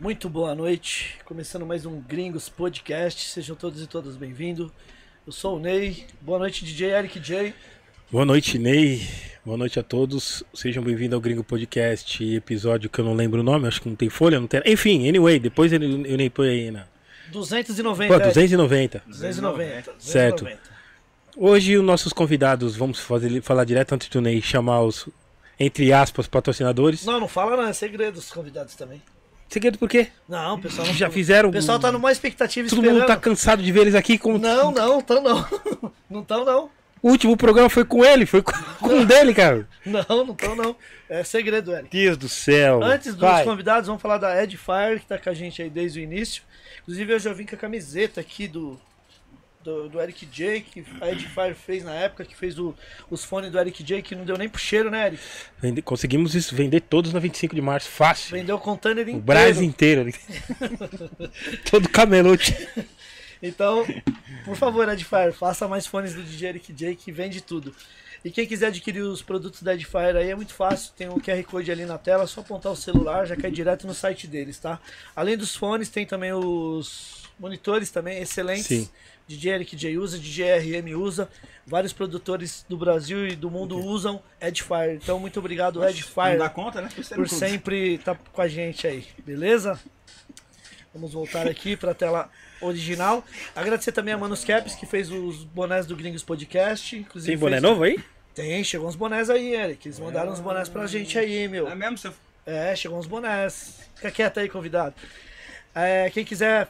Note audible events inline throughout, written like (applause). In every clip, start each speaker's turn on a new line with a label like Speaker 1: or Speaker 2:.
Speaker 1: Muito boa noite, começando mais um Gringos Podcast, sejam todos e todas bem-vindos. Eu sou o Ney, boa noite DJ Eric J.
Speaker 2: Boa noite, Ney. Boa noite a todos. Sejam bem-vindos ao Gringo Podcast, episódio que eu não lembro o nome, acho que não tem folha, não tem. Enfim, anyway, depois eu, eu nem põe aí na.
Speaker 1: 290.
Speaker 2: Pô, 290.
Speaker 1: 290. 290.
Speaker 2: Certo. Hoje os nossos convidados, vamos fazer, falar direto antes do Ney chamar os, entre aspas, patrocinadores.
Speaker 1: Não, não fala não, é segredo dos convidados também.
Speaker 2: Segredo por quê?
Speaker 1: Não, o pessoal não...
Speaker 2: Já fizeram. um-
Speaker 1: O pessoal tá numa expectativa
Speaker 2: Todo
Speaker 1: esperando.
Speaker 2: mundo tá cansado de ver eles aqui com.
Speaker 1: Não, não, (laughs) tão não. Não tão não.
Speaker 2: O último programa foi com ele, foi com, com um dele, cara.
Speaker 1: Não, não tão não. É segredo, Eric.
Speaker 2: Deus do céu.
Speaker 1: Antes dos
Speaker 2: Vai.
Speaker 1: convidados, vamos falar da Edfire, que tá com a gente aí desde o início. Inclusive, eu já vim com a camiseta aqui do, do, do Eric J, que a Edfire fez na época, que fez o- os fones do Eric J, que não deu nem pro cheiro, né, Eric?
Speaker 2: Vende- Conseguimos isso, vender todos na 25 de março, fácil.
Speaker 1: Vendeu o container inteiro.
Speaker 2: O
Speaker 1: (laughs)
Speaker 2: Brasil inteiro. né? Todo camelote.
Speaker 1: Então, por favor, Edifier, faça mais fones do DJ Eric J que vende tudo. E quem quiser adquirir os produtos da Edifier aí é muito fácil, tem um QR Code ali na tela, é só apontar o celular, já cai direto no site deles, tá? Além dos fones, tem também os monitores também excelentes.
Speaker 2: Sim.
Speaker 1: DJ Eric J usa, DJ RM usa, vários produtores do Brasil e do mundo usam Edifier. Então, muito obrigado,
Speaker 3: Não dá
Speaker 1: Edifier,
Speaker 3: conta, né?
Speaker 1: por sempre estar com a gente aí, beleza? Vamos voltar aqui para a tela original. Agradecer também a Manus Caps, que fez os bonés do Gringos Podcast. Inclusive
Speaker 2: Tem boné
Speaker 1: fez-
Speaker 2: novo aí?
Speaker 1: Tem, chegou uns bonés aí, Eric. Eles mandaram uns bonés pra gente aí, meu.
Speaker 3: É mesmo? Você...
Speaker 1: É, chegou uns bonés. Fica quieto aí, convidado. É, quem quiser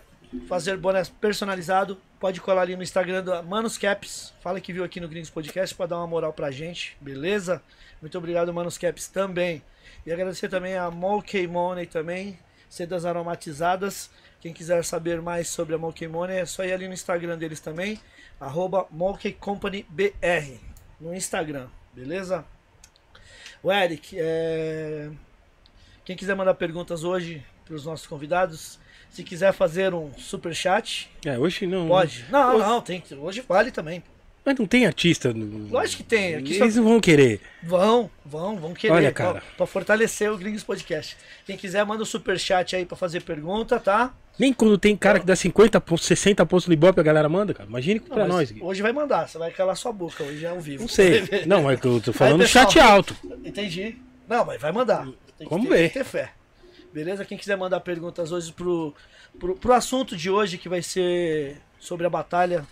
Speaker 1: fazer bonés personalizado, pode colar ali no Instagram da Manus Caps. Fala que viu aqui no Gringos Podcast para dar uma moral pra gente, beleza? Muito obrigado, Manus Caps, também. E agradecer também a Monkey Money também, sedas aromatizadas. Quem quiser saber mais sobre a Monkey Money, é só ir ali no Instagram deles também, arroba Monkey Company BR, no Instagram, beleza? O Eric, é... Quem quiser mandar perguntas hoje para os nossos convidados, se quiser fazer um super chat,
Speaker 2: É, hoje não.
Speaker 1: pode. Não, não, tem que- hoje vale também.
Speaker 2: Mas não tem artista. no-
Speaker 1: Lógico que tem, aqui só-
Speaker 2: Eles não vão querer.
Speaker 1: Vão, vão, vão querer.
Speaker 2: Olha, cara.
Speaker 1: Para fortalecer o Gringos Podcast. Quem quiser manda um super chat aí para fazer pergunta, tá?
Speaker 2: Nem quando tem cara que dá 50 pontos, 60 pontos no Ibope, a galera manda, cara. Imagine
Speaker 1: Não,
Speaker 2: pra
Speaker 1: mas
Speaker 2: nós.
Speaker 1: Hoje vai mandar, você vai calar sua boca hoje é ao vivo. (laughs)
Speaker 2: Não sei. Não, é que eu tô falando
Speaker 1: pessoal.
Speaker 2: chat alto.
Speaker 1: Entendi. Não, mas vai mandar. Tem que
Speaker 2: Vamos
Speaker 1: ter,
Speaker 2: ver.
Speaker 1: Tem que ter fé. Beleza? Quem quiser mandar perguntas hoje pro, pro, pro assunto de hoje, que vai ser sobre a batalha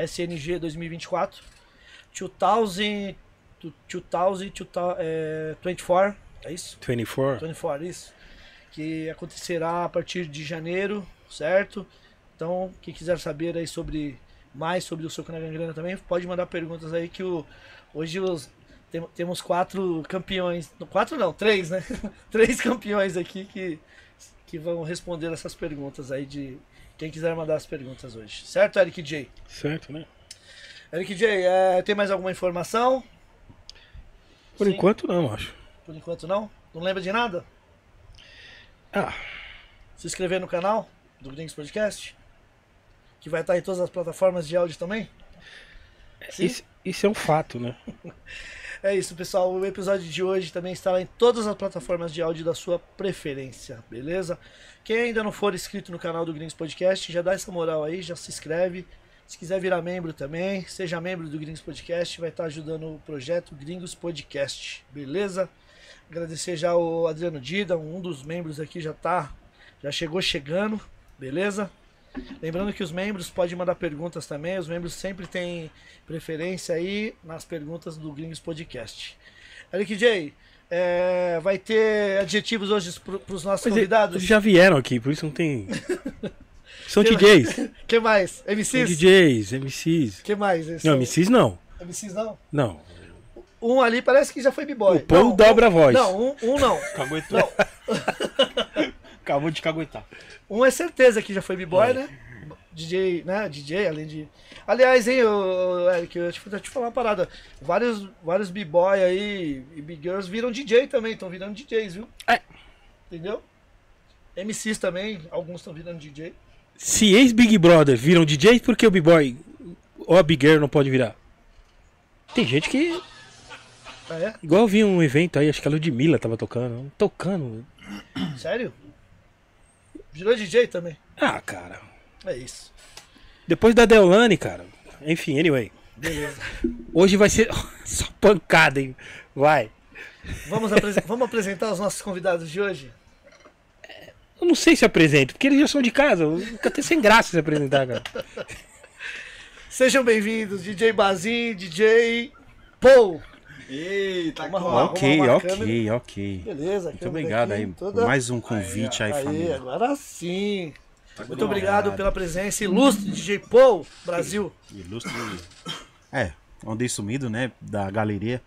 Speaker 1: SNG 2024. 2000, tu- 2000, 2000, é, 24, é isso?
Speaker 2: 24.
Speaker 1: 24, isso. Que acontecerá a partir de janeiro, certo? Então, quem quiser saber aí sobre mais sobre o Soco na Gangrena também, pode mandar perguntas aí que o, hoje os, tem- temos quatro campeões. não, Quatro não, três, né? (laughs) três campeões aqui que, que vão responder essas perguntas aí de quem quiser mandar as perguntas hoje. Certo, Eric J?
Speaker 2: Certo, né?
Speaker 1: Eric J, eh, tem mais alguma informação?
Speaker 2: Por
Speaker 1: Sim.
Speaker 2: enquanto não, acho.
Speaker 1: Por enquanto não? Não lembra de nada?
Speaker 2: Ah,
Speaker 1: se inscrever no canal do Gringos Podcast, que vai estar em todas as plataformas de áudio também. Sim.
Speaker 2: isso, isso é um fato, né?
Speaker 1: É isso, pessoal. O episódio de hoje também estará em todas as plataformas de áudio da sua preferência, beleza? Quem ainda não for inscrito no canal do Gringos Podcast, já dá essa moral aí, já se inscreve. Se quiser virar membro também, seja membro do Gringos Podcast, vai estar ajudando o projeto Gringos Podcast, beleza? Agradecer já o Adriano Dida, um dos membros aqui já tá, já chegou chegando, beleza? Lembrando que os membros podem mandar perguntas também, os membros sempre têm preferência aí nas perguntas do Gringos Podcast. Eric J, é, vai ter adjetivos hoje para os nossos
Speaker 2: Mas é,
Speaker 1: convidados?
Speaker 2: eles já vieram aqui, por isso
Speaker 1: (laughs)
Speaker 2: não tem. São
Speaker 1: Tem-
Speaker 2: DJs.
Speaker 1: que mais?
Speaker 2: São
Speaker 1: MCs?
Speaker 2: DJs, MCs.
Speaker 1: que mais? Esse-
Speaker 2: Não, MCs não.
Speaker 1: MCs não?
Speaker 2: Não.
Speaker 1: Um ali parece que já foi b-boy.
Speaker 2: O Paul
Speaker 1: Não,
Speaker 2: dobra a
Speaker 1: um-
Speaker 2: voz.
Speaker 1: Não, um, um não.
Speaker 3: Caguetou.
Speaker 1: não.
Speaker 3: (laughs) Acabou de caguetar.
Speaker 1: Um é certeza que já foi
Speaker 3: É.
Speaker 1: b-boy, né? DJ, né? DJ, além de. Aliás, hein, ô, ô, Eric, eu ia te, eu ia te falar uma parada. Vários, vários b-boy aí e b-girls viram DJ também, estão virando DJs, viu?
Speaker 2: É.
Speaker 1: Entendeu? MCs também, alguns estão virando DJ.
Speaker 2: Se ex-Big Brother viram DJs, por que o B-Boy ou a Big Girl não pode virar? Tem gente que.
Speaker 1: Ah,
Speaker 2: Igual eu vi um evento aí, acho que a Ludmilla tava tocando. Tocando.
Speaker 1: é? Sério? Virou DJ também.
Speaker 2: Ah, cara.
Speaker 1: É isso.
Speaker 2: Depois da Deolane, cara. Enfim, anyway.
Speaker 3: (laughs)
Speaker 1: Beleza.
Speaker 2: Hoje vai ser (laughs) só pancada, hein? Vai.
Speaker 1: Vamos, apresen- vamos apresentar os nossos convidados de hoje?
Speaker 2: Eu não sei se apresento, porque eles já são de casa. eu Fica até sem graça se apresentar, cara.
Speaker 1: Sejam bem-vindos, DJ Bazin, DJ Paul.
Speaker 4: Eita,
Speaker 1: Uma
Speaker 4: como- é?
Speaker 1: rola.
Speaker 3: Ok,
Speaker 1: arrumar a
Speaker 3: ok, ok.
Speaker 1: Beleza,
Speaker 3: Muito obrigado aí.
Speaker 1: Toda...
Speaker 3: Mais um convite aí,
Speaker 1: Aí,
Speaker 3: família. Tá
Speaker 1: agora sim. Muito
Speaker 3: bom.
Speaker 1: obrigado pela presença ilustre DJ Paul, Brasil.
Speaker 3: Ilustre. É, andei sumido, né? Da galeria.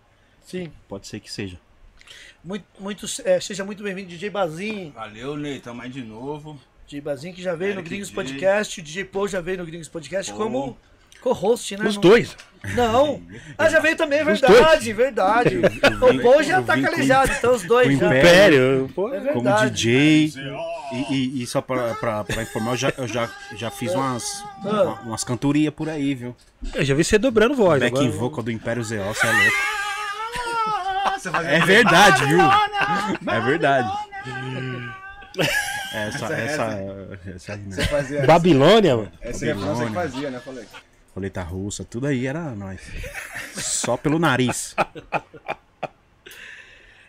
Speaker 1: Sim.
Speaker 3: Pode ser que seja.
Speaker 1: Muito, muito, é, seja muito bem-vindo, DJ Bazin.
Speaker 4: Valeu, Ney, tamo aí de novo.
Speaker 1: DJ Bazin, que já veio no
Speaker 4: Eric
Speaker 1: Gringos
Speaker 4: J.
Speaker 1: Podcast. O DJ Paul já veio no Gringos Podcast
Speaker 4: Paul.
Speaker 1: como co-host, né?
Speaker 2: (laughs) Os
Speaker 1: Não-
Speaker 2: dois.
Speaker 3: (laughs)
Speaker 1: Não. Ah, já veio também,
Speaker 2: Os
Speaker 1: verdade, verdade. O Paul já
Speaker 3: eu
Speaker 1: tá
Speaker 3: vim com-
Speaker 1: calejado, então os dois
Speaker 3: com
Speaker 1: já.
Speaker 3: impé-
Speaker 2: Império. pô.
Speaker 1: É
Speaker 3: Como
Speaker 1: verdade.
Speaker 3: DJ. E, e- e só pra, pra, pra informar, eu já, eu já, já fiz umas,
Speaker 1: Ah.
Speaker 3: uma- umas cantorias por aí, viu?
Speaker 2: Eu já vi você dobrando voz.
Speaker 3: Back
Speaker 2: agora.
Speaker 3: in vocal do Império Zeó, você é louco.
Speaker 4: Você vai
Speaker 3: É verdade, viu? É verdade. Essa, essa, essa, né?
Speaker 4: Você fazia essa,
Speaker 2: Babilônia, mano.
Speaker 4: essa é a França que fazia, né? Falei.
Speaker 3: coleta russa, tudo aí era nós. Só pelo nariz.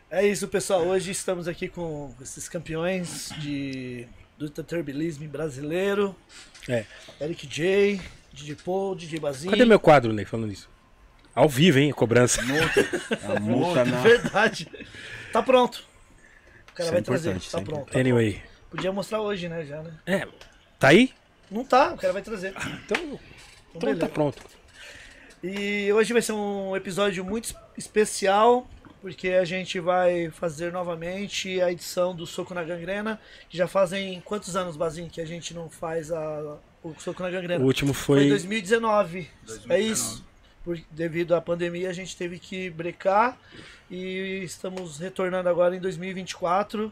Speaker 1: É isso, pessoal. Hoje estamos aqui com esses campeões de do turbilismo brasileiro.
Speaker 2: É.
Speaker 1: Eric J, DJ Paul, DJ Bazinho.
Speaker 2: Cadê meu quadro, Ney, falando isso? Ao vivo, hein, a cobrança.
Speaker 3: A multa
Speaker 1: (laughs)
Speaker 3: na.
Speaker 1: Verdade. Tá pronto. O cara
Speaker 3: Isso é
Speaker 1: vai trazer.
Speaker 3: importante,
Speaker 1: Tá
Speaker 3: isso é
Speaker 1: pronto.
Speaker 2: Anyway.
Speaker 1: Podia mostrar hoje, né? Já, né?
Speaker 2: É, tá aí?
Speaker 1: Não tá, o cara vai trazer.
Speaker 2: Então,
Speaker 1: Então,
Speaker 2: então tá
Speaker 1: beleza.
Speaker 2: pronto.
Speaker 1: E hoje vai ser um episódio muito es- especial, porque a gente vai fazer novamente a edição do Soco na Gangrena. Que já fazem quantos anos, Bazinho, que a gente não faz a, o Soco na Gangrena?
Speaker 2: O último
Speaker 1: Foi em
Speaker 2: foi.
Speaker 1: 2019. É
Speaker 4: 2019.
Speaker 1: isso. Por, devido à pandemia, a gente teve que brecar e estamos retornando agora em 2024.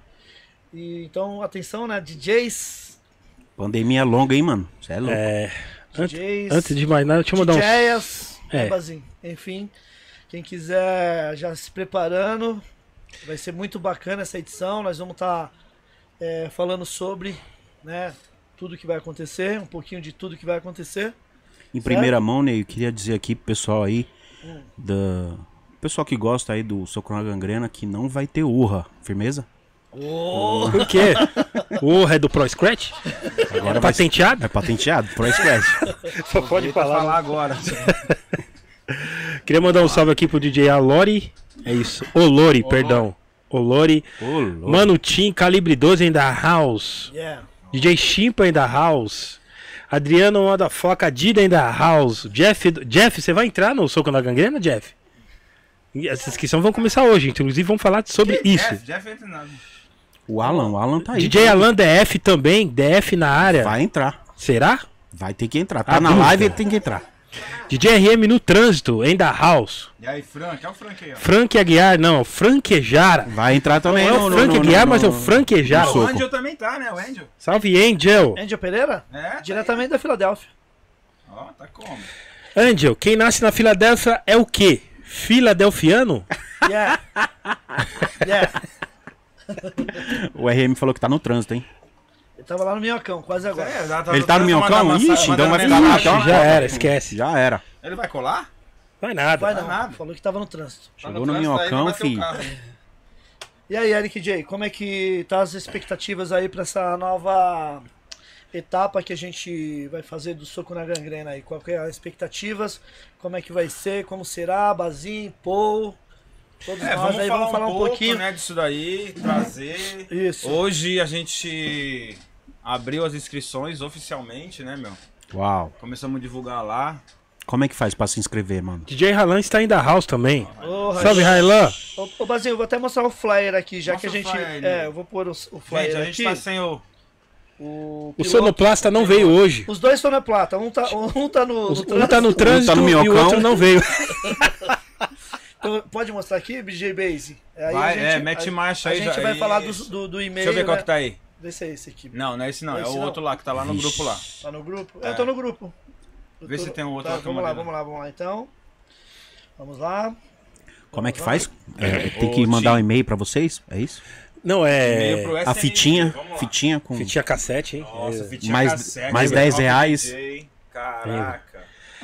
Speaker 1: E, então, atenção, né? DJs,
Speaker 3: Pandemia longa, hein, mano? Você é louco.
Speaker 2: É, Antes-
Speaker 1: DJs,
Speaker 2: antes de mais nada, deixa eu mandar um.
Speaker 1: DJs,
Speaker 2: É.
Speaker 1: Bazinho. enfim. Quem quiser já se preparando, vai ser muito bacana essa edição. Nós vamos estar falando sobre né, tudo que vai acontecer, um pouquinho de tudo que vai acontecer.
Speaker 3: Em primeira mão, Ney, eu queria dizer aqui pro pessoal aí, da... pessoal que gosta aí do Socorro na Gangrena, que não vai ter urra, firmeza?
Speaker 2: Por quê? O é do Pro Scratch?
Speaker 3: Agora
Speaker 2: É
Speaker 3: vai ser- né?
Speaker 2: patenteado?
Speaker 3: É patenteado, pro esquece.
Speaker 2: (laughs) Só pode
Speaker 4: Vou falar agora.
Speaker 2: (laughs) Queria mandar um salve aqui pro DJ Alori. É isso. Olori, perdão. Olori.
Speaker 3: Ô, louco.
Speaker 2: Mano Tim, Calibre 12 ainda House.
Speaker 1: Yeah.
Speaker 2: DJ Chimpa ainda House. Adriano Madafoca, Dida ainda House. Jeff, Jeff, você vai entrar no Soco na Gangrena, Jeff? E Essa inscrição vão começar hoje, então, inclusive vamos falar sobre isso.
Speaker 4: É, Jeff, Jeff entra nada.
Speaker 3: O Alan, o Alan tá aí.
Speaker 2: DJ Alan DF também, DF na área.
Speaker 3: Vai entrar.
Speaker 2: Será?
Speaker 3: Vai ter que entrar. Tá
Speaker 2: A
Speaker 3: na
Speaker 2: dúvida.
Speaker 3: live, ele tem que entrar.
Speaker 2: DJ RM no trânsito, ainda House.
Speaker 4: E aí, Frank? É o Frank aí, ó.
Speaker 2: Frank Aguiar, não, Franquejara.
Speaker 3: Vai entrar também.
Speaker 2: Não é o Frank Aguiar, mas é o Franquejara.
Speaker 3: no
Speaker 4: o
Speaker 3: soco.
Speaker 4: Angel também tá, né? O Angel.
Speaker 2: Salve, Angel.
Speaker 1: Angel Pereira?
Speaker 4: É, tá
Speaker 1: Diretamente da Filadélfia.
Speaker 4: aí. Ó, tá como?
Speaker 2: Angel, quem nasce na Filadélfia é o quê? Filadelfiano?
Speaker 4: (laughs)
Speaker 1: Yeah. yeah.
Speaker 3: O RM falou que tá no trânsito, hein?
Speaker 1: Eu tava lá no Minhocão, quase agora.
Speaker 4: É,
Speaker 3: Ele tá no minhocão?
Speaker 4: mandando mensagem-
Speaker 3: Ixi, então vai
Speaker 4: mandando
Speaker 3: ficar lá
Speaker 4: mensagem.
Speaker 3: até uma-
Speaker 2: já era, esquece.
Speaker 3: Já era.
Speaker 4: né? Ele vai colar? Tá
Speaker 2: Vai nada.
Speaker 1: Vai não,
Speaker 4: nada.
Speaker 1: falou que tava no trânsito.
Speaker 3: Chegou no
Speaker 4: trânsito aí,
Speaker 3: minhocão,
Speaker 4: vai bater o
Speaker 3: fi.
Speaker 4: carro.
Speaker 1: E aí, Eric J, como é que tá as expectativas aí pra essa nova etapa que a gente vai fazer do soco na gangrena aí? Qual que é as expectativas? Como é que vai ser? Como será? Bazin, Paul, todos
Speaker 4: É,
Speaker 1: nós
Speaker 4: vamos
Speaker 1: aí
Speaker 4: falar,
Speaker 1: vamos falar um,
Speaker 4: pouco,
Speaker 1: pouquinho.
Speaker 4: né, disso daí, trazer.
Speaker 1: Isso.
Speaker 4: Hoje a gente abriu as inscrições oficialmente, né, meu?
Speaker 3: Uau.
Speaker 4: Começamos a divulgar lá.
Speaker 3: Como é que faz pra se inscrever, mano?
Speaker 2: DJ Ralan está ainda house também.
Speaker 1: Ô,
Speaker 2: Salve, Railan.
Speaker 1: Ô, ô Bazinho, eu vou até mostrar o flyer aqui, já
Speaker 4: Mostra
Speaker 1: que a
Speaker 4: o
Speaker 1: gente.
Speaker 4: flyer aí,
Speaker 1: é,
Speaker 4: né?
Speaker 1: eu vou pôr o, o flyer
Speaker 4: Gente, a gente
Speaker 1: aqui.
Speaker 4: tá sem o.
Speaker 1: O,
Speaker 2: O
Speaker 1: piloto-
Speaker 2: sonoplasta não veio hoje.
Speaker 1: Os dois estão na plata, um tá, um tá no, no
Speaker 2: Um tá no
Speaker 1: trânsito.
Speaker 2: trânsito
Speaker 3: no
Speaker 2: e o
Speaker 3: minhocão.
Speaker 2: outro não veio. (laughs)
Speaker 1: Então, pode mostrar aqui, BJ Base? Aí
Speaker 4: Vai, é, mete
Speaker 1: a,
Speaker 4: marcha
Speaker 1: a
Speaker 4: aí.
Speaker 1: gente
Speaker 4: já- é
Speaker 1: vai falar do,
Speaker 4: isso.
Speaker 1: do, do e-mail.
Speaker 4: Deixa eu ver qual
Speaker 1: né?
Speaker 4: que tá aí.
Speaker 1: Vê se é esse aqui.
Speaker 4: Não, não é esse não, é
Speaker 1: Esse
Speaker 4: o
Speaker 1: não.
Speaker 4: outro lá que tá lá no
Speaker 3: Vixe.
Speaker 4: grupo lá.
Speaker 1: Tá no grupo? É, eu tô no grupo. Eu
Speaker 4: Vê
Speaker 1: tô
Speaker 4: se
Speaker 1: no-
Speaker 4: tem um outro
Speaker 1: tá,
Speaker 4: lá que eu
Speaker 1: Vamos lá,
Speaker 4: mandei.
Speaker 1: vamos lá, vamos lá então. Vamos lá.
Speaker 3: Como é que
Speaker 1: Vamos
Speaker 3: faz? É, tem
Speaker 4: Ô,
Speaker 3: que mandar
Speaker 4: Tim.
Speaker 3: um e-mail pra vocês? É isso?
Speaker 2: Não,
Speaker 4: Meio
Speaker 2: é.
Speaker 4: pro
Speaker 3: A
Speaker 4: SNJ,
Speaker 3: fitinha,
Speaker 4: vamos lá.
Speaker 3: fitinha com...
Speaker 2: Fitinha cassete, hein?
Speaker 4: Nossa,
Speaker 2: É.
Speaker 4: fitinha
Speaker 3: Mais-
Speaker 4: cassete,
Speaker 3: mais
Speaker 4: velho.
Speaker 3: 10
Speaker 4: Top
Speaker 3: reais.
Speaker 4: DJ, Caraca.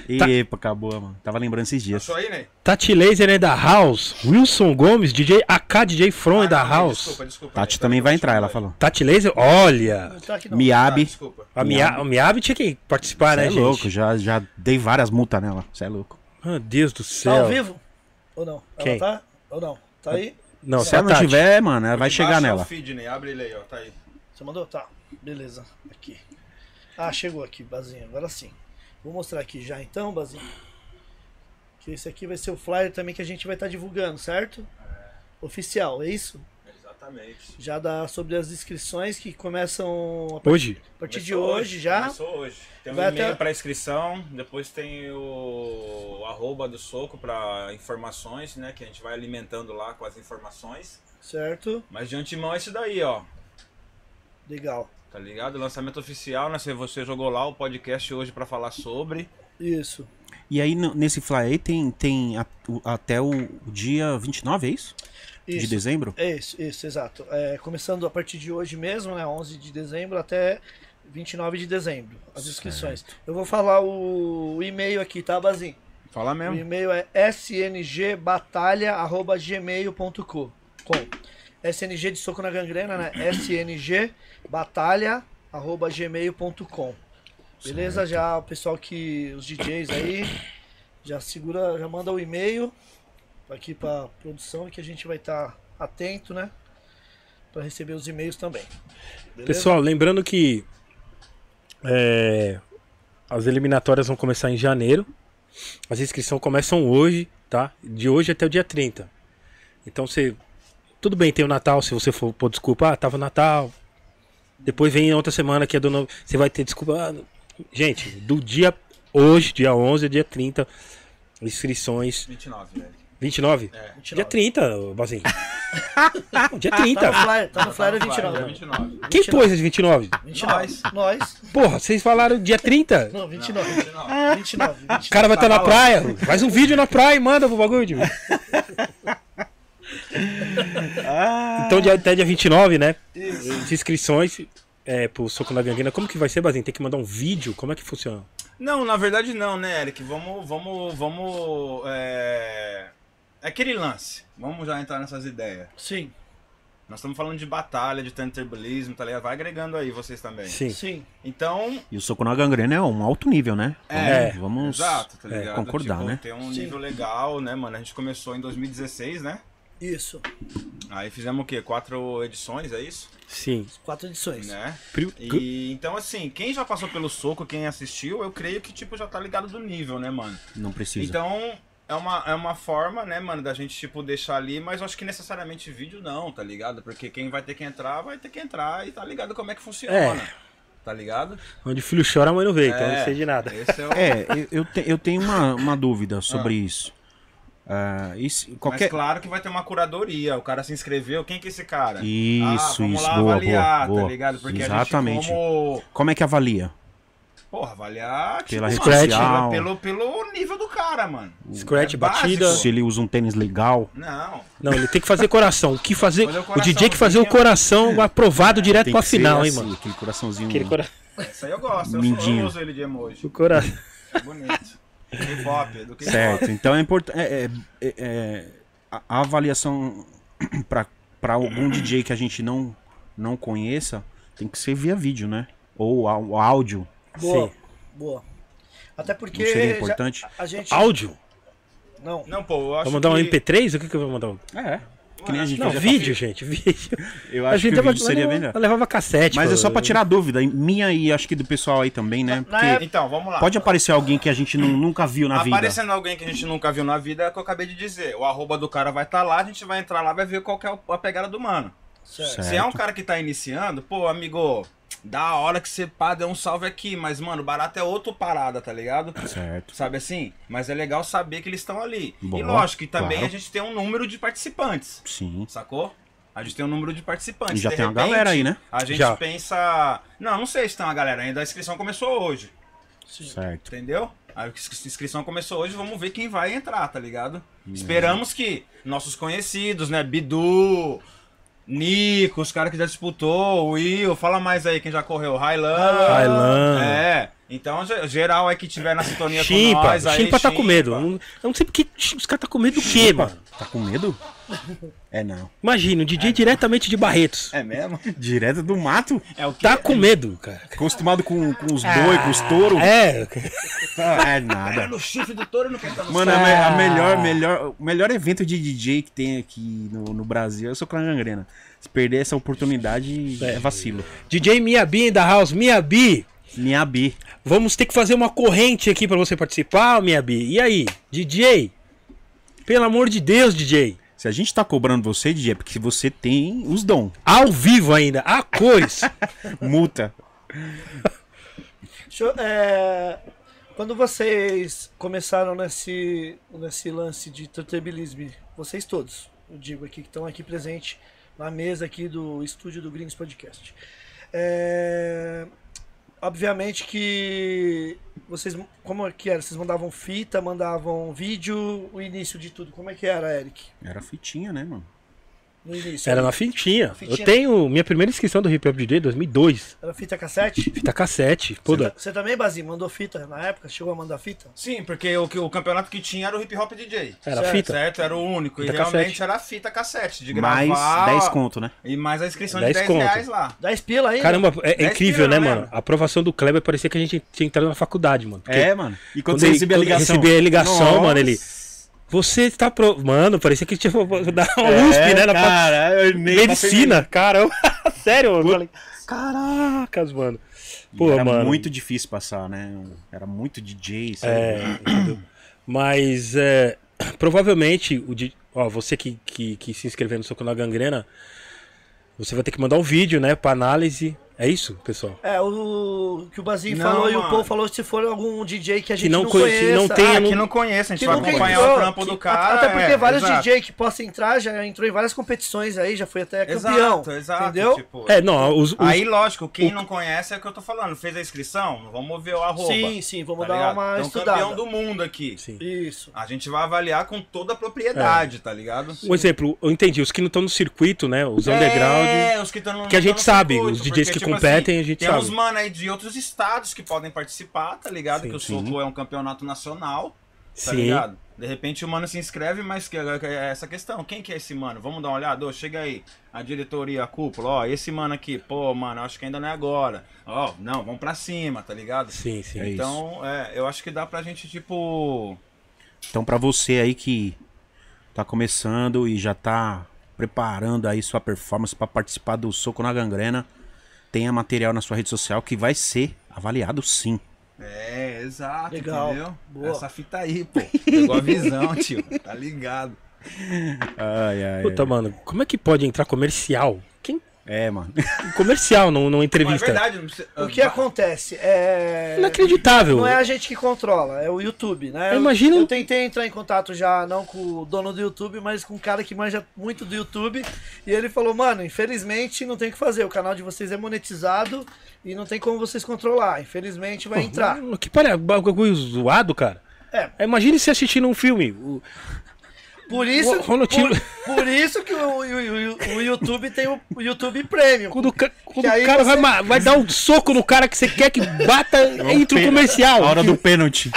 Speaker 3: Epa, acabou, mano. Tava lembrando esses dias.
Speaker 4: Achou aí, né?
Speaker 2: Tati Laser é da House. Wilson Gomes, DJ AK, DJ From é da
Speaker 4: Ah, não,
Speaker 2: House.
Speaker 4: Desculpa, desculpa. tá
Speaker 3: Tati
Speaker 4: Peraí,
Speaker 3: também vai
Speaker 4: peraí,
Speaker 3: entrar, ela
Speaker 4: desculpa.
Speaker 3: falou.
Speaker 2: Tati Laser, olha.
Speaker 1: Não tá aqui não.
Speaker 4: Ah,
Speaker 3: Miabe.
Speaker 4: desculpa.
Speaker 2: A Mia- a Miyabi tinha que participar,
Speaker 3: Cê
Speaker 2: né,
Speaker 3: é
Speaker 2: gente?
Speaker 3: louco, já, já dei várias multas nela. Você é louco.
Speaker 2: Meu Deus do
Speaker 1: Tá
Speaker 2: céu.
Speaker 1: ao vivo? Ou não?
Speaker 2: Quem?
Speaker 1: Ela tá? Ou não? Tá aí?
Speaker 2: Não,
Speaker 3: Se
Speaker 2: só a
Speaker 3: ela não
Speaker 2: Tati.
Speaker 3: tiver, mano, ela vai
Speaker 4: Embaixo
Speaker 3: chegar
Speaker 4: é o
Speaker 3: nela.
Speaker 4: feed, né? Abre ele aí, ó. Tá aí.
Speaker 1: Você mandou? Tá. Beleza. Aqui. Ah, chegou aqui, Bazinho. Agora sim. Vou mostrar aqui já então, Bazinho. Que esse aqui vai ser o flyer também que a gente vai estar divulgando, certo? Oficial, é isso?
Speaker 4: Exatamente.
Speaker 1: Já dá sobre as inscrições que começam a
Speaker 2: Hoje.
Speaker 1: partir de hoje já.
Speaker 4: Começou hoje. Tem um
Speaker 1: Vai
Speaker 4: e-mail
Speaker 1: até-
Speaker 4: pra inscrição, depois tem o arroba do soco pra informações, né? Que a gente vai alimentando lá com as informações.
Speaker 1: Certo?
Speaker 4: Mas de antemão é isso daí, ó.
Speaker 1: Legal.
Speaker 4: Tá ligado? Lançamento oficial, né? Se Você jogou lá o podcast hoje pra falar sobre.
Speaker 1: Isso.
Speaker 3: E aí, no- nesse flyer aí, tem, tem a- o- até o dia 29, é isso? De
Speaker 1: Isso.
Speaker 3: dezembro?
Speaker 1: É Isso, isso, exato. É, começando a partir de hoje mesmo, né, 11 de dezembro até 29 de dezembro, as inscrições. Eu vou falar o, o e-mail aqui, tá, Bazinho?
Speaker 4: Fala
Speaker 1: O
Speaker 4: mesmo.
Speaker 1: e-mail é sngbatalha.gmail.com SNG de soco na gangrena, né? sngbatalha.gmail.com Beleza? Já o pessoal que... Os DJs aí já segura, já manda o e-mail aqui pra produção que a gente vai estar atento, né? Pra receber os e-mails também. Beleza?
Speaker 2: Pessoal, lembrando que é, as eliminatórias vão começar em janeiro. As inscrições começam hoje, tá? De hoje até o dia 30. Então você. Tudo bem, tem o Natal, se você for, pô, desculpa, ah, tava o Natal. Depois vem outra semana que é do novo. Você vai ter desculpa. ah, não- gente, do dia hoje, dia 11 ao dia 30, inscrições.
Speaker 4: 29, velho.
Speaker 2: 29?
Speaker 4: É.
Speaker 2: Dia
Speaker 1: 29.
Speaker 2: 30, ô, Bazinho.
Speaker 1: (laughs)
Speaker 2: Não, dia 30.
Speaker 1: Tá no flyer, tá no flyer é
Speaker 4: Vai,
Speaker 1: 29.
Speaker 4: dia
Speaker 1: né?
Speaker 4: 29.
Speaker 2: Quem pôs esse 29?
Speaker 1: 29. Nós.
Speaker 2: Porra, vocês falaram dia 30?
Speaker 1: Não, 29.
Speaker 4: 29.
Speaker 1: 29,
Speaker 2: O
Speaker 1: 29.
Speaker 2: cara vai estar na
Speaker 4: Tá
Speaker 2: praia, faz um vídeo na praia e manda pro bagulho. tio.
Speaker 4: Ah.
Speaker 2: Então dia- até dia 29, né? As inscrições é, pro Soco na Gangrena. Como que vai ser, Bazinho? Tem que mandar um vídeo? Como é que funciona?
Speaker 4: Não, na verdade não, né, Eric? Vamos, vamos, vamos. É, é aquele lance. Vamos já entrar nessas ideias.
Speaker 1: Sim,
Speaker 4: Nós estamos falando de batalha, de turntablismo, tá ligado? Vai agregando aí vocês também.
Speaker 2: Sim.
Speaker 1: sim.
Speaker 4: Então,
Speaker 3: E o soco na gangrena é um alto nível, né?
Speaker 4: É,
Speaker 3: Vamos- vamos
Speaker 4: exato, tá ligado?
Speaker 3: concordar,
Speaker 4: Tipo,
Speaker 3: né?
Speaker 4: Tem um
Speaker 1: Sim.
Speaker 4: nível legal, né, mano? A gente começou em 2016, né?
Speaker 1: Isso.
Speaker 4: Aí fizemos o quê? Quatro edições, é isso?
Speaker 2: Sim.
Speaker 1: Quatro edições.
Speaker 4: Né?
Speaker 2: Pri-
Speaker 4: E então, assim, quem já passou pelo soco, quem assistiu, eu creio que, tipo, já tá ligado do nível, né, mano?
Speaker 3: Não precisa.
Speaker 4: Então, é uma, é uma forma, né, mano, da gente, tipo, deixar ali, mas eu acho que necessariamente vídeo não, tá ligado? Porque quem vai ter que entrar, vai ter que entrar e tá ligado como é que funciona.
Speaker 2: É.
Speaker 4: Tá ligado?
Speaker 2: Onde o filho chora, a mãe não vê, então
Speaker 4: É.
Speaker 2: não sei de nada.
Speaker 4: Esse é o
Speaker 3: É, eu, eu, te- eu tenho uma, uma dúvida sobre isso. Ah, e se-
Speaker 4: Mas
Speaker 3: qualquer...
Speaker 4: claro que vai ter uma curadoria. O cara se inscreveu. Quem que é esse cara? ah,
Speaker 3: Isso,
Speaker 4: vamos
Speaker 3: isso,
Speaker 4: lá
Speaker 3: boa, boa,
Speaker 4: avaliar, tá
Speaker 3: boa.
Speaker 4: ligado? Porque a
Speaker 3: Exatamente.
Speaker 4: gente como...
Speaker 3: Como é que avalia?
Speaker 4: Porra, avaliar... Tipo,
Speaker 3: Pela
Speaker 4: mano,
Speaker 2: Scratch.
Speaker 4: pela- pelo, pelo nível do cara, mano.
Speaker 2: Scratch,
Speaker 4: É básico.
Speaker 2: batida.
Speaker 3: Se ele usa um tênis legal,
Speaker 4: Não.
Speaker 2: Não, ele tem que fazer coração. O que fazer?
Speaker 4: Fazer o
Speaker 2: O DJ que fazer o coração aprovado direto
Speaker 3: tem
Speaker 2: pra
Speaker 3: que ser
Speaker 2: final, hein,
Speaker 3: assim,
Speaker 2: mano?
Speaker 3: Aquele coraçãozinho.
Speaker 2: Aquele cora...
Speaker 4: Isso aí eu gosto. Eu, sou,
Speaker 3: Mindinho.
Speaker 4: eu uso ele de emoji.
Speaker 2: o coração.
Speaker 4: É bonito. K-pop, é do K-pop.
Speaker 3: Certo, então é importante. a, a avaliação (clears throat) para algum DJ que a gente não, não conheça tem que ser via vídeo, né? Ou á- o áudio.
Speaker 1: Boa.
Speaker 2: Sim.
Speaker 1: Boa. Até
Speaker 3: Não
Speaker 1: porque.
Speaker 3: seria
Speaker 1: já-
Speaker 3: importante?
Speaker 1: a gente.
Speaker 2: Áudio?
Speaker 1: Não.
Speaker 4: Não, pô, eu acho
Speaker 2: Vou mandar um
Speaker 4: que...
Speaker 2: MP3? O que, que eu vou mandar? um-
Speaker 3: É. Que nem a gente
Speaker 2: Não,
Speaker 3: fazia-
Speaker 2: vídeo, gente, vídeo.
Speaker 3: Eu
Speaker 2: A
Speaker 3: acho que
Speaker 2: gente
Speaker 3: o
Speaker 2: leva-
Speaker 3: vídeo seria
Speaker 2: leva-
Speaker 3: melhor.
Speaker 2: então, Levava cassete.
Speaker 3: Mas
Speaker 2: pô.
Speaker 3: é só pra tirar a dúvida, e minha e acho que do pessoal aí também, né?
Speaker 1: na
Speaker 3: Porque
Speaker 4: Então, vamos lá.
Speaker 3: pode aparecer alguém que a gente nu- nunca viu na vida.
Speaker 4: Aparecendo alguém que a gente nunca viu na vida, é o que eu acabei de dizer. O arroba do cara vai estar lá, a gente vai entrar lá, vai ver qual que é a pegada do mano.
Speaker 1: Certo.
Speaker 3: Certo.
Speaker 4: Se é um cara que tá iniciando, pô, amigo, da hora que você pá, deu um salve aqui, mas, mano, barato é outro parada, tá ligado?
Speaker 3: Certo.
Speaker 4: Sabe assim? Mas é legal saber que eles estão ali. e
Speaker 3: Boa,
Speaker 4: lógico que também
Speaker 3: claro.
Speaker 4: a gente tem um número de participantes,
Speaker 3: Sim.
Speaker 4: sacou? A gente tem um número de participantes.
Speaker 3: E já
Speaker 4: De
Speaker 3: tem uma
Speaker 4: repente,
Speaker 3: galera aí, né?
Speaker 4: A gente
Speaker 2: Já.
Speaker 4: pensa. Não, não sei se tem uma galera ainda. A inscrição começou hoje,
Speaker 1: Sim.
Speaker 3: Certo.
Speaker 4: entendeu? A ins- inscrição começou hoje, vamos ver quem
Speaker 2: Uhum.
Speaker 4: vai entrar, tá ligado? Esperamos que nossos conhecidos, né? Bidu, Nico, os caras que já disputou, o Will, fala mais aí quem já correu, Railan.
Speaker 2: Railan.
Speaker 4: É. Então, ge- geral aí que tiver na sintonia com
Speaker 2: Chimpa,
Speaker 4: nós aí.
Speaker 2: Chimpa tá com medo. Eu
Speaker 4: Chimpa.
Speaker 2: não, eu não sei porque os caras tá com medo do quê, mano.
Speaker 3: Tá com
Speaker 4: (laughs)
Speaker 3: medo? É não.
Speaker 2: Imagina, o DJ diretamente de Barretos.
Speaker 4: É mesmo?
Speaker 3: (laughs) Direto do mato?
Speaker 4: É o que?
Speaker 2: Tá com medo, cara.
Speaker 3: Acostumado com, com
Speaker 4: Ah.
Speaker 3: os boi, com os touros? (laughs)
Speaker 2: É,
Speaker 3: Tá, é nada.
Speaker 4: (laughs) no chifre do touro não quer estar no
Speaker 3: Mano, é a, me- a
Speaker 4: é.
Speaker 3: melhor, melhor, o melhor evento de DJ que tem aqui no, no Brasil é o seu Clã Gangrena. Se perder essa oportunidade, é, vacilo.
Speaker 2: DJ Miabi da House, Miabi.
Speaker 3: Minha B.
Speaker 2: Vamos ter que fazer uma corrente aqui pra você participar, Miabi. E aí, DJ? Pelo amor de Deus, DJ.
Speaker 3: Se a gente tá cobrando você, DJ, é porque você tem os dons.
Speaker 2: Ao vivo ainda, a
Speaker 3: (laughs)
Speaker 2: cores.
Speaker 3: Multa.
Speaker 1: Deixa eu- é, Quando vocês começaram nesse, nesse lance de tratabilismo, vocês todos, eu digo aqui, que estão aqui presente na mesa aqui do estúdio do Gringos Podcast. É, Obviamente que vocês, como é que era? Vocês mandavam fita, mandavam vídeo, o início de tudo. Como é que era, Eric?
Speaker 3: Era fitinha, né, mano?
Speaker 1: No início.
Speaker 2: Era na fitinha.
Speaker 1: Fitinha.
Speaker 2: Eu tenho minha primeira inscrição do Hip Hop DJ 2002.
Speaker 1: Era fita cassete?
Speaker 2: Fita cassete.
Speaker 3: tá
Speaker 2: Pô,
Speaker 1: Você, ta- você também, Basim, mandou fita na época? Chegou a mandar fita?
Speaker 4: Sim, porque o, que- o campeonato que tinha era o hip hop DJ.
Speaker 2: Era
Speaker 4: certo?
Speaker 2: fita.
Speaker 4: Certo, era o único. e
Speaker 2: Fita
Speaker 4: realmente
Speaker 2: cassete.
Speaker 4: era fita cassete, de gravar.
Speaker 3: Mais 10 conto, né?
Speaker 4: E mais a inscrição de
Speaker 2: 10
Speaker 4: 10
Speaker 2: conto.
Speaker 4: reais lá.
Speaker 1: 10 pila aí?
Speaker 2: Caramba, é, é
Speaker 4: Dez
Speaker 2: incrível, né,
Speaker 4: pila, né,
Speaker 2: mano?
Speaker 4: mano?
Speaker 2: A aprovação do Kleber parecia que a gente tinha entrado na faculdade, mano. Porque
Speaker 3: É, mano. E quando,
Speaker 2: Quando
Speaker 3: você
Speaker 2: ele-
Speaker 3: recebia a
Speaker 2: quando
Speaker 3: ligação.
Speaker 2: recebia a ligação,
Speaker 3: Nossa.
Speaker 2: mano, ele- Você está pro... Mano, parecia que tinha (laughs) dar uma
Speaker 3: É,
Speaker 2: USP, né? Na fac-
Speaker 3: cara, eu nem
Speaker 2: Medicina, cara.
Speaker 3: (laughs)
Speaker 2: eu- Sério, eu falei. Caracas, mano. Pô,
Speaker 3: era
Speaker 2: mano.
Speaker 3: muito difícil passar, né? Era muito DJ, sabe?
Speaker 2: É, entendeu? Mas é, (clears throat) provavelmente, o di- ó, você que, que, que se inscrever no Soco na Gangrena, você vai ter que mandar um vídeo, né? Pra análise. É isso, pessoal?
Speaker 1: É, o que o Basinho
Speaker 4: Não,
Speaker 1: falou e o
Speaker 4: mano.
Speaker 1: Paul falou se for algum DJ que a
Speaker 2: Que
Speaker 1: gente
Speaker 2: não
Speaker 1: não,
Speaker 2: conhe-
Speaker 1: conhece.
Speaker 2: que não tem-
Speaker 4: Ah,
Speaker 2: eu
Speaker 4: que
Speaker 2: não-
Speaker 4: não conhece, a gente
Speaker 1: que
Speaker 4: vai
Speaker 1: nunca
Speaker 4: acompanhar
Speaker 1: entrou,
Speaker 4: o trampo
Speaker 1: que-
Speaker 4: do cara.
Speaker 1: Até porque
Speaker 4: é,
Speaker 1: vários
Speaker 4: exato.
Speaker 1: DJ que possa entrar já entrou em várias competições aí, já foi até é campeão.
Speaker 4: Exato, exato.
Speaker 1: entendeu?
Speaker 4: tipo,
Speaker 2: É, não, os, os-
Speaker 4: Aí, lógico, quem não conhece é o que eu tô falando. Fez a inscrição, vamos ver o arroba.
Speaker 1: Sim, sim, vamos
Speaker 4: tá
Speaker 1: dar
Speaker 4: ligado?
Speaker 1: uma
Speaker 4: Então,
Speaker 1: estudada.
Speaker 4: campeão do mundo aqui.
Speaker 2: Sim.
Speaker 1: Isso.
Speaker 4: A gente vai avaliar com toda a propriedade, tá ligado?
Speaker 2: um exemplo, eu entendi, os que não estão no circuito, né? Os
Speaker 3: tá
Speaker 2: underground.
Speaker 4: É, os que estão
Speaker 2: que a gente sabe, os DJs que competem, a gente
Speaker 4: tipo assim, tem
Speaker 2: sabe.
Speaker 4: uns mano aí de outros estados que podem participar, tá ligado?
Speaker 2: Sim,
Speaker 4: que o
Speaker 3: sim.
Speaker 4: Soco é um campeonato nacional, tá
Speaker 2: Sim.
Speaker 4: ligado? De repente o mano se inscreve, mas que, que- é essa questão, quem que é esse mano? Vamos dar uma olhada? Ô, chega aí, a diretoria, a cúpula, ó, esse mano aqui, pô, mano, acho que ainda não é agora. Ó, não, vamos pra cima, tá ligado?
Speaker 2: Sim, sim.
Speaker 3: É isso.
Speaker 4: Então, é, eu acho que dá pra gente, tipo...
Speaker 3: Então, pra você aí que tá começando e já tá preparando aí sua performance pra participar do Soco na Gangrena, tenha material na sua rede social que vai ser avaliado sim.
Speaker 4: É, exato,
Speaker 1: Legal,
Speaker 4: entendeu?
Speaker 1: boa.
Speaker 4: Essa fita aí, pô, pegou a visão, (laughs) tio, tá ligado?
Speaker 3: Ai, ai.
Speaker 2: Puta, mano, como é que pode entrar comercial? Quem...
Speaker 3: É, mano.
Speaker 2: Comercial num- numa
Speaker 4: Não, é
Speaker 2: entrevista.
Speaker 4: verdade, não precisa...
Speaker 1: O que acontece? É.
Speaker 2: Inacreditável.
Speaker 1: Não é a gente que controla, é o YouTube, né?
Speaker 2: Eu imagino-
Speaker 1: Eu tentei entrar em contato já, não com o dono do YouTube, mas com um cara que manja muito do YouTube. E ele falou, mano, infelizmente não tem o que fazer. O canal de vocês é monetizado e não tem como vocês controlar. Infelizmente vai entrar.
Speaker 2: Mano, Que pare- bagulho zoado, cara.
Speaker 1: É.
Speaker 2: Imagine se assistindo um filme. o-
Speaker 1: Por isso,
Speaker 2: O- Ronald Tilo-
Speaker 1: por, por isso que o, o- o- o YouTube tem o, o YouTube Premium.
Speaker 2: Quando o, ca- quando
Speaker 1: Que aí
Speaker 2: o cara vai,
Speaker 1: você-
Speaker 2: ma- vai dar um soco no cara que você quer
Speaker 1: (laughs)
Speaker 2: que bata, entra o
Speaker 3: A
Speaker 2: comercial.
Speaker 3: hora do pênalti.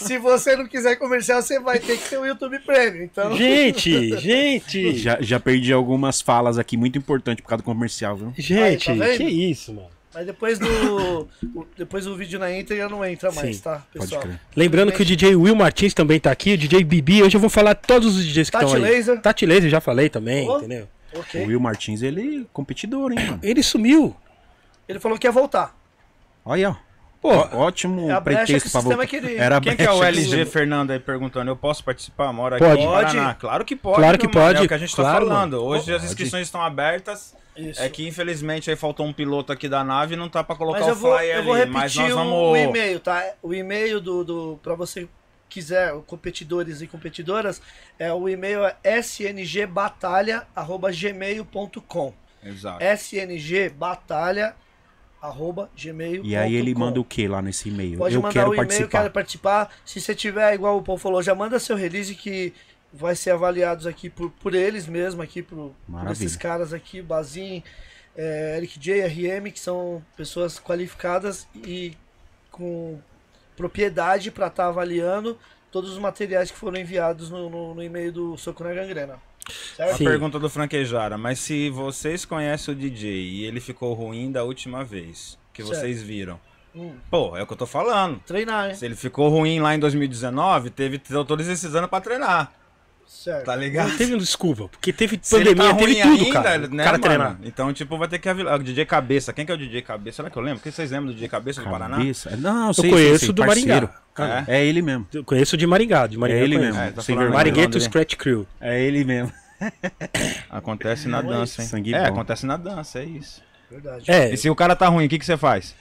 Speaker 1: Se você não quiser comercial, você vai ter que ter o YouTube Premium. Então,
Speaker 2: (laughs) Gente,
Speaker 1: (laughs)
Speaker 2: gente,
Speaker 3: já, já perdi algumas falas aqui muito importantes por causa do comercial, viu?
Speaker 2: gente,
Speaker 1: Aí, tá vendo?
Speaker 2: que isso, mano.
Speaker 1: mas depois do o- depois o vídeo na íntegra não entra mais,
Speaker 2: Sim,
Speaker 1: tá,
Speaker 3: Pode
Speaker 1: pessoal?
Speaker 3: crer.
Speaker 2: Lembrando que o DJ Will Martins também tá aqui, o DJ Bibi, hoje eu vou falar todos os DJs que
Speaker 1: Tati
Speaker 2: estão aí.
Speaker 1: Laser.
Speaker 2: Tati Laser, já falei também,
Speaker 1: Oh.
Speaker 2: entendeu?
Speaker 1: Ok.
Speaker 3: O Will Martins, ele é competidor, hein, mano?
Speaker 2: Ele sumiu.
Speaker 1: Ele falou que ia voltar.
Speaker 3: Olha, ó.
Speaker 2: Pô,
Speaker 3: Ótimo
Speaker 1: É a brecha
Speaker 3: pretexto
Speaker 1: que o
Speaker 3: pra
Speaker 1: sistema
Speaker 3: voltar.
Speaker 1: queria.
Speaker 3: Era a
Speaker 4: Quem que é o
Speaker 3: brecha
Speaker 4: LG Fernando aí perguntando? Eu posso participar? Mora aqui
Speaker 2: Pode.
Speaker 4: em Paraná. Claro que pode.
Speaker 2: Claro que
Speaker 4: meu mano,
Speaker 2: pode,
Speaker 4: É o que a gente
Speaker 2: claro,
Speaker 4: tá falando. Hoje
Speaker 3: Pode.
Speaker 4: as inscrições estão abertas.
Speaker 1: Isso.
Speaker 4: É que infelizmente aí faltou um piloto aqui da nave e não tá pra colocar
Speaker 1: mas eu
Speaker 4: o
Speaker 1: vou,
Speaker 4: flyer
Speaker 1: eu vou
Speaker 4: ali.
Speaker 1: repetir
Speaker 4: Mas nós
Speaker 1: o-
Speaker 4: vamos.
Speaker 1: o e-mail, tá? O e-mail do, do para você quiser, o competidores e competidoras, é o e-mail é sngbatalha@gmail.com. É.
Speaker 4: Exato.
Speaker 1: sngbatalha@gmail.com.
Speaker 3: E aí ele manda o que lá nesse e-mail?
Speaker 1: Pode
Speaker 3: Eu
Speaker 1: mandar
Speaker 3: quero
Speaker 1: o e-mail,
Speaker 3: participar.
Speaker 1: quero participar. Se você tiver, igual o Paul falou, já manda seu release que vai ser avaliados aqui por, por eles mesmo, aqui por, por
Speaker 3: Maravilha.
Speaker 1: esses caras aqui, Bazin, eh, Eric J, RM, que são pessoas qualificadas e com propriedade para estar avaliando todos os materiais que foram enviados no, no- no e-mail do Soco na Gangrena.
Speaker 4: A
Speaker 1: Certo?
Speaker 2: Sim.
Speaker 4: pergunta do Franquejara, mas se vocês conhecem o DJ e ele ficou ruim da última vez que
Speaker 1: Certo.
Speaker 4: vocês viram,
Speaker 1: Hum,
Speaker 4: pô, é o que eu tô falando.
Speaker 1: treinar, né?
Speaker 4: Se ele ficou ruim lá em 2019, teve todos esses anos pra treinar,
Speaker 1: Certo.
Speaker 4: tá
Speaker 2: Não
Speaker 4: ligado?
Speaker 2: teve um desculpa, porque teve
Speaker 4: Se ele
Speaker 2: pandemia,
Speaker 4: tá
Speaker 2: teve
Speaker 4: ruim
Speaker 2: tudo,
Speaker 4: ainda,
Speaker 2: cara.
Speaker 4: né,
Speaker 2: o cara
Speaker 4: mano?
Speaker 2: treinar.
Speaker 4: Então, tipo, vai ter que avilar. O DJ Cabeça, quem que é o DJ Cabeça? Será que eu lembro? O que vocês lembram do DJ Cabeça do Paraná?
Speaker 3: Cabeça. é- Não, eu
Speaker 2: Eu
Speaker 3: sei,
Speaker 2: conheço
Speaker 3: sei, sei,
Speaker 2: do
Speaker 3: parceiro.
Speaker 2: Maringá. Cara,
Speaker 3: É ele mesmo.
Speaker 2: Eu conheço de Maringá, de Maringá.
Speaker 3: É ele
Speaker 2: eu conheço.
Speaker 3: mesmo.
Speaker 4: É, tá
Speaker 3: sem
Speaker 4: falando
Speaker 3: vergonha.
Speaker 4: Maringá.
Speaker 2: Marigueto
Speaker 4: Nome
Speaker 2: Scratch Crew.
Speaker 3: É ele mesmo.
Speaker 4: Acontece na dança, hein?
Speaker 3: Sangue
Speaker 4: é,
Speaker 3: bom.
Speaker 4: acontece na dança, é isso.
Speaker 1: Verdade.
Speaker 2: É,
Speaker 4: E se o cara tá ruim, o que, que você faz?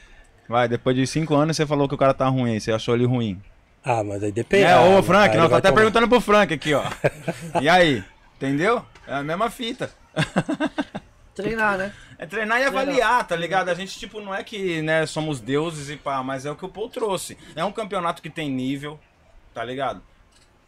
Speaker 4: Vai, depois de cinco anos você falou que o cara tá ruim aí, você achou ele ruim.
Speaker 2: ah, mas aí depende.
Speaker 4: É, ô Frank,
Speaker 2: aí
Speaker 4: nós tá
Speaker 2: vai
Speaker 4: até
Speaker 2: tomar.
Speaker 4: perguntando pro Frank aqui,
Speaker 2: (laughs)
Speaker 4: ó. E aí, entendeu? É a mesma fita.
Speaker 1: Treinar, né?
Speaker 4: É treinar e avaliar, tá ligado? A gente, tipo, não é que, né, somos deuses e pá, mas é o que o Paul trouxe. É um campeonato que tem nível, tá ligado?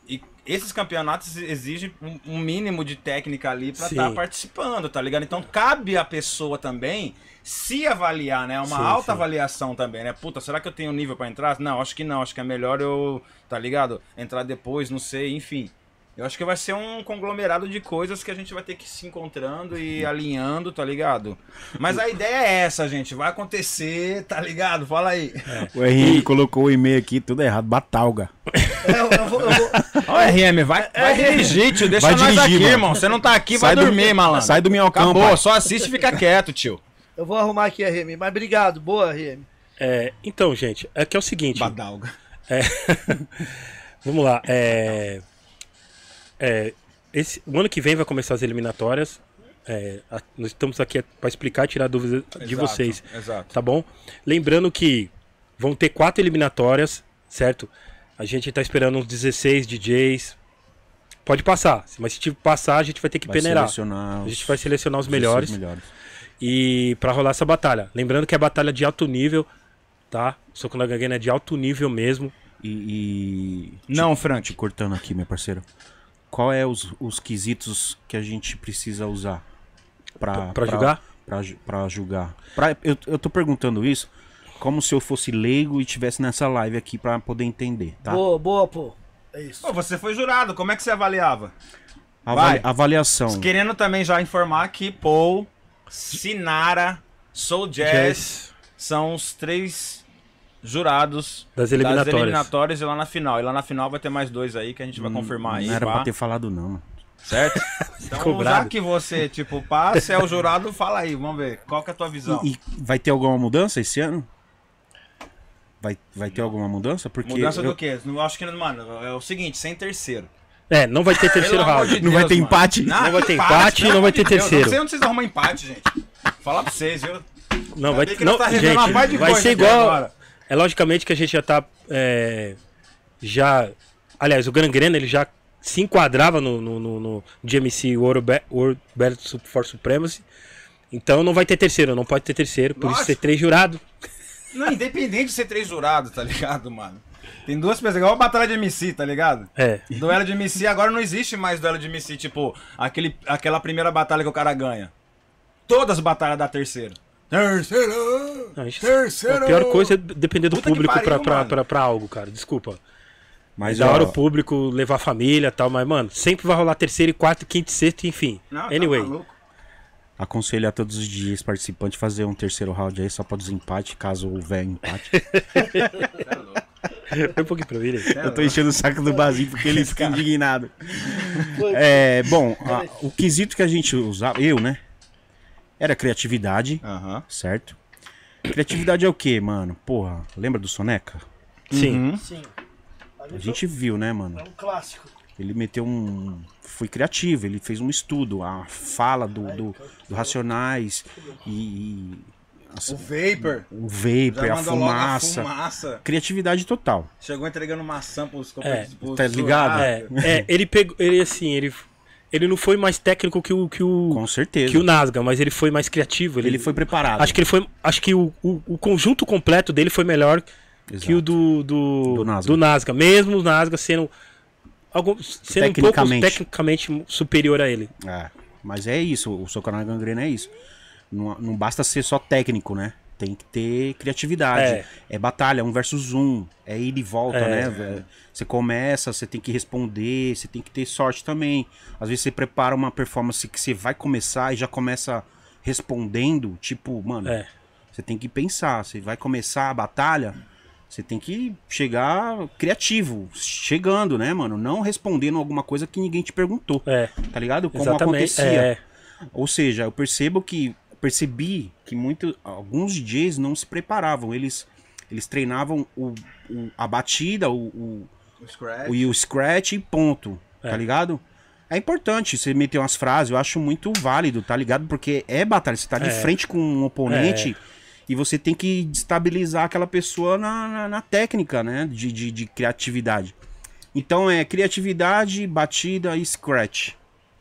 Speaker 4: E esses campeonatos exigem um- um mínimo de técnica ali pra
Speaker 2: Sim.
Speaker 4: estar participando, tá ligado? Então cabe à pessoa também se avaliar, né? É uma
Speaker 2: Sim,
Speaker 4: alta
Speaker 2: sim.
Speaker 4: avaliação também, né? Puta, será que eu tenho nível pra entrar? Não, acho que não. Acho que é melhor eu, tá ligado? Entrar depois, não sei, enfim. Eu acho que vai ser um conglomerado de coisas que a gente vai ter que ir se encontrando (laughs) e alinhando, tá ligado? Mas a ideia é essa, gente. Vai acontecer, tá ligado? Fala aí.
Speaker 3: O Henrique colocou o e-mail aqui, tudo errado. Batalga.
Speaker 1: É, eu- eu vou- eu vou-
Speaker 4: Ó, RM, (laughs) vai, É. vai dirigir, tio. Deixa
Speaker 3: Vai
Speaker 4: nós
Speaker 3: dirigir,
Speaker 4: aqui,
Speaker 3: mano.
Speaker 4: irmão. Você não tá aqui, vai
Speaker 3: do-
Speaker 4: dormir, malandro.
Speaker 3: Sai do minhocão,
Speaker 4: Acabou,
Speaker 3: pai.
Speaker 4: só assiste e fica quieto, tio.
Speaker 1: Eu vou arrumar aqui a RM, mas obrigado, boa RM.
Speaker 2: É, então, gente, é que é o seguinte.
Speaker 4: Badalga.
Speaker 2: Vamos lá. É, é, esse, o ano que vem vai começar as eliminatórias. É, a- nós estamos aqui para explicar e tirar dúvidas de vocês.
Speaker 4: Exato.
Speaker 2: Tá bom? Lembrando que vão ter quatro eliminatórias, certo? A gente tá esperando uns 16 DJs. Pode passar, mas se tipo, passar, a gente vai ter que peneirar.
Speaker 3: selecionar
Speaker 2: A gente
Speaker 3: os-
Speaker 2: vai selecionar os
Speaker 3: os
Speaker 2: melhores
Speaker 3: melhores.
Speaker 2: e para rolar essa batalha. Lembrando que é batalha de alto nível, tá? Soco na gangrena é de alto nível mesmo.
Speaker 3: E, e-
Speaker 4: Não,
Speaker 3: te
Speaker 4: Frank.
Speaker 3: cortando aqui, meu parceiro. Qual é os, os quesitos que a gente precisa usar pra,
Speaker 2: Pra- pra julgar?
Speaker 3: Pra, ju- pra julgar. Pra- eu, eu tô perguntando isso como se eu fosse leigo e estivesse nessa live aqui pra poder entender, tá?
Speaker 1: Boa, boa, pô. É isso.
Speaker 4: Pô, você foi jurado, como é que você avaliava?
Speaker 3: Avali-
Speaker 4: vai.
Speaker 3: Avaliação.
Speaker 4: Querendo também já informar que Paul, Sinara, Soul Jazz são os três jurados
Speaker 2: Das eliminatórias. Hum,
Speaker 4: eliminatórias e lá na final. E lá na final vai ter mais dois aí que a gente vai confirmar aí,
Speaker 3: Não era
Speaker 4: pá,
Speaker 3: pra ter falado, não. mano.
Speaker 4: certo?
Speaker 2: (laughs)
Speaker 4: Então,
Speaker 2: Cobrado.
Speaker 4: já que você, tipo, passa, é o jurado, fala aí, vamos ver, qual que é a tua visão?
Speaker 3: E, e vai ter alguma mudança esse ano? Vai, vai ter alguma mudança? Porque
Speaker 4: Mudança
Speaker 3: eu-
Speaker 4: do quê? Não acho que, mano, é o seguinte, sem terceiro.
Speaker 2: É, não vai ter terceiro
Speaker 4: Pelo amor
Speaker 2: round.
Speaker 4: de
Speaker 3: Não vai ter empate?
Speaker 2: Não vai ter empate,
Speaker 4: pelo
Speaker 2: não vai
Speaker 4: amor de
Speaker 2: ter
Speaker 4: Deus,
Speaker 2: terceiro.
Speaker 4: Não sei onde vocês arrumam empate, gente. Falar pra vocês, viu?
Speaker 2: Não, vai
Speaker 4: Ainda bem que
Speaker 2: não,
Speaker 4: nós tá revelando uma parte
Speaker 2: gente,
Speaker 4: de
Speaker 2: vai
Speaker 4: coisa
Speaker 2: ser
Speaker 4: aqui
Speaker 2: igual.
Speaker 4: agora.
Speaker 2: É logicamente que a gente já tá é, já aliás, o Gangrena ele já se enquadrava no no, no, no GMC World, Ba- World Battle Sup- for Supremacy. Então não vai ter terceiro, não pode ter terceiro, por isso
Speaker 4: Lógico.
Speaker 2: ter três jurados.
Speaker 4: Não, independente de ser três jurados, tá ligado, mano? Tem duas pessoas, igual a batalha de MC, tá ligado?
Speaker 2: É.
Speaker 4: Duelo de MC agora não existe mais duelo de MC, tipo, aquele, aquela primeira batalha que o cara ganha. Todas as batalhas da terceira. Terceiro!
Speaker 2: Não, a gente-
Speaker 4: Terceiro!
Speaker 2: A pior coisa é depender do
Speaker 4: Puta que
Speaker 2: público
Speaker 4: pariu,
Speaker 2: pra, pra,
Speaker 4: mano.
Speaker 2: pra, pra algo, cara. Desculpa.
Speaker 3: Mas
Speaker 2: da
Speaker 3: ó,
Speaker 2: hora o público levar a família e tal, mas, mano, sempre vai rolar terceiro, e quarto, quinto, e sexto, enfim.
Speaker 4: Não, tá
Speaker 2: anyway.
Speaker 4: maluco.
Speaker 3: aconselho a todos os dias participantes fazer um terceiro round aí só pra desempate, caso houver empate.
Speaker 2: Foi um pouquinho pra mim, né?
Speaker 3: Eu tô enchendo o saco do Basim porque ele fica indignado.
Speaker 1: Foi.
Speaker 3: É, bom, a- o quesito que a gente usava, eu, né? Era criatividade,
Speaker 4: Aham.
Speaker 3: certo? Criatividade é o quê, mano? Porra, lembra do Soneca?
Speaker 2: Sim.
Speaker 4: Uhum.
Speaker 1: Sim.
Speaker 3: A gente viu, né, mano?
Speaker 1: É um clássico.
Speaker 3: Ele meteu um. Foi criativo, ele fez um estudo, a fala do, do, do Racionais e. e-
Speaker 4: O
Speaker 3: assim,
Speaker 4: Vapor.
Speaker 3: o vapor,
Speaker 4: Já
Speaker 3: a
Speaker 4: mandou logo a
Speaker 3: fumaça.
Speaker 4: fumaça.
Speaker 3: Criatividade total.
Speaker 4: Chegou entregando maçã pros
Speaker 2: É,
Speaker 4: pros
Speaker 3: tá ligado?
Speaker 2: É, é, ele pegou. Ele assim, ele. Ele não foi mais técnico que o. Que o
Speaker 3: Com certeza.
Speaker 2: que o Nasga, mas ele foi mais criativo. Ele,
Speaker 3: Ele foi preparado.
Speaker 2: Acho que ele foi. Acho que o, o, o conjunto completo dele foi melhor que
Speaker 3: Exato.
Speaker 2: o do. Do,
Speaker 3: Do Nasga.
Speaker 2: Nasga. Mesmo o Nasga sendo algum, sendo um pouco
Speaker 3: Tecnicamente.
Speaker 2: tecnicamente superior a ele.
Speaker 3: É, mas é isso, o soco na gangrena é isso. Não, não basta ser só técnico, né? Tem que ter criatividade. É, batalha, um versus um. É ida e volta,
Speaker 2: É.
Speaker 3: né? velho? Você começa, você tem que responder, você tem que ter sorte também. Às vezes você prepara uma performance que você vai começar e já começa respondendo, tipo, mano,
Speaker 2: É.
Speaker 3: você tem que pensar. Você vai começar a batalha, você tem que chegar criativo, chegando, né, mano? Não respondendo alguma coisa que ninguém te perguntou
Speaker 2: É,
Speaker 3: tá ligado? Como
Speaker 2: exatamente.
Speaker 3: acontecia.
Speaker 2: É,
Speaker 3: Ou seja, eu percebo que percebi que muito alguns DJs não se preparavam, eles eles treinavam o, o- a batida, o, o,
Speaker 4: O Scratch.
Speaker 3: o, e o scratch e ponto,
Speaker 2: É.
Speaker 3: tá ligado? É importante você meter umas frases, eu acho muito válido, tá ligado? Porque é batalha, você tá de
Speaker 2: É.
Speaker 3: frente com um oponente e você tem que estabilizar aquela pessoa na, na, na técnica, né? De, de, de criatividade. Então é criatividade, batida e scratch.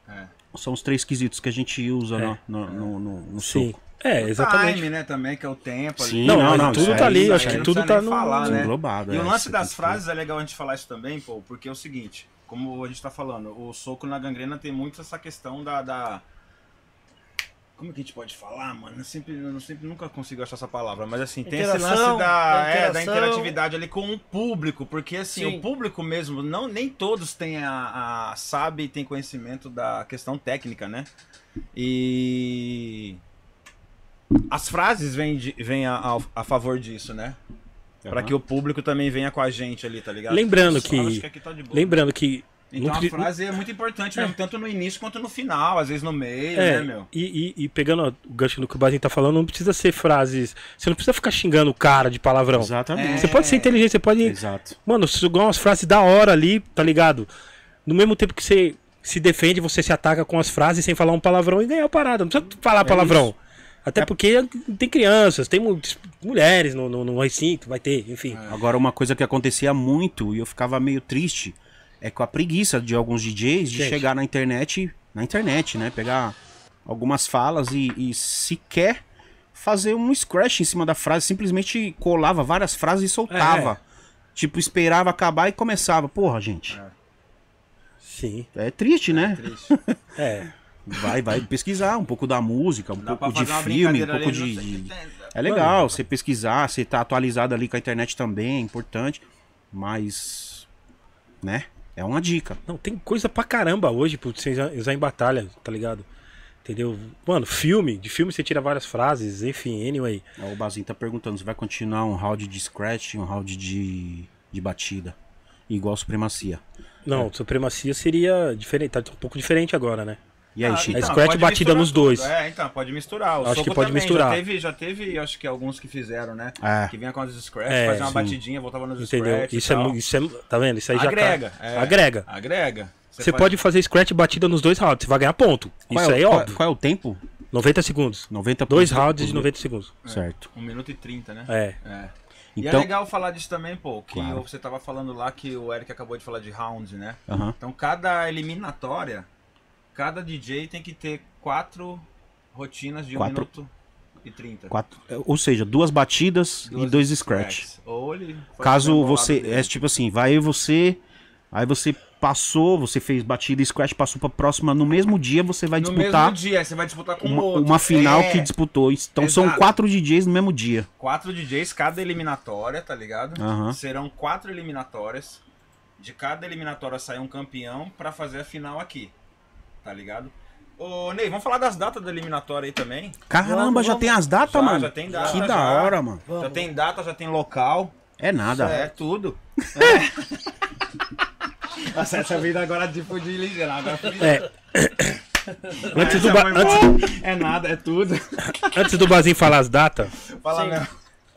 Speaker 4: É.
Speaker 3: São os três quesitos que a gente usa
Speaker 2: É.
Speaker 3: no, no, no, no, no
Speaker 2: sim.
Speaker 3: soco.
Speaker 2: É, exatamente.
Speaker 4: Time, né, também, que é o tempo ali.
Speaker 3: Sim,
Speaker 2: Não,
Speaker 3: não,
Speaker 2: mas
Speaker 3: não,
Speaker 2: tudo
Speaker 3: isso
Speaker 2: tá
Speaker 3: aí-
Speaker 2: ali,
Speaker 3: isso
Speaker 2: eu acho
Speaker 3: aí
Speaker 2: que
Speaker 4: não
Speaker 2: tudo
Speaker 4: precisa
Speaker 2: tá
Speaker 4: nem
Speaker 2: no.
Speaker 4: falar, né?
Speaker 3: Englobado,
Speaker 4: E
Speaker 3: é,
Speaker 4: o
Speaker 3: você
Speaker 4: lance
Speaker 3: tem
Speaker 4: das
Speaker 3: que-
Speaker 4: frases é legal a gente falar isso também, pô, porque é o seguinte, como a gente tá falando, o soco na gangrena tem muito essa questão da. da- Como que a gente pode falar, mano? Eu sempre, eu sempre nunca consigo achar essa palavra, mas assim, tem esse
Speaker 1: Interação,
Speaker 4: lance da,
Speaker 1: é,
Speaker 4: é, da
Speaker 1: interação.
Speaker 4: interatividade ali com o público, porque assim,
Speaker 1: Sim.
Speaker 4: o público mesmo, não nem todos têm a, a sabe e tem conhecimento da questão técnica, né? E as frases vêm de- vêm a, ao- a favor disso, né? Pra
Speaker 3: Aham.
Speaker 4: que o público também venha com a gente ali, tá ligado?
Speaker 2: Lembrando
Speaker 4: Acho
Speaker 2: que-
Speaker 4: aqui tá de boa.
Speaker 2: Lembrando que.
Speaker 4: Então
Speaker 2: nunca-
Speaker 4: a frase é muito importante mesmo, tanto no início quanto no final, às vezes no meio,
Speaker 2: É,
Speaker 4: né, meu?
Speaker 2: e, e- e pegando o gancho do que o Bazinho tá falando, não precisa ser frases. Você não precisa ficar xingando o cara de palavrão.
Speaker 3: Exatamente.
Speaker 2: Você pode ser inteligente, você
Speaker 4: É.
Speaker 3: É
Speaker 2: pode.
Speaker 3: Exato.
Speaker 2: Mano, sugar umas frases da hora ali, tá ligado? No mesmo tempo que você se defende, você se ataca com as frases sem falar um palavrão e ganhar a parada. Não precisa falar palavrão. Até porque tem crianças, tem mu- mulheres no, no, no recinto, vai ter, enfim.
Speaker 3: Agora, uma coisa que acontecia muito e eu ficava meio triste é com a preguiça de alguns DJs de
Speaker 2: Gente.
Speaker 3: chegar na internet, na internet, né? Pegar algumas falas e, e sequer fazer um scratch em cima da frase, simplesmente colava várias frases e
Speaker 4: É,
Speaker 3: soltava. Tipo, esperava acabar e começava. Porra, gente.
Speaker 2: Sim.
Speaker 3: É, triste, né?
Speaker 2: (laughs)
Speaker 4: Triste.
Speaker 2: É.
Speaker 3: Vai,
Speaker 4: (laughs)
Speaker 3: vai pesquisar um pouco da música, um
Speaker 4: Dá pra
Speaker 3: pouco de
Speaker 4: fazer uma
Speaker 3: filme, um
Speaker 4: brincadeira
Speaker 3: pouco
Speaker 4: ali,
Speaker 3: de.
Speaker 4: não sei o
Speaker 3: de-
Speaker 4: que tem.
Speaker 3: É legal você pesquisar, você tá atualizado ali com a internet também, é importante. Mas. Né? É uma dica.
Speaker 2: Não, tem coisa pra caramba hoje pra você usar- usar em batalha, tá ligado? Entendeu? Mano, filme, de filme você tira várias frases, enfim, anyway.
Speaker 3: Ó, O Bazinho tá perguntando se vai continuar um round de scratch, um round de, de batida. Igual supremacia.
Speaker 2: Não, supremacia seria diferente, tá um pouco diferente agora, né?
Speaker 3: E aí,
Speaker 4: Ah,
Speaker 3: Chico?
Speaker 2: então- Scratch
Speaker 4: pode
Speaker 2: batida
Speaker 4: misturar
Speaker 2: nos
Speaker 4: tudo.
Speaker 2: dois.
Speaker 4: É, então, pode misturar. O
Speaker 2: Acho que
Speaker 4: soco
Speaker 2: pode
Speaker 4: também,
Speaker 2: misturar.
Speaker 4: Já teve, já teve, acho que alguns que fizeram, né?
Speaker 3: É.
Speaker 4: Que vinha com as scratch,
Speaker 2: É,
Speaker 4: fazia uma
Speaker 2: sim.
Speaker 4: batidinha, voltava nos
Speaker 2: Entendeu?
Speaker 4: scratch. e
Speaker 2: isso, é,
Speaker 4: tal.
Speaker 2: mu- isso é. Tá vendo? Isso aí já
Speaker 4: Agrega,
Speaker 2: tá.
Speaker 4: é.
Speaker 2: Agrega.
Speaker 4: Agrega.
Speaker 2: Você pode fazer scratch e batida nos dois rounds, você vai ganhar ponto.
Speaker 3: Qual
Speaker 2: isso
Speaker 3: é, o-
Speaker 2: aí é
Speaker 3: qual,
Speaker 2: óbvio.
Speaker 3: Qual é o tempo?
Speaker 2: 90 segundos.
Speaker 3: 90
Speaker 2: Dois
Speaker 3: por-
Speaker 2: rounds de 90 segundos.
Speaker 3: Certo.
Speaker 4: 1 minuto e 30, né?
Speaker 2: É.
Speaker 4: É. e é
Speaker 3: Então.
Speaker 4: legal falar disso também, pô, que
Speaker 3: Claro.
Speaker 4: você tava falando lá que o Eric acabou de falar de round, né?
Speaker 3: Aham.
Speaker 4: Então cada eliminatória, cada DJ tem que ter quatro rotinas de 1
Speaker 3: Quatro.
Speaker 4: minuto e 30.
Speaker 3: Quatro- Ou seja, duas batidas e
Speaker 4: Duas
Speaker 3: dois scratch.
Speaker 4: scratch. Ou ele faz o
Speaker 3: Caso
Speaker 4: bolado
Speaker 3: você.
Speaker 4: dele.
Speaker 3: É tipo assim, vai eu e você. Aí você passou, você fez batida e scratch, passou pra próxima. No mesmo dia você vai
Speaker 4: no
Speaker 3: disputar
Speaker 4: mesmo dia, você vai disputar com
Speaker 3: uma,
Speaker 4: o outro.
Speaker 3: uma final
Speaker 4: É,
Speaker 3: que disputou. Então são
Speaker 4: Exato.
Speaker 3: quatro DJs no mesmo dia.
Speaker 4: Quatro DJs, cada eliminatória, tá ligado?
Speaker 3: Aham.
Speaker 4: Serão quatro eliminatórias. De cada eliminatória sai um campeão pra fazer a final aqui. Tá ligado? Ô, Ney, vamos falar das datas da eliminatória aí também.
Speaker 3: Caramba,
Speaker 1: Vamos,
Speaker 3: já
Speaker 1: vamos.
Speaker 3: tem as datas,
Speaker 4: Já,
Speaker 3: Tá, mano.
Speaker 4: já tem data,
Speaker 3: que da
Speaker 4: já.
Speaker 3: hora, mano.
Speaker 1: Vamos.
Speaker 4: Já tem data, já tem local.
Speaker 3: É nada.
Speaker 4: É tudo. (laughs) Nossa, essa vida agora tipo de ligar. (laughs) Agora...
Speaker 2: É. antes, do
Speaker 4: Essa
Speaker 2: ba-
Speaker 4: foi
Speaker 2: antes,
Speaker 4: boa. É nada, é tudo.
Speaker 2: antes do Bazinho falar as datas.
Speaker 4: Fala
Speaker 1: Sim.
Speaker 4: mesmo.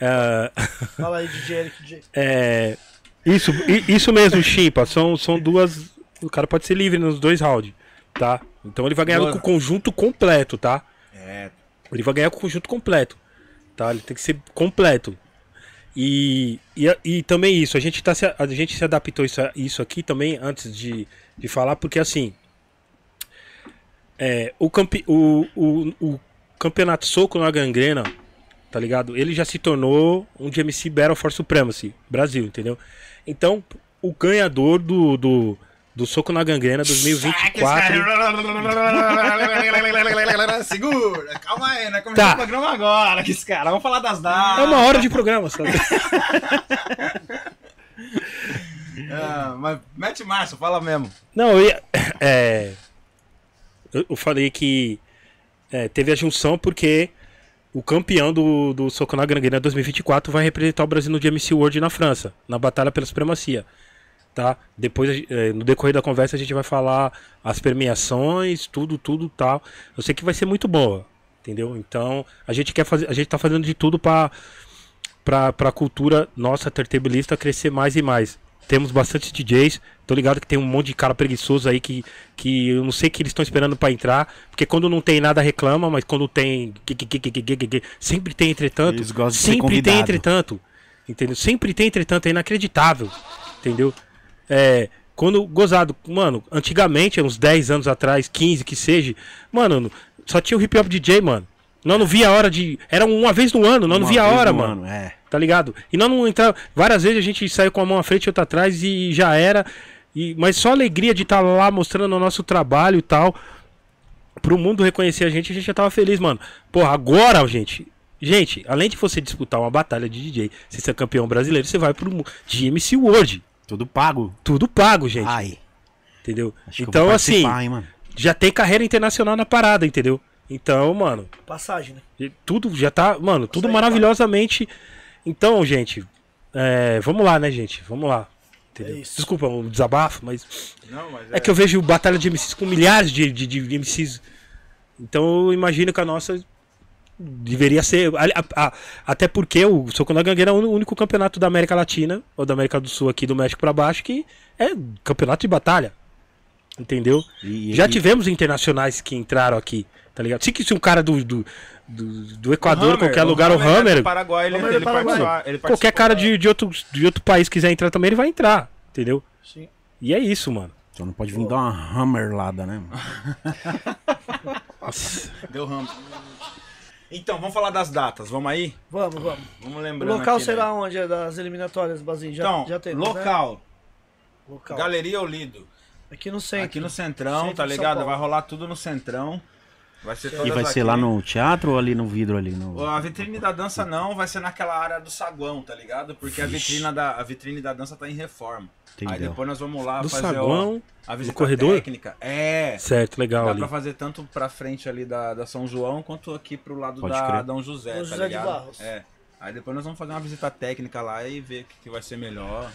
Speaker 2: é,
Speaker 1: Fala aí, DJ Eric. DJ.
Speaker 2: é, isso, i- isso mesmo, Chimpa. São, são duas. O cara pode ser livre nos dois rounds, tá? Então ele vai ganhar
Speaker 4: Boa.
Speaker 2: com o conjunto completo, tá?
Speaker 4: É,
Speaker 2: Ele vai ganhar com o conjunto completo. Tá? Ele tem que ser completo. E, e, a- e também isso, a gente, tá se, a gente se adaptou isso, a- isso aqui também antes de, de falar, porque assim. é, o, campe, o, o, o campeonato Soco na Gangrena, tá ligado? Ele já se tornou um GMC Battle for Supremacy Brasil, entendeu? Então, o ganhador do, do, Do Soco na Gangrena 2024.
Speaker 4: Cara... (laughs) Segura, calma aí, né? Começou
Speaker 2: Tá.
Speaker 4: o programa agora, que esse cara. Vamos falar das datas.
Speaker 2: É uma hora de programa, sabe?
Speaker 4: Ah, mas mete marcha, fala mesmo.
Speaker 2: Não, eu ia. é, eu eu falei que é, teve a junção porque o campeão do, do Soco na Gangrena 2024 vai representar o Brasil no GMC World na França, na Batalha pela Supremacia. Tá? Depois, a gen- é, no decorrer da conversa, a gente vai falar as permeações, tudo, tudo tal. Eu sei que vai ser muito boa, entendeu? Então, a gente quer fazer, a gente tá fazendo de tudo para para a cultura nossa tertebilista crescer mais e mais. Temos bastante DJs, tô ligado que tem um monte de cara preguiçoso aí que, que eu não sei o que eles estão esperando para entrar, porque quando não tem nada reclama, mas quando tem que- que- que- que- que- que- que- sempre tem entretanto,
Speaker 3: Eles gostam de ser né?
Speaker 2: sempre tem
Speaker 3: convidado.
Speaker 2: entretanto, entendeu? Sempre tem entretanto, é inacreditável, entendeu? É, quando gozado, mano, antigamente, uns 10 anos atrás, 15 que seja, mano, só tinha o hip hop DJ, mano. Nós não via a hora de. Era uma vez no ano, nós não
Speaker 3: Uma
Speaker 2: via a
Speaker 3: vez
Speaker 2: hora,
Speaker 3: no
Speaker 2: mano.
Speaker 3: ano, É.
Speaker 2: Tá ligado? E nós não entrava. Várias vezes a gente saiu com a mão à frente e outra atrás e já era. E, mas só a alegria de estar lá mostrando o nosso trabalho e tal. Pro mundo reconhecer a gente, a gente já tava feliz, mano. Porra, agora, gente. Gente, além de você disputar uma batalha de DJ, se você é campeão brasileiro, você vai pro mu- GMC World.
Speaker 3: Tudo pago.
Speaker 2: Tudo pago, gente.
Speaker 3: Ai.
Speaker 2: entendeu?
Speaker 3: Ah, acho que eu
Speaker 2: Então,
Speaker 3: vou
Speaker 2: assim,
Speaker 3: participar, hein, mano.
Speaker 2: já tem carreira internacional na parada, entendeu? Então, mano.
Speaker 1: Passagem, né?
Speaker 2: E Tudo já tá, mano, tudo
Speaker 1: aí,
Speaker 2: maravilhosamente. Então, gente, é, vamos lá, né, gente? Vamos lá. Entendeu?
Speaker 1: É isso.
Speaker 2: Desculpa o desabafo, mas
Speaker 4: Não, mas
Speaker 2: é que eu vejo batalha de MCs com milhares de, de, de MCs. Então eu imagino que a nossa deveria ser. a- a- a- até porque o Soco na Gangueira é o único campeonato da América Latina, ou da América do Sul aqui do México pra baixo, que é campeonato de batalha. Entendeu?
Speaker 3: E-
Speaker 2: Já
Speaker 3: e-
Speaker 2: tivemos internacionais que entraram aqui, tá ligado? Se que se um cara do, do, do, do Equador,
Speaker 4: Hammer,
Speaker 2: qualquer lugar, o
Speaker 4: é do
Speaker 2: Hammer,
Speaker 4: Paraguai, ele,
Speaker 1: Hammer é do
Speaker 4: ele
Speaker 1: Paraguai.
Speaker 4: participa- ele
Speaker 2: qualquer
Speaker 4: participa-
Speaker 2: cara de, de, outro, de outro país quiser entrar também, ele vai entrar, entendeu?
Speaker 1: Sim.
Speaker 2: E é isso, mano.
Speaker 3: Só não pode vir dar uma hammerlada, né? mano?
Speaker 4: Deu ramo. Então, vamos falar das datas, vamos aí?
Speaker 1: Vamos, vamos.
Speaker 4: Vamos
Speaker 1: O
Speaker 4: lembrando
Speaker 1: local
Speaker 4: aqui,
Speaker 1: será
Speaker 4: né?
Speaker 1: onde é das eliminatórias, Basinho? Já,
Speaker 4: Então,
Speaker 1: já tem.
Speaker 4: local,
Speaker 1: local.
Speaker 4: Galeria Olido.
Speaker 1: Aqui no centro.
Speaker 4: Aqui no Centrão,
Speaker 1: Centro
Speaker 4: tá
Speaker 1: de São
Speaker 4: ligado?
Speaker 1: Paulo.
Speaker 4: Vai rolar tudo no Centrão. Vai ser
Speaker 3: E
Speaker 4: todas
Speaker 3: vai ser
Speaker 4: aqui.
Speaker 3: lá no teatro ou ali no vidro ali? No...
Speaker 4: A vitrine da dança não, vai ser naquela área do saguão, tá ligado? Porque a
Speaker 3: Vixe.
Speaker 4: vitrine, da, a vitrine da dança tá em reforma. Aí
Speaker 3: Entendeu.
Speaker 4: depois nós vamos lá
Speaker 2: Do
Speaker 4: fazer
Speaker 2: saguão,
Speaker 4: ó, a visita
Speaker 2: corredor?
Speaker 4: técnica. É.
Speaker 2: Certo, legal
Speaker 3: Tá
Speaker 4: Dá
Speaker 2: ali.
Speaker 4: pra fazer tanto pra frente ali da, da São João, quanto aqui pro lado
Speaker 3: Pode
Speaker 4: da
Speaker 3: crer.
Speaker 4: Dom José,
Speaker 1: Dom
Speaker 4: tá
Speaker 1: José de
Speaker 4: ligado?
Speaker 1: Barros.
Speaker 4: É. Aí depois nós vamos fazer uma visita técnica lá e ver o que, que vai ser melhor.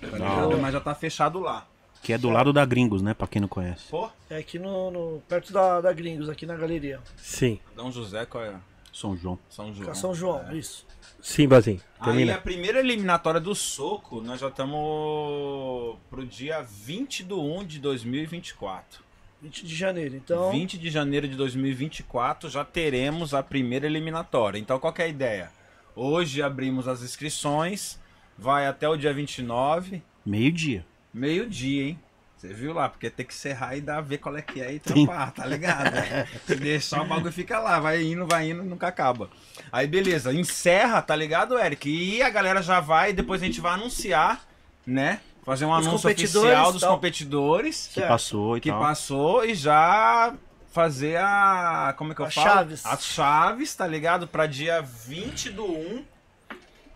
Speaker 4: Tá
Speaker 3: hora.
Speaker 4: ligado? Mas já tá fechado lá.
Speaker 3: Que é do lado da Gringos, né? Pra quem não conhece.
Speaker 4: Pô,
Speaker 1: É aqui no, no- perto da, da Gringos, aqui na galeria.
Speaker 2: Sim,
Speaker 4: Dom José, qual é?
Speaker 3: São João.
Speaker 4: São João.
Speaker 1: Fica São João,
Speaker 4: É.
Speaker 1: isso.
Speaker 2: sim, Bazinho.
Speaker 4: Aí
Speaker 2: Termina.
Speaker 4: a primeira eliminatória do soco, nós já estamos pro dia 20 do 1 de 2024.
Speaker 1: 20 de janeiro. Então,
Speaker 4: 20 de janeiro de 2024 já teremos a primeira eliminatória. Então qual que é a ideia? Hoje abrimos as inscrições, vai até o dia 29,
Speaker 3: Meio-dia.
Speaker 4: meio-dia, hein? Você viu lá, porque tem que serrar e dar ver qual é que é e trampar, tá ligado? Se deixar o bagulho fica lá, vai indo, vai indo, nunca acaba. Aí beleza, encerra, tá ligado, Eric? E a galera já vai, depois a gente vai anunciar, né? Fazer um
Speaker 1: Os
Speaker 4: anúncio
Speaker 1: competidores,
Speaker 4: oficial dos
Speaker 1: tal.
Speaker 4: competidores
Speaker 1: certo.
Speaker 3: Passou e
Speaker 4: É, que
Speaker 3: tal.
Speaker 4: passou e já fazer a. Como é que eu
Speaker 1: As
Speaker 4: falo?
Speaker 1: chaves.
Speaker 4: As chaves, tá ligado? Pra dia 20 do 1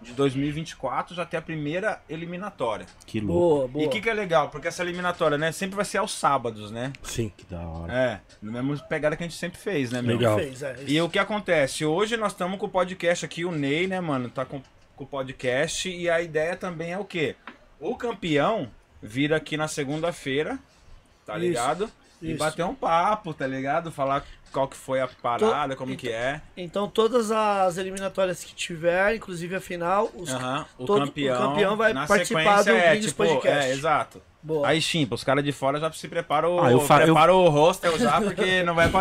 Speaker 4: de 2024 já ter a primeira eliminatória.
Speaker 3: Que louco.
Speaker 1: boa, boa.
Speaker 4: E o que, que é legal? Porque essa eliminatória, né? Sempre vai ser aos sábados, né?
Speaker 2: Sim.
Speaker 3: Que da hora.
Speaker 4: É, no mesmo pegada que a gente sempre fez, né, meu?
Speaker 2: Legal.
Speaker 1: fez? É,
Speaker 4: E
Speaker 1: isso.
Speaker 4: o que acontece? Hoje nós estamos com o podcast aqui, o Ney, né, mano? Tá com, com o podcast e a ideia também é o quê? O campeão vir aqui na segunda-feira, tá
Speaker 1: Isso,
Speaker 4: ligado? E
Speaker 1: isso.
Speaker 4: bater um papo, tá ligado? Falar qual que foi a parada, como que é.
Speaker 1: Então, todas as eliminatórias que tiver, inclusive a final, os...
Speaker 4: Aham, o,
Speaker 1: todo- o
Speaker 4: campeão,
Speaker 1: campeão vai
Speaker 4: na
Speaker 1: participar
Speaker 4: sequência
Speaker 1: do
Speaker 4: é,
Speaker 1: Gringos Podcast.
Speaker 4: É, exato.
Speaker 1: Boa.
Speaker 4: Aí, chimpa, os caras de fora já se preparam,
Speaker 3: Ah, eu fa- eu-
Speaker 4: preparam o hostel já, porque não vai pra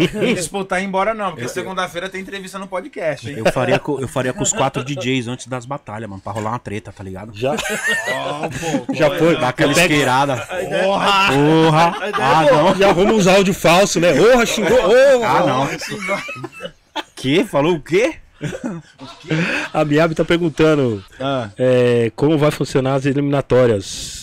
Speaker 4: (laughs) disputar e ir embora, não. Porque segunda-feira tem entrevista no podcast, hein?
Speaker 3: Eu faria, co- eu faria com os quatro (laughs) DJs antes das batalhas, mano. Pra rolar uma treta, tá ligado?
Speaker 4: (laughs)
Speaker 2: Já,
Speaker 4: Ó, um (laughs) pô,
Speaker 2: já
Speaker 4: pô,
Speaker 2: foi.
Speaker 3: Dá aquela esqueirada.
Speaker 2: é
Speaker 4: Porra!
Speaker 3: Porra! Ah, não.
Speaker 2: Já arruma uns áudios falsos, né? Porra, xingou. ô,
Speaker 3: Ah, não. Que? Falou o quê?
Speaker 4: Ah,
Speaker 2: A Miab tá perguntando é, como vai funcionar as eliminatórias.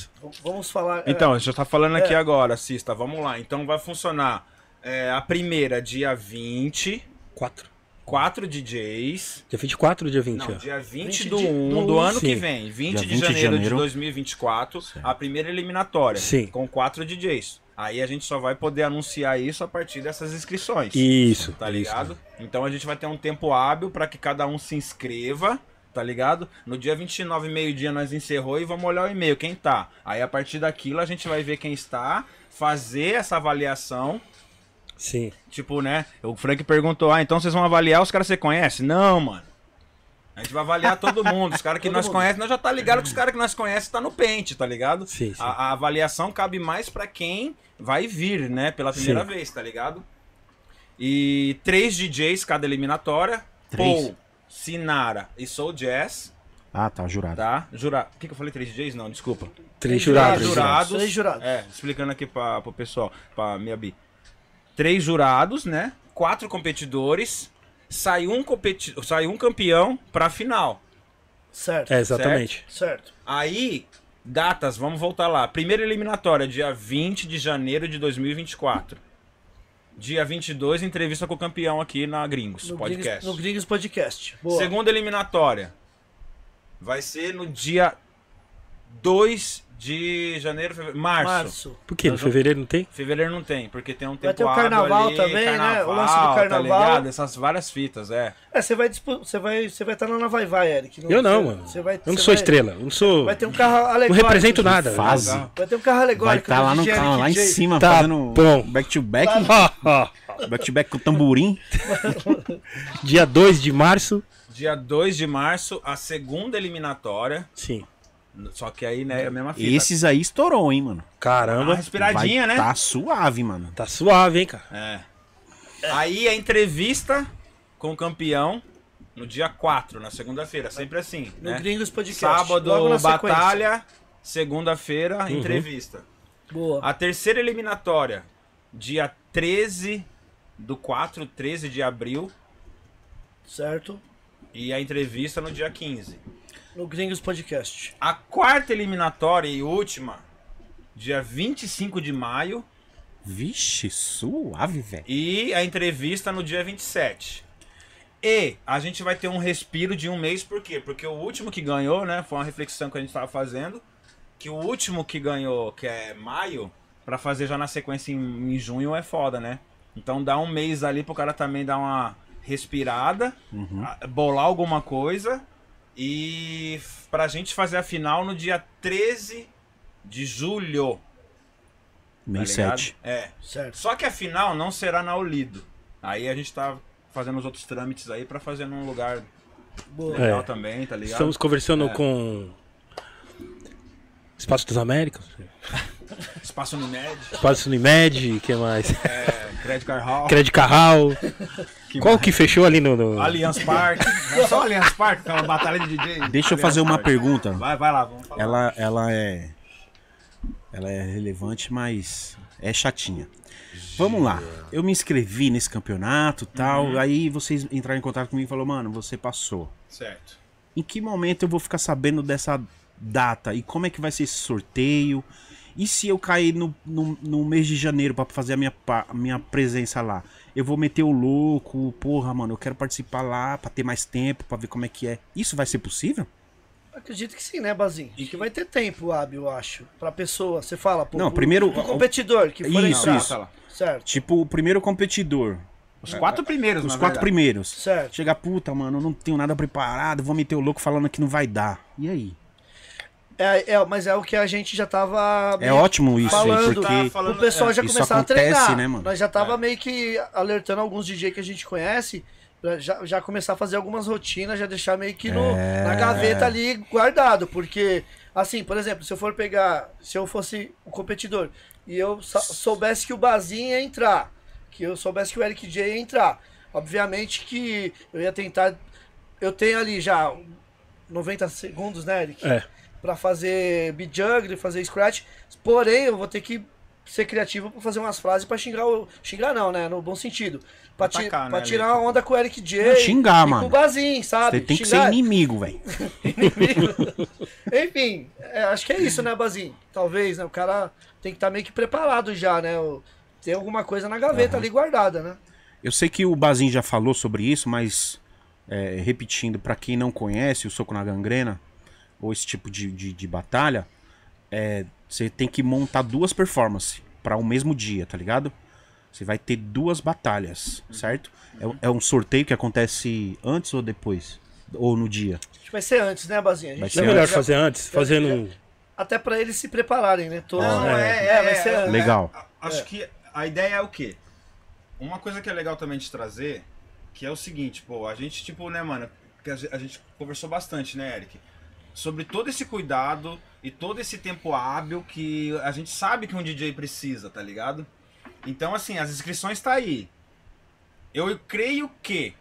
Speaker 1: Vamos falar. é,
Speaker 4: Então, a gente tá falando aqui agora, assista, vamos lá. Então vai funcionar é, a primeira, dia 20,
Speaker 2: 4.
Speaker 4: quatro DJs.
Speaker 2: Dia 24 ou dia 20?
Speaker 4: Não,
Speaker 2: ó?
Speaker 4: dia 20,
Speaker 1: 20
Speaker 4: do
Speaker 1: de-
Speaker 4: 1 do,
Speaker 2: do
Speaker 4: ano
Speaker 2: sim.
Speaker 4: que vem, 20
Speaker 3: Dia
Speaker 4: de
Speaker 3: 20 de
Speaker 4: janeiro de,
Speaker 3: janeiro.
Speaker 4: 2024,
Speaker 3: Certo.
Speaker 4: a primeira eliminatória,
Speaker 2: Sim.
Speaker 4: com quatro DJs. Aí a gente só vai poder anunciar isso a partir dessas inscrições.
Speaker 2: Isso.
Speaker 4: tá
Speaker 2: isso.
Speaker 4: ligado? Então a gente vai ter um tempo hábil pra que cada um se inscreva, tá ligado? No dia 29, meio-dia, nós encerrou e vamos olhar o e-mail, quem tá. Aí a partir daquilo a gente vai ver quem está, fazer essa avaliação.
Speaker 2: Sim.
Speaker 4: Tipo, né? O Frank perguntou: ah, então vocês vão avaliar os caras que você conhece? Não, mano. A gente vai avaliar todo mundo. Os caras que
Speaker 1: Todo
Speaker 4: nós
Speaker 1: mundo.
Speaker 4: conhecemos, nós já tá ligado que os caras que nós conhecemos tá no pente, tá ligado?
Speaker 2: Sim, sim.
Speaker 4: A, a avaliação cabe mais pra quem vai vir, né? Pela primeira
Speaker 2: Sim.
Speaker 4: vez, tá ligado? E três DJs cada eliminatória.
Speaker 3: Três?
Speaker 4: Paul, Sinara e Soul Jazz,
Speaker 3: Ah, tá, jurado.
Speaker 4: tá? Jurado. Por que, que eu falei três DJs? Não, desculpa.
Speaker 2: Três
Speaker 1: jurados.
Speaker 2: jurados.
Speaker 4: Três jurados.
Speaker 1: Três jurados.
Speaker 4: É, explicando aqui pra, pro pessoal, pra minha bi. Três jurados, né? Quatro competidores. Sai um, competi sai um campeão pra final.
Speaker 1: Certo.
Speaker 2: É, exatamente.
Speaker 1: Certo.
Speaker 4: Aí, datas, vamos voltar lá. Primeira eliminatória, dia 20 de janeiro de 2024. Dia 22, entrevista com o campeão aqui na Gringos
Speaker 1: No
Speaker 4: Podcast.
Speaker 1: Gringos, no Gringos Podcast. Boa.
Speaker 4: Segunda eliminatória vai ser no dia 2 de janeiro, fevereiro, março.
Speaker 1: Março.
Speaker 2: Por quê? No fevereiro não tem?
Speaker 4: Fevereiro não tem, porque tem um tempo
Speaker 1: Vai ter o carnaval
Speaker 4: ali,
Speaker 1: também, né?
Speaker 4: carnaval,
Speaker 1: O lance do
Speaker 4: Tá
Speaker 1: carnaval.
Speaker 4: ligado? Essas várias fitas, é.
Speaker 1: É, você vai, dispu- você vai, você vai estar na Vai Vai, Eric.
Speaker 2: Eu não,
Speaker 1: você-
Speaker 2: mano.
Speaker 1: Você vai,
Speaker 2: eu não
Speaker 1: você
Speaker 2: sou
Speaker 1: vai-
Speaker 2: estrela. Eu não sou.
Speaker 1: Vai ter um carro alegórico.
Speaker 2: Não represento
Speaker 1: de-
Speaker 4: tá,
Speaker 2: nada. né?
Speaker 3: Fase.
Speaker 4: Legal.
Speaker 1: Vai ter um carro
Speaker 3: Vai
Speaker 1: alegórico.
Speaker 3: estar tá
Speaker 1: do
Speaker 3: lá no
Speaker 1: DJ
Speaker 3: carro,
Speaker 1: Eric
Speaker 3: lá em
Speaker 1: J.
Speaker 3: cima,
Speaker 2: Tá
Speaker 3: fazendo
Speaker 2: bom.
Speaker 3: back-to-back,
Speaker 4: Tá
Speaker 2: Ó, ó.
Speaker 3: back-to-back com o
Speaker 4: (laughs)
Speaker 3: tamborim.
Speaker 2: (laughs) Dia 2 de março.
Speaker 4: Dia 2 de março, a segunda eliminatória.
Speaker 2: Sim.
Speaker 4: Só que aí, né, é a mesma fita.
Speaker 3: E esses aí estourou, hein, mano.
Speaker 4: Dá uma
Speaker 2: Caramba.
Speaker 4: respiradinha,
Speaker 3: Vai
Speaker 4: né?
Speaker 3: Tá suave, mano.
Speaker 2: Tá suave, hein, cara.
Speaker 4: É. Aí a entrevista com o campeão no dia 4, na segunda-feira, sempre assim,
Speaker 1: No
Speaker 4: né?
Speaker 1: Gringos Podcast. Logo na
Speaker 4: Sábado,
Speaker 1: sequência.
Speaker 4: batalha,
Speaker 3: Uhum.
Speaker 4: segunda-feira, entrevista.
Speaker 1: Boa.
Speaker 4: A terceira eliminatória, dia 13 do 4, 13 de abril,
Speaker 1: Certo.
Speaker 4: e a entrevista no dia 15.
Speaker 1: No Gringos Podcast.
Speaker 4: A quarta eliminatória e última, dia 25 de maio,
Speaker 3: Vixe, suave, velho.
Speaker 4: e a entrevista no dia 27. E a gente vai ter um respiro de um mês, por quê? Porque o último que ganhou, né? Foi uma reflexão que a gente tava fazendo. Que o último que ganhou, que é maio, pra fazer já na sequência em, em junho é foda, né? Então dá um mês ali pro cara também dar uma respirada, a- bolar alguma coisa. E f- pra gente fazer a final no dia 13 de julho. tá
Speaker 3: Meio
Speaker 4: ligado?
Speaker 3: sete.
Speaker 4: É.
Speaker 1: Certo.
Speaker 4: Só que a final não será na Olido. Aí a gente tá fazendo os outros trâmites aí pra fazer num lugar
Speaker 1: Boa.
Speaker 4: legal
Speaker 2: É.
Speaker 4: também, tá ligado?
Speaker 2: Estamos
Speaker 1: É.
Speaker 2: conversando com. Espaço das Américas.
Speaker 4: Espaço Unimed,
Speaker 2: Espaço Unimed.
Speaker 1: (laughs)
Speaker 2: que mais?
Speaker 4: é, Credit Card Hall,
Speaker 2: Credit Carral. Qual
Speaker 4: mais?
Speaker 2: que fechou ali no. no-
Speaker 4: Allianz Park. É só Allianz Park, que é uma batalha de DJ.
Speaker 3: Deixa eu
Speaker 4: Allianz
Speaker 3: fazer uma
Speaker 4: Park.
Speaker 3: pergunta.
Speaker 4: Vai, vai lá, vamos falar.
Speaker 3: Ela, ela é. Ela é relevante, mas é chatinha. Vamos lá. Eu me inscrevi nesse campeonato e tal. Aí vocês entraram em contato comigo e falaram, mano, você passou.
Speaker 4: Certo.
Speaker 3: Em que momento eu vou ficar sabendo dessa data? E como é que vai ser esse sorteio? E se eu cair no, no, no mês de janeiro pra fazer a minha, pa- a minha presença lá? Eu vou meter o louco, porra, mano, eu quero participar lá pra ter mais tempo, pra ver como é que é. Isso vai ser possível?
Speaker 1: Acredito que sim, né, Bazinho? Acho que vai ter tempo hábil, eu acho. Pra pessoa. Você fala, pô.
Speaker 3: Não,
Speaker 1: pro-
Speaker 3: primeiro-
Speaker 1: pro competidor que for
Speaker 3: Isso,
Speaker 1: entrar.
Speaker 3: isso.
Speaker 4: Tá lá.
Speaker 1: Certo.
Speaker 3: Tipo, o primeiro competidor.
Speaker 4: Os quatro primeiros,
Speaker 3: Os
Speaker 4: na
Speaker 3: quatro
Speaker 4: verdade.
Speaker 3: primeiros.
Speaker 1: Certo.
Speaker 3: Chega, puta, mano, eu não tenho nada preparado, vou meter o louco falando que não vai dar. E aí?
Speaker 1: É, é, mas é o que a gente já tava.
Speaker 3: É ótimo isso aí,
Speaker 1: Falando,
Speaker 3: porque.
Speaker 4: tá,
Speaker 1: o pessoal já
Speaker 3: é. isso
Speaker 1: começava
Speaker 3: acontece,
Speaker 1: a treinar.
Speaker 3: né, mano?
Speaker 1: Nós já tava meio que alertando alguns DJ que a gente conhece. pra Já, já começar a fazer algumas rotinas, já deixar meio que no,
Speaker 3: É.
Speaker 1: na gaveta ali guardado. Porque, assim, por exemplo, se eu for pegar, se eu fosse um competidor e eu sa- soubesse que o Bazin ia entrar, que eu soubesse que o Eric J ia entrar, obviamente que eu ia tentar. Eu tenho ali já 90 segundos, né, Eric?
Speaker 2: É.
Speaker 1: Pra fazer bid juggle, fazer scratch. Porém, eu vou ter que ser criativo pra fazer umas frases pra xingar o. Xingar não, né? No bom sentido. Pra, ti-
Speaker 4: Atacar, né,
Speaker 1: pra
Speaker 4: ali,
Speaker 1: tirar a
Speaker 4: tipo.
Speaker 1: onda com o Eric J.
Speaker 3: Não, xingar,
Speaker 1: e Com
Speaker 3: mano.
Speaker 1: o Bazin, sabe?
Speaker 3: Você tem que
Speaker 1: Xingar-
Speaker 3: ser inimigo, velho.
Speaker 1: (laughs) Enfim, é, acho que é isso, né, Bazin? Talvez, né? O cara tem que estar meio que preparado já, né? O- Tem alguma coisa na gaveta ali guardada, né?
Speaker 3: Eu sei que o Bazin já falou sobre isso, mas é, repetindo, pra quem não conhece o soco na gangrena, ou esse tipo de, de, de batalha, é, você tem que montar duas performances pra um mesmo dia, tá ligado? Você vai ter duas batalhas, certo? É, é um sorteio que acontece antes ou depois? Ou no dia?
Speaker 1: Acho que vai ser antes, né, Bazinha? A gente
Speaker 3: Vai
Speaker 2: Não é
Speaker 3: ser
Speaker 2: melhor
Speaker 1: antes.
Speaker 2: fazer antes? Fazendo um.
Speaker 1: Até pra eles se prepararem, né? Todos.
Speaker 4: Não, é, é,
Speaker 1: vai
Speaker 4: é,
Speaker 1: ser
Speaker 4: é,
Speaker 1: antes.
Speaker 3: Legal.
Speaker 4: A- Acho que a ideia é o quê? Uma coisa que é legal também de trazer, que é o seguinte, pô, a gente, tipo, né, mano, que a ge- a gente conversou bastante, né, Eric? Sobre todo esse cuidado e todo esse tempo hábil que a gente sabe que um DJ precisa, tá ligado? Então, assim, as inscrições tá aí. Eu creio que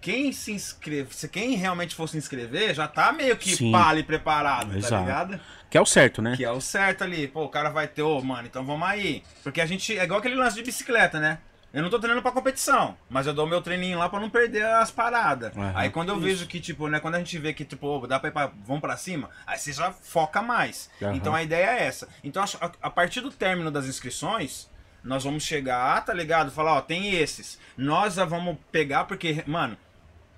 Speaker 4: quem se inscreve, se quem realmente for se inscrever, já tá meio que
Speaker 3: Sim.
Speaker 4: pá ali preparado, tá
Speaker 3: Exato.
Speaker 4: ligado?
Speaker 3: Que é o certo, né?
Speaker 4: Que é o certo ali. Pô, o cara vai ter, ô, mano, então vamos aí. Porque a gente. É igual aquele lance de bicicleta, né? Eu não tô treinando pra competição, mas eu dou meu treininho lá pra não perder as paradas.
Speaker 3: Aham.
Speaker 4: Aí quando eu vejo que, tipo, né, quando a gente vê que, tipo, ô, dá pra ir pra, vamos pra cima, aí você já foca mais.
Speaker 3: Aham.
Speaker 4: Então a ideia é essa. Então acho- a, a partir do término das inscrições, nós vamos chegar, tá ligado? Falar, ó, tem esses. Nós já vamos pegar, porque, mano,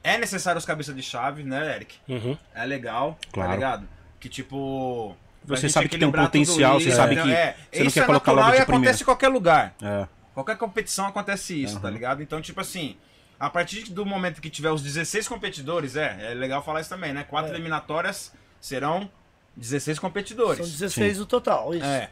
Speaker 4: é necessário os cabeças de chave, né, Eric?
Speaker 2: Uhum.
Speaker 4: é legal,
Speaker 3: Claro.
Speaker 4: tá ligado? Que tipo. pra
Speaker 3: Você
Speaker 4: gente
Speaker 3: sabe que tem um
Speaker 4: equilibrar tudo
Speaker 3: potencial, você sabe
Speaker 4: então,
Speaker 3: que
Speaker 4: é,
Speaker 3: você não
Speaker 4: isso
Speaker 3: quer
Speaker 4: é
Speaker 3: colocar logo
Speaker 4: natural e
Speaker 3: de
Speaker 4: acontece
Speaker 3: primeira.
Speaker 4: em qualquer lugar.
Speaker 3: É.
Speaker 4: Qualquer competição acontece isso,
Speaker 3: Aham.
Speaker 4: tá ligado? Então, tipo assim, a partir do momento que tiver os 16 competidores, é, é legal falar isso também, né? Quatro eliminatórias serão 16
Speaker 1: São
Speaker 4: competidores.
Speaker 1: 16 no total, isso.
Speaker 4: É.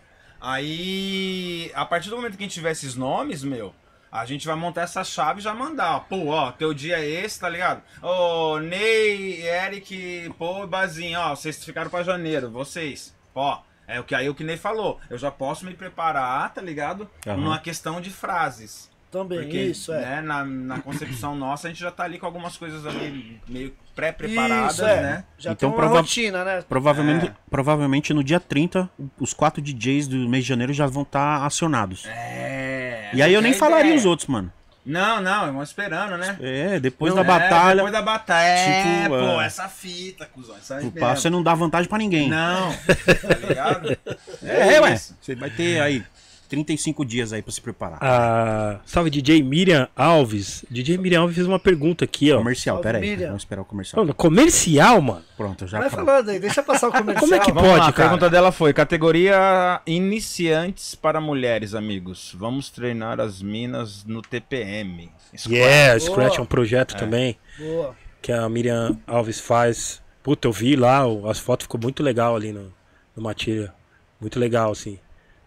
Speaker 4: Aí, a partir do momento que a gente tiver esses nomes, meu, a gente vai montar essa chave e já mandar. ó. Pô, ó, teu dia é esse, tá ligado? Ô, Ney, Eric, pô, e Bazinho, ó, vocês ficaram pra janeiro, vocês. Ó, é o que aí o que Ney falou. Eu já posso me preparar, tá ligado?
Speaker 3: Aham.
Speaker 4: Numa questão de frases.
Speaker 1: Também,
Speaker 4: Porque,
Speaker 1: isso, é.
Speaker 4: né, na, na
Speaker 3: (coughs)
Speaker 4: concepção nossa, a gente já tá ali com algumas coisas ali meio pré-preparadas,
Speaker 1: Isso, é.
Speaker 4: né?
Speaker 1: Já tem
Speaker 3: Então,
Speaker 1: uma
Speaker 3: prova-
Speaker 1: rotina, né?
Speaker 3: Provavelmente,
Speaker 4: É.
Speaker 3: provavelmente no dia 30, os quatro DJs do mês de janeiro já vão estar acionados.
Speaker 4: É.
Speaker 3: E aí eu nem
Speaker 4: essa é a
Speaker 3: falaria
Speaker 4: ideia.
Speaker 3: os outros, mano.
Speaker 4: Não, não, vão esperando, né?
Speaker 3: É, depois da
Speaker 4: Não, é,
Speaker 3: batalha,
Speaker 4: Depois da batalha.
Speaker 3: Tipo,
Speaker 4: é, pô,
Speaker 3: é.
Speaker 4: essa fita, cuzão. Isso aí
Speaker 3: pro
Speaker 4: mesmo.
Speaker 3: passo é você não dá vantagem pra ninguém. (laughs)
Speaker 4: Não, tá ligado?
Speaker 3: é, ué.
Speaker 4: isso.
Speaker 3: Você vai ter aí 35 dias aí pra se
Speaker 4: Ah,
Speaker 3: preparar.
Speaker 2: A... Ah, Salve DJ Miriam Alves. DJ Miriam Alves fez uma pergunta aqui,
Speaker 4: então.
Speaker 2: ó.
Speaker 3: Comercial,
Speaker 1: Salve,
Speaker 3: pera aí.
Speaker 1: Miriam.
Speaker 3: Vamos esperar o comercial.
Speaker 2: Mano, comercial, mano.
Speaker 3: Pronto, já
Speaker 1: Vai
Speaker 3: acabou.
Speaker 1: falando aí, deixa passar o comercial.
Speaker 2: Como é que
Speaker 1: vai?
Speaker 4: Vamos
Speaker 2: Pode,
Speaker 4: lá, a
Speaker 2: cara.
Speaker 4: pergunta dela foi: categoria iniciantes para mulheres, amigos. Vamos treinar as minas no TPM.
Speaker 2: Yeah,
Speaker 1: Boa.
Speaker 2: Scratch é um projeto também
Speaker 1: Boa.
Speaker 2: que a Miriam Alves faz. Puta, eu vi lá, o- as fotos ficou muito legal ali no, no Matilha. Muito legal, assim.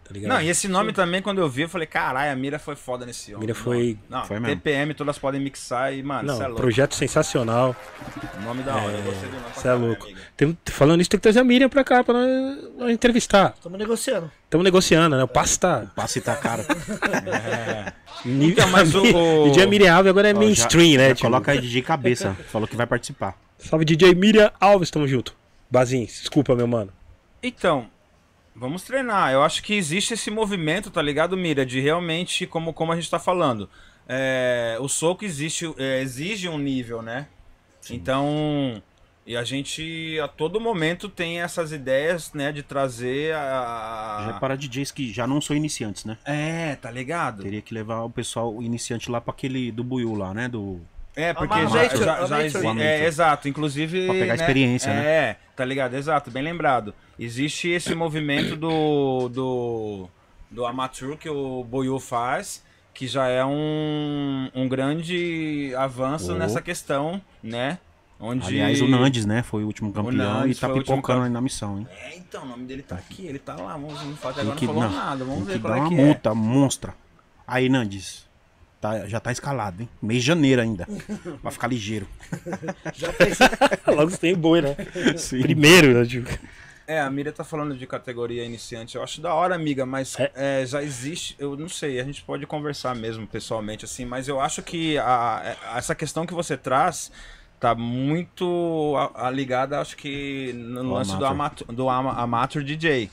Speaker 2: Tá ligado?
Speaker 4: Não, e é, esse nome também, quando eu vi, eu falei: caralho, a mira foi foda nesse homem.
Speaker 2: Mira foi-
Speaker 4: Não, não,
Speaker 3: foi mesmo.
Speaker 4: TPM, todas podem mixar e, mano,
Speaker 2: Não,
Speaker 4: cê é louco.
Speaker 2: projeto sensacional.
Speaker 4: Nome da hora. eu gostei do nome pra
Speaker 2: Você é
Speaker 4: caralho,
Speaker 2: louco.
Speaker 4: amiga.
Speaker 2: Tem- falando isso, tem que trazer a Miriam pra cá pra nós, nós entrevistar.
Speaker 1: Estamos negociando.
Speaker 2: Estamos negociando, né? O passe tá.
Speaker 3: Passe tá
Speaker 4: (laughs)
Speaker 3: caro.
Speaker 2: Nível, (laughs)
Speaker 4: Então, mas o- o-
Speaker 2: DJ Miriam Alves agora é
Speaker 3: Ó, já-
Speaker 2: mainstream, né?
Speaker 3: já
Speaker 2: tipo.
Speaker 3: Coloca aí DJ
Speaker 4: (laughs)
Speaker 3: cabeça. Falou que vai participar.
Speaker 2: Salve DJ Miriam Alves, tamo junto. Bazin, desculpa, meu mano. (laughs)
Speaker 4: Então, vamos treinar. Eu acho que existe esse movimento, tá ligado, Mira? De realmente, como, como a gente tá falando, é, o soco existe, é, exige um nível, né? Então, e a gente a todo momento tem essas ideias, né, de trazer
Speaker 3: Já é
Speaker 4: a.
Speaker 3: para DJs que já não são iniciantes, né?
Speaker 4: É, tá ligado?
Speaker 3: Teria que levar o pessoal o iniciante lá pra aquele do Buiu lá, né? Do...
Speaker 4: É, porque
Speaker 1: Uma
Speaker 4: já,
Speaker 1: amateur,
Speaker 4: já, já
Speaker 1: amateur.
Speaker 4: exi-
Speaker 3: Uma
Speaker 4: É,
Speaker 3: amateur.
Speaker 4: exato. Inclusive.
Speaker 3: Pra pegar experiência, né?
Speaker 4: É, tá ligado? Exato, bem lembrado. Existe esse movimento do. do. do amateur que o Boyu faz, que já é um, um grande avanço
Speaker 3: Oh.
Speaker 4: nessa questão, né? Onde.
Speaker 3: Aliás, o Nandes, né? Foi o último campeão
Speaker 4: Nandes
Speaker 3: e tá
Speaker 4: foi o último
Speaker 3: pipocando
Speaker 4: campe-
Speaker 3: aí na missão, hein?
Speaker 4: É, então, o nome dele tá aqui, ele tá lá, vamos não fala,
Speaker 3: Tem
Speaker 4: até agora
Speaker 3: que-
Speaker 4: não falou
Speaker 3: não,
Speaker 4: nada, vamos
Speaker 3: Tem
Speaker 4: ver
Speaker 3: que
Speaker 4: qual
Speaker 3: dar
Speaker 4: é
Speaker 3: uma
Speaker 4: que é.
Speaker 3: multa monstra. Aí, Nandes. tá- já tá escalado, hein? Mês de janeiro
Speaker 4: (laughs)
Speaker 3: ainda. pra ficar ligeiro.
Speaker 1: Já pensei.
Speaker 2: Logo tem boi, né?
Speaker 3: Sim.
Speaker 2: Primeiro, né, tipo.
Speaker 4: É, a Miriam tá falando de categoria iniciante. Eu acho da hora, amiga, mas é, já existe. Eu não sei, a gente pode conversar mesmo pessoalmente, assim, mas eu acho que a- a- essa questão que você traz tá muito a- a ligada, acho que, no
Speaker 3: Ao
Speaker 4: lance do
Speaker 3: amateur.
Speaker 4: amateur, do ama- amateur DJ.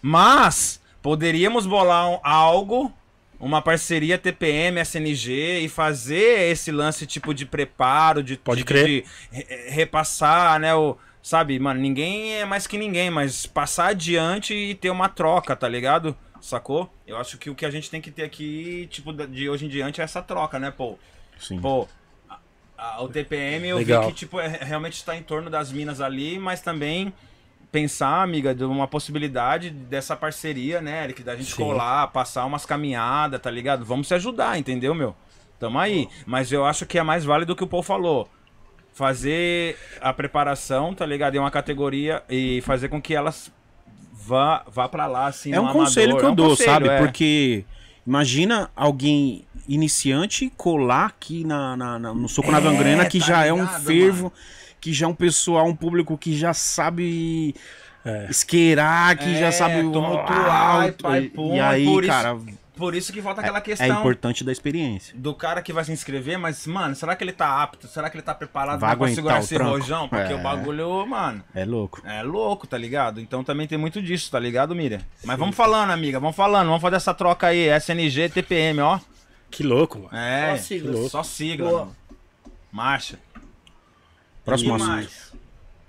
Speaker 4: Mas. Poderíamos bolar um- algo, uma parceria TPM, SNG e fazer esse lance tipo de preparo, de,
Speaker 2: Pode
Speaker 4: de-
Speaker 2: crer.
Speaker 4: de re- repassar, né? O, sabe, mano, ninguém é mais que ninguém, mas passar adiante e ter uma troca, tá ligado? Sacou? Eu acho que o que a gente tem que ter aqui, tipo, da- de hoje em diante é essa troca, né, pô?
Speaker 3: Sim.
Speaker 4: Pô, a- a- o TPM eu
Speaker 2: Legal.
Speaker 4: vi que tipo, é- realmente está em torno das minas ali, mas também pensar, amiga, de uma possibilidade dessa parceria, né, Eric, da gente
Speaker 2: Sim.
Speaker 4: colar, passar umas caminhadas, tá ligado? Vamos se ajudar, entendeu, meu? Tamo aí. Mas eu acho que é mais válido o que o Paul falou. Fazer a preparação, tá ligado? Em uma categoria e fazer com que elas vá, vá para lá, assim,
Speaker 3: É um
Speaker 4: no
Speaker 3: conselho
Speaker 4: amador.
Speaker 3: que eu
Speaker 4: É um
Speaker 3: dou,
Speaker 4: conselho,
Speaker 3: sabe?
Speaker 4: é.
Speaker 3: Porque imagina alguém iniciante colar aqui na, na- na- no soco na
Speaker 4: É,
Speaker 3: gangrena, que
Speaker 4: tá
Speaker 3: já é um
Speaker 4: ligado,
Speaker 3: fervo, que já é um pessoal, um público que já sabe
Speaker 2: É.
Speaker 3: esqueirar, que já
Speaker 4: É,
Speaker 3: sabe o
Speaker 4: tumultuar,
Speaker 3: Ah,
Speaker 4: e pai,
Speaker 3: e-
Speaker 4: pum,
Speaker 3: E aí,
Speaker 4: por isso-
Speaker 3: cara,
Speaker 4: Por isso que volta aquela
Speaker 3: é
Speaker 4: questão.
Speaker 3: importante da experiência.
Speaker 4: do cara que vai se inscrever, mas, mano, será que ele tá apto? Será que ele tá preparado
Speaker 3: Vai
Speaker 4: pra
Speaker 3: aguentar
Speaker 4: segurar
Speaker 3: o
Speaker 4: esse
Speaker 3: tranco?
Speaker 4: rojão? Porque
Speaker 3: É.
Speaker 4: o bagulho, mano,
Speaker 3: É louco.
Speaker 4: é louco, tá ligado? Então também tem muito disso, tá ligado, Miriam? Mas vamos falando, amiga, vamos falando, vamos fazer essa troca aí, SNG, TPM, ó.
Speaker 2: Que louco, mano.
Speaker 1: Só
Speaker 4: É,
Speaker 1: siglas.
Speaker 4: Só sigla,
Speaker 1: Boa.
Speaker 4: mano. Marcha.
Speaker 3: Próximo
Speaker 4: E
Speaker 3: assunto.
Speaker 4: mais?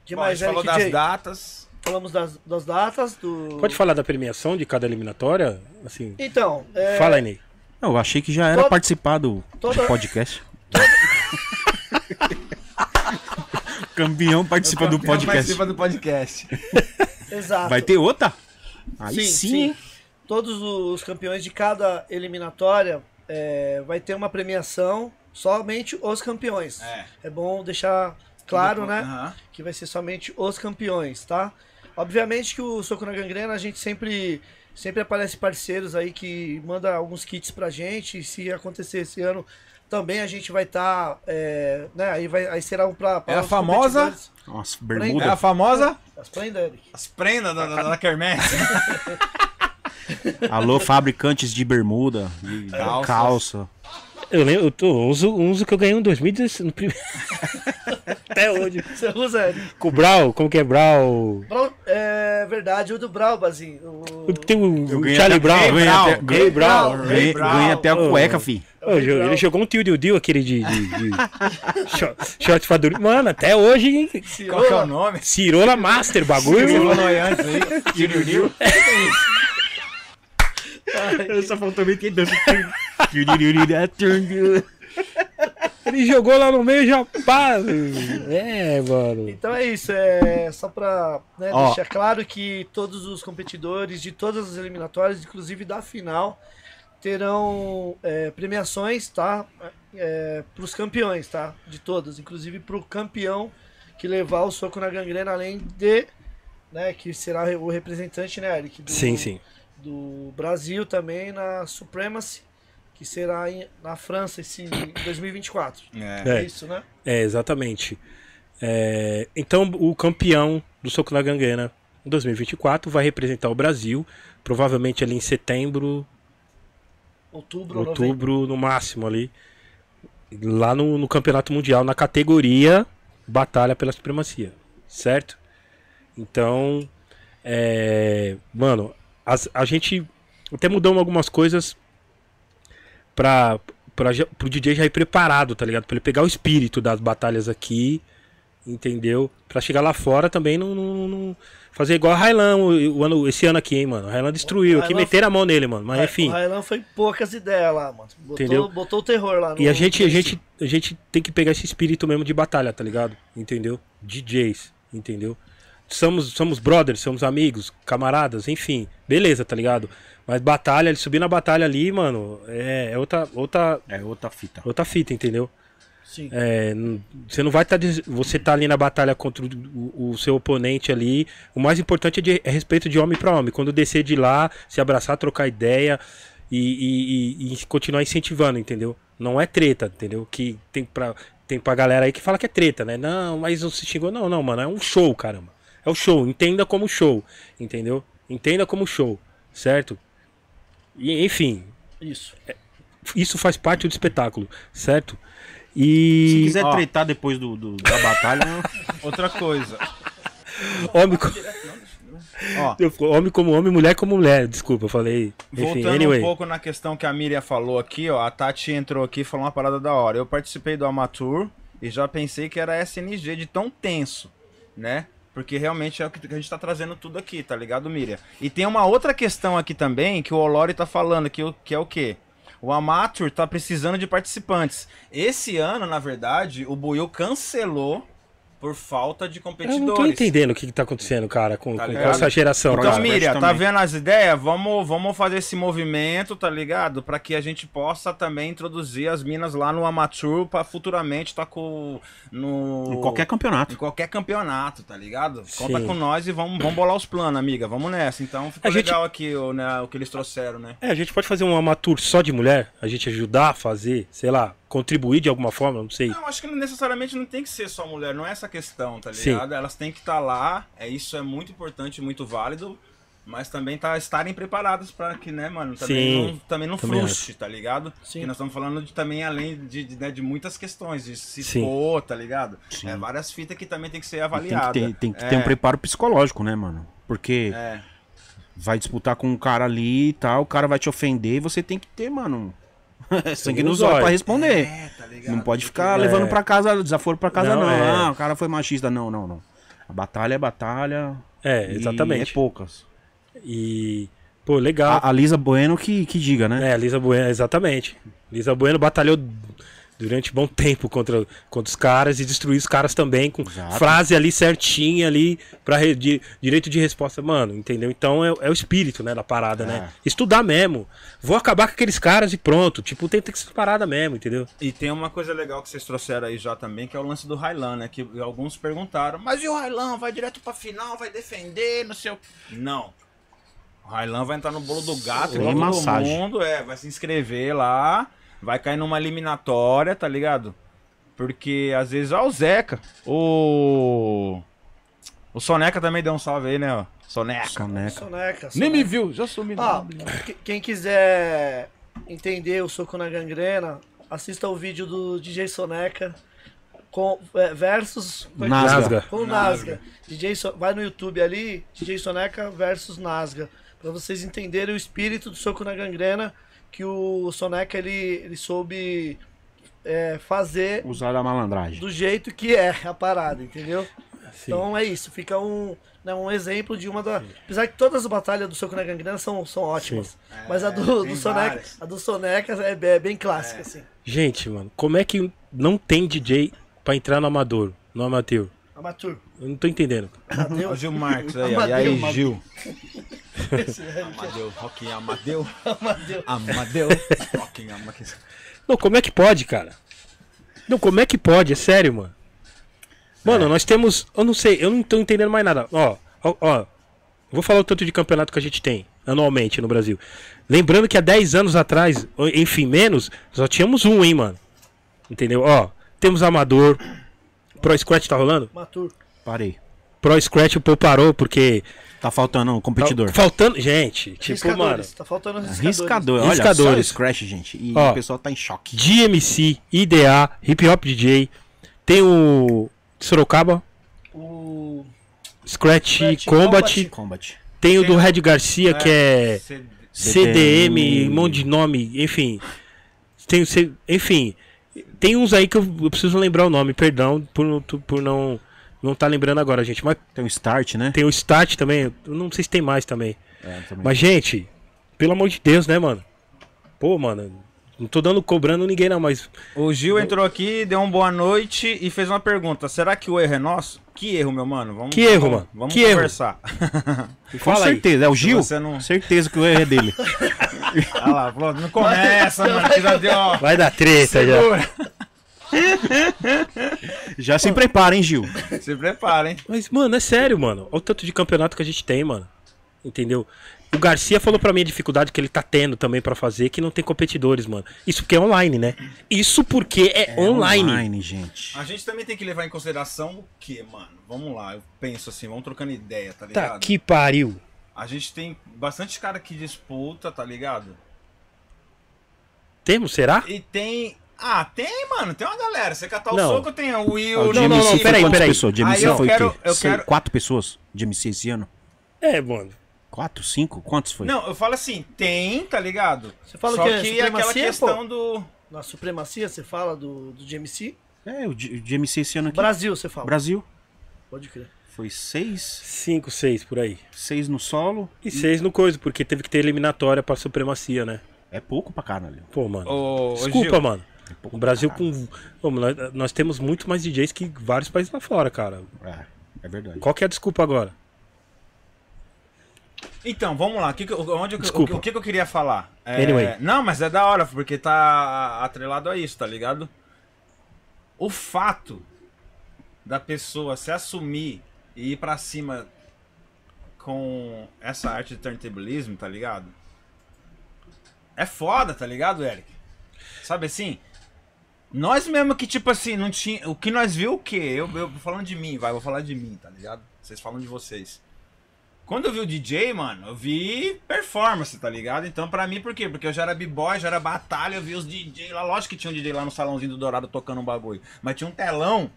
Speaker 1: que
Speaker 4: Bom,
Speaker 1: mais,
Speaker 4: a gente
Speaker 1: Eric
Speaker 4: falou das
Speaker 1: J?
Speaker 4: datas.
Speaker 1: Falamos das, das datas, do...
Speaker 2: Pode falar da premiação de cada eliminatória? Assim,
Speaker 1: Então, é,
Speaker 2: fala aí, Ney.
Speaker 3: Eu achei que já era
Speaker 1: Todo-
Speaker 3: participar do,
Speaker 1: todo-
Speaker 3: do podcast. (laughs) Campeão participa do podcast.
Speaker 4: Participa do podcast.
Speaker 1: exato.
Speaker 3: Vai ter outra? Aí sim, hein?
Speaker 1: Todos os campeões de cada eliminatória é, vai ter uma premiação, somente os campeões.
Speaker 4: É.
Speaker 1: bom deixar claro, né?
Speaker 4: Aham.
Speaker 1: que vai ser somente os campeões, tá? Obviamente que o Soco na Gangrena a gente sempre sempre aparece parceiros aí que manda alguns kits pra gente. E se acontecer esse ano também a gente vai estar, né? Aí vai aí será um pra, pra
Speaker 4: É a
Speaker 1: os
Speaker 4: famosa?
Speaker 1: competidores.
Speaker 3: Nossa,
Speaker 4: É a
Speaker 3: bermuda.
Speaker 4: famosa?
Speaker 1: As prenda, Eric.
Speaker 4: As prendas da, da, da Kermesse.
Speaker 3: Alô, fabricantes de bermuda, de
Speaker 4: Calças.
Speaker 3: calça.
Speaker 2: Eu lembro, eu tô, eu uso, uso que eu ganhei um em 2016. No (laughs) primeiro... Até hoje.
Speaker 1: (laughs) Você usa Eric?
Speaker 2: Com o Brau, como que é Brau?
Speaker 1: Brau- é verdade, o do Brau, Bazinho. O...
Speaker 2: Tem o
Speaker 3: Eu
Speaker 2: o
Speaker 3: ganhei
Speaker 2: Charlie
Speaker 3: até-
Speaker 2: Brown.
Speaker 3: ganhei até-
Speaker 2: Ganhei Brown.
Speaker 1: Brown.
Speaker 3: Ganhei,
Speaker 4: Brown.
Speaker 3: ganhei até a
Speaker 2: Ô.
Speaker 3: cueca, fi.
Speaker 1: É o Ray
Speaker 2: Ô,
Speaker 1: Brown.
Speaker 2: ele jogou um tio de Dil, aquele de, de, de... (laughs) short, short faduri. Mano, até hoje hein?
Speaker 4: Qual que é o nome?
Speaker 2: Cirola Master,
Speaker 4: Você
Speaker 2: bagulho.
Speaker 4: falou aí antes aí. Tiririu.
Speaker 3: Só faltou meio que dança.
Speaker 2: Ele jogou lá no meio já. Pá. É, mano.
Speaker 1: Então é isso, é só pra né,
Speaker 3: Ó.
Speaker 1: deixar claro que todos os competidores de todas as eliminatórias, inclusive da final, terão é, premiações, tá? É, pros campeões, tá? De todas, inclusive pro campeão que levar o soco na gangrena, além de, né, que será o representante, né, Eric? do-
Speaker 2: Sim, sim.
Speaker 1: do Brasil também na Supremacy, que será em- na França esse, em 2024.
Speaker 4: (laughs) É.
Speaker 1: É.
Speaker 2: É.
Speaker 1: isso, né?
Speaker 2: É, exatamente. É, então, o campeão do Soco na Gangrena em 2024 vai representar o Brasil, provavelmente ali em setembro,
Speaker 1: Outubro, novembro.
Speaker 2: outubro no máximo ali, lá no, no Campeonato Mundial, na categoria Batalha pela Supremacia, certo? Então, é, mano, as- a gente até mudamos algumas coisas pra, pra, já- pro DJ já ir preparado, tá ligado? Pra ele pegar o espírito das batalhas aqui, entendeu? Pra chegar lá fora também não, não- não- fazer igual a Railan o, o ano, esse ano aqui, hein, mano. Railan destruiu, aqui
Speaker 1: Raylan-
Speaker 2: meteram a mão nele, mano. Mas
Speaker 1: Ra-
Speaker 2: enfim.
Speaker 1: É, O Raylan foi poucas ideias lá, mano. Botou,
Speaker 2: Entendeu?
Speaker 1: botou o terror lá. no-
Speaker 2: E a gente, a gente, a gente tem que pegar esse espírito mesmo de batalha, tá ligado? Entendeu? DJs, entendeu? Somos, somos brothers, somos amigos, camaradas, enfim. Beleza, tá ligado? Mas batalha, ele subir na batalha ali, mano, é, é outra, outra,
Speaker 3: (laughs) É outra fita.
Speaker 2: outra fita, entendeu?
Speaker 1: Sim.
Speaker 2: É, n- você não vai estar. você tá ali na batalha contra o, o- o seu oponente ali. O mais importante é, de- é respeito de homem para homem. Quando descer de lá, se abraçar, trocar ideia e, e- e- e continuar incentivando, entendeu? Não é treta, entendeu? Que tem pra, tem pra galera aí que fala que é treta, né? Não, mas não se xingou. Não, não, mano. É um show, caramba. É o show. Entenda como show, entendeu? Entenda como show, certo? E, enfim,
Speaker 1: Isso.
Speaker 2: isso faz parte do espetáculo, certo? E.
Speaker 3: Se quiser
Speaker 4: Ó.
Speaker 3: tretar depois do, do- da batalha,
Speaker 4: Outra coisa.
Speaker 2: Homem, co-
Speaker 4: Ó,
Speaker 2: Eu- Homem como homem, mulher como mulher. Desculpa, eu falei. Enfim,
Speaker 4: Voltando
Speaker 2: anyway.
Speaker 4: um pouco na questão que a Miriam falou aqui, ó, a Tati entrou aqui e falou uma parada da hora. Eu participei do Amateur e já pensei que era SNG de tão tenso, né? Porque realmente é o que a gente tá trazendo tudo aqui, tá ligado, Miriam? E tem uma outra questão aqui também que o Olori tá falando, que, o- que é o quê? O Amateur tá precisando de participantes. Esse ano, na verdade, o Buiu cancelou por falta de
Speaker 2: Eu
Speaker 4: competidores.
Speaker 2: não tô entendendo o que, que tá acontecendo, cara, com,
Speaker 4: Tá
Speaker 2: com- com
Speaker 4: ligado?
Speaker 2: essa geração.
Speaker 4: Então,
Speaker 2: cara.
Speaker 3: Miriam,
Speaker 4: Miriam, tá
Speaker 3: também.
Speaker 4: vendo as ideias? Vamos, vamos fazer esse movimento, tá ligado? Pra que a gente possa também introduzir as minas lá no Amateur pra futuramente tá com. No...
Speaker 3: Em qualquer campeonato.
Speaker 4: Em qualquer campeonato, tá ligado? Conta
Speaker 2: Sim.
Speaker 4: com nós e vamos, vamos bolar os planos, amiga. Vamos nessa. Então ficou
Speaker 2: A gente-
Speaker 4: legal aqui o, né, o que eles trouxeram, né?
Speaker 2: É, a gente pode fazer um amateur só de mulher, a gente ajudar a fazer, sei lá, contribuir de alguma forma, não sei.
Speaker 4: Não, acho que não- necessariamente não tem que ser só mulher, não é essa questão, tá
Speaker 2: Sim.
Speaker 4: ligado? Elas têm que estar lá, é isso é muito importante, muito válido, mas também tá estarem preparadas pra que, né, mano, também
Speaker 2: Sim,
Speaker 4: não, também não
Speaker 2: também
Speaker 4: frustre, tá ligado?
Speaker 1: Sim.
Speaker 4: Que nós estamos falando de, também além de, de, né, de muitas questões, de se
Speaker 2: Sim.
Speaker 4: expor, tá ligado?
Speaker 3: Sim.
Speaker 4: É várias fitas que também tem que ser
Speaker 3: Tem que,
Speaker 4: avaliada.
Speaker 3: ter, tem que
Speaker 4: é,
Speaker 3: ter um preparo psicológico, né, mano? Porque
Speaker 4: É.
Speaker 3: vai disputar com um cara ali e tal, o cara vai te ofender e você tem que ter, mano. (laughs) Sangue nos olhos pra responder.
Speaker 4: É, tá ligado?
Speaker 3: um Não pode ficar
Speaker 2: É.
Speaker 3: levando pra casa, desaforo pra casa,
Speaker 2: Não,
Speaker 3: não.
Speaker 2: é.
Speaker 3: Ah, o cara foi machista. Não, não, não. A batalha é batalha.
Speaker 2: É,
Speaker 3: e
Speaker 2: exatamente.
Speaker 3: É poucas.
Speaker 2: E, pô, legal.
Speaker 3: A, a Lisa Bueno que, que diga, né?
Speaker 2: É, Lisa Bueno, exatamente. Lisa Bueno batalhou durante bom tempo contra, contra os caras e destruiu os caras também com
Speaker 3: Exato.
Speaker 2: frase ali certinha ali para direito de resposta, mano, entendeu? Então é, é o espírito, né, da parada, né? Estudar mesmo. Vou acabar com aqueles caras e pronto. Tipo, tem, tem que ser parada mesmo, entendeu?
Speaker 4: E tem uma coisa legal que vocês trouxeram aí já também, que é o lance do Railan, né? Que alguns perguntaram, mas e o Railan? Vai direto pra final, vai defender, não sei o Não. O Railan vai entrar no bolo do gato,
Speaker 3: Sem
Speaker 4: igual todo
Speaker 3: massagem.
Speaker 4: mundo, é, vai se inscrever lá, vai cair numa eliminatória, tá ligado? Porque às vezes, ó, o Zeca, o. O Soneca também deu um salve aí, né? ó? Soneca.
Speaker 2: É,
Speaker 3: Soneca.
Speaker 1: Soneca,
Speaker 4: Nem
Speaker 1: soneca.
Speaker 4: me viu, já sumiu.
Speaker 1: Ah, que- quem quiser entender o soco na gangrena, assista o vídeo do DJ Soneca com é, versus
Speaker 3: Nasga.
Speaker 2: Nasga.
Speaker 1: com o Nasga. DJ So- vai no YouTube ali, DJ Soneca versus Nasga, Pra vocês entenderem o espírito do soco na gangrena que o Soneca ele, ele soube é, fazer
Speaker 3: Usar a malandragem.
Speaker 1: do jeito que é a parada, entendeu?
Speaker 2: Sim.
Speaker 1: Então é isso, fica um, né, um exemplo de uma da. Apesar que todas as batalhas do Soco na Gangrena são, são ótimas. Mas a do,
Speaker 4: É, tem
Speaker 1: do Soneca.
Speaker 4: várias.
Speaker 1: A do Soneca é be- bem clássica, assim.
Speaker 2: Gente, mano, como é que não tem DJ pra entrar no amador, no amateur?
Speaker 1: Amateur.
Speaker 2: Eu não tô entendendo.
Speaker 4: Ó, o
Speaker 1: Amadeu.
Speaker 4: Gil Marques aí, ó. E
Speaker 1: Amadeu,
Speaker 4: aí,
Speaker 1: Amadeu.
Speaker 4: Gil? Amadeu, Rock Amadeu.
Speaker 1: Amadeu.
Speaker 4: Amadeu. Fucking Amadeu.
Speaker 2: Não, como é que pode, cara? Não, como é que pode? É sério, mano. Mano, nós temos. Eu não sei, eu não tô entendendo mais nada. Ó, ó, ó. eu Vou falar o tanto de campeonato que a gente tem anualmente no Brasil. Lembrando que há 10 anos atrás, ou, enfim, menos, só tínhamos um, hein, mano. Entendeu? Ó, temos Amador. Pro Scratch tá rolando?
Speaker 1: Amateur.
Speaker 3: Parei.
Speaker 2: Pro Scratch o Paul parou porque.
Speaker 3: Tá faltando um competidor.
Speaker 2: Faltando. Gente, tipo, mano.
Speaker 1: riscadores. Tá faltando os riscadores.
Speaker 3: Riscador. Olha, só o
Speaker 2: Riscadores.
Speaker 3: Scratch, gente. E
Speaker 2: Ó.
Speaker 3: o pessoal tá em choque.
Speaker 2: DMC, IDA, Hip Hop DJ. Tem o. Sorocaba,
Speaker 1: O.
Speaker 2: Scratch,
Speaker 1: Scratch
Speaker 2: Combat.
Speaker 3: Combat.
Speaker 2: Tem o do Red Garcia, que é
Speaker 4: Cê-
Speaker 2: CDM,
Speaker 3: CDM,
Speaker 2: um monte de nome, enfim. Tem, o C- enfim, tem uns aí que eu eu preciso lembrar o nome, perdão por, não- tu- por não não tá lembrando agora, gente. Mas
Speaker 3: Tem um start, né?
Speaker 2: tem o Start também, eu não sei se tem mais também.
Speaker 3: É, também.
Speaker 2: Mas, gente, pelo amor de Deus, né, mano? Pô, mano, não tô dando cobrando ninguém não, mas
Speaker 4: O Gil entrou aqui, deu uma boa noite e fez uma pergunta. Será que o erro é nosso? Que erro, meu mano? Vamos,
Speaker 2: Que erro,
Speaker 4: vamos-
Speaker 2: mano?
Speaker 4: Vamos
Speaker 2: Que erro?
Speaker 4: conversar. (laughs)
Speaker 3: Com
Speaker 2: fala aí.
Speaker 3: certeza. É o Gil?
Speaker 4: você não-
Speaker 3: Certeza que o erro é dele.
Speaker 4: Olha lá, pronto, não começa, mano. Que já deu, ó.
Speaker 2: Vai dar treta já.
Speaker 3: Já se prepara, hein, Gil?
Speaker 4: Se prepara, hein?
Speaker 2: Mas, mano, é sério, mano. Olha o tanto de campeonato que a gente tem, mano. Entendeu? O Garcia falou pra mim a dificuldade que ele tá tendo também pra fazer, que não tem competidores, mano. Isso porque é online, né? Isso porque é, online.
Speaker 3: Online, gente.
Speaker 4: A gente também tem que levar em consideração o que, mano? Vamos lá, eu penso assim, vamos trocando ideia, tá ligado?
Speaker 2: Tá que pariu.
Speaker 4: A gente tem bastante cara que disputa, tá ligado?
Speaker 2: Temos, será?
Speaker 4: E tem. Ah, tem, mano. Tem uma galera. Você catar o
Speaker 2: Não.
Speaker 4: soco, tem o
Speaker 3: Ah,
Speaker 4: Will.
Speaker 3: o
Speaker 2: não, não,
Speaker 3: DMC
Speaker 2: peraí,
Speaker 3: foi quantas
Speaker 2: peraí.
Speaker 3: pessoas?
Speaker 4: Aí
Speaker 3: DMC
Speaker 4: eu
Speaker 3: foi
Speaker 4: quero-
Speaker 3: o quê?
Speaker 4: eu
Speaker 3: Sei-
Speaker 4: quero-
Speaker 3: Quatro pessoas? DMC esse ano?
Speaker 2: É, mano.
Speaker 3: Quatro, cinco? Quantos foi?
Speaker 4: Não, eu falo assim, tem, tá ligado?
Speaker 1: Você fala
Speaker 4: Só
Speaker 1: o quê?
Speaker 4: que é aquela
Speaker 1: Supremacia,
Speaker 4: questão do.
Speaker 1: Na supremacia, você fala do, do GMC.
Speaker 3: É, o de, o de MC esse ano aqui.
Speaker 1: Brasil, você fala.
Speaker 3: Brasil.
Speaker 1: Pode crer.
Speaker 3: Foi seis.
Speaker 2: Cinco, seis por aí.
Speaker 3: Seis no solo.
Speaker 2: E seis no coisa, porque teve que ter eliminatória pra supremacia, né?
Speaker 3: É pouco pra caralho.
Speaker 2: Pô, mano.
Speaker 4: Ô, ô,
Speaker 2: Desculpa,
Speaker 4: Gil.
Speaker 2: mano.
Speaker 3: É pouco
Speaker 2: O Brasil
Speaker 3: pra
Speaker 2: com. Ô, nós, nós temos muito mais DJs que vários países lá fora, cara.
Speaker 3: caralho. É, é verdade.
Speaker 2: Qual que é a desculpa agora?
Speaker 4: Então, vamos lá. o que que eu- onde eu-
Speaker 2: Desculpa.
Speaker 4: O, que que eu queria falar? É,
Speaker 2: Anyway.
Speaker 4: Não, mas é da hora, porque tá atrelado a isso, tá ligado? O fato da pessoa se assumir e ir pra cima com essa arte de turntablismo, tá ligado? É foda, tá ligado, Eric? Sabe assim? Nós mesmo que, tipo assim, não tinha. O que nós viu o quê? Eu, eu falando de mim, vai, eu vou falar de mim, tá ligado? Vocês falam de vocês. Quando eu vi o DJ, mano, eu vi performance, tá ligado? Então, pra mim, por quê? Porque eu já era b-boy, já era batalha, eu vi os DJ lá. Lógico que tinha um DJ lá no salãozinho do Dourado tocando um bagulho. Mas tinha um telão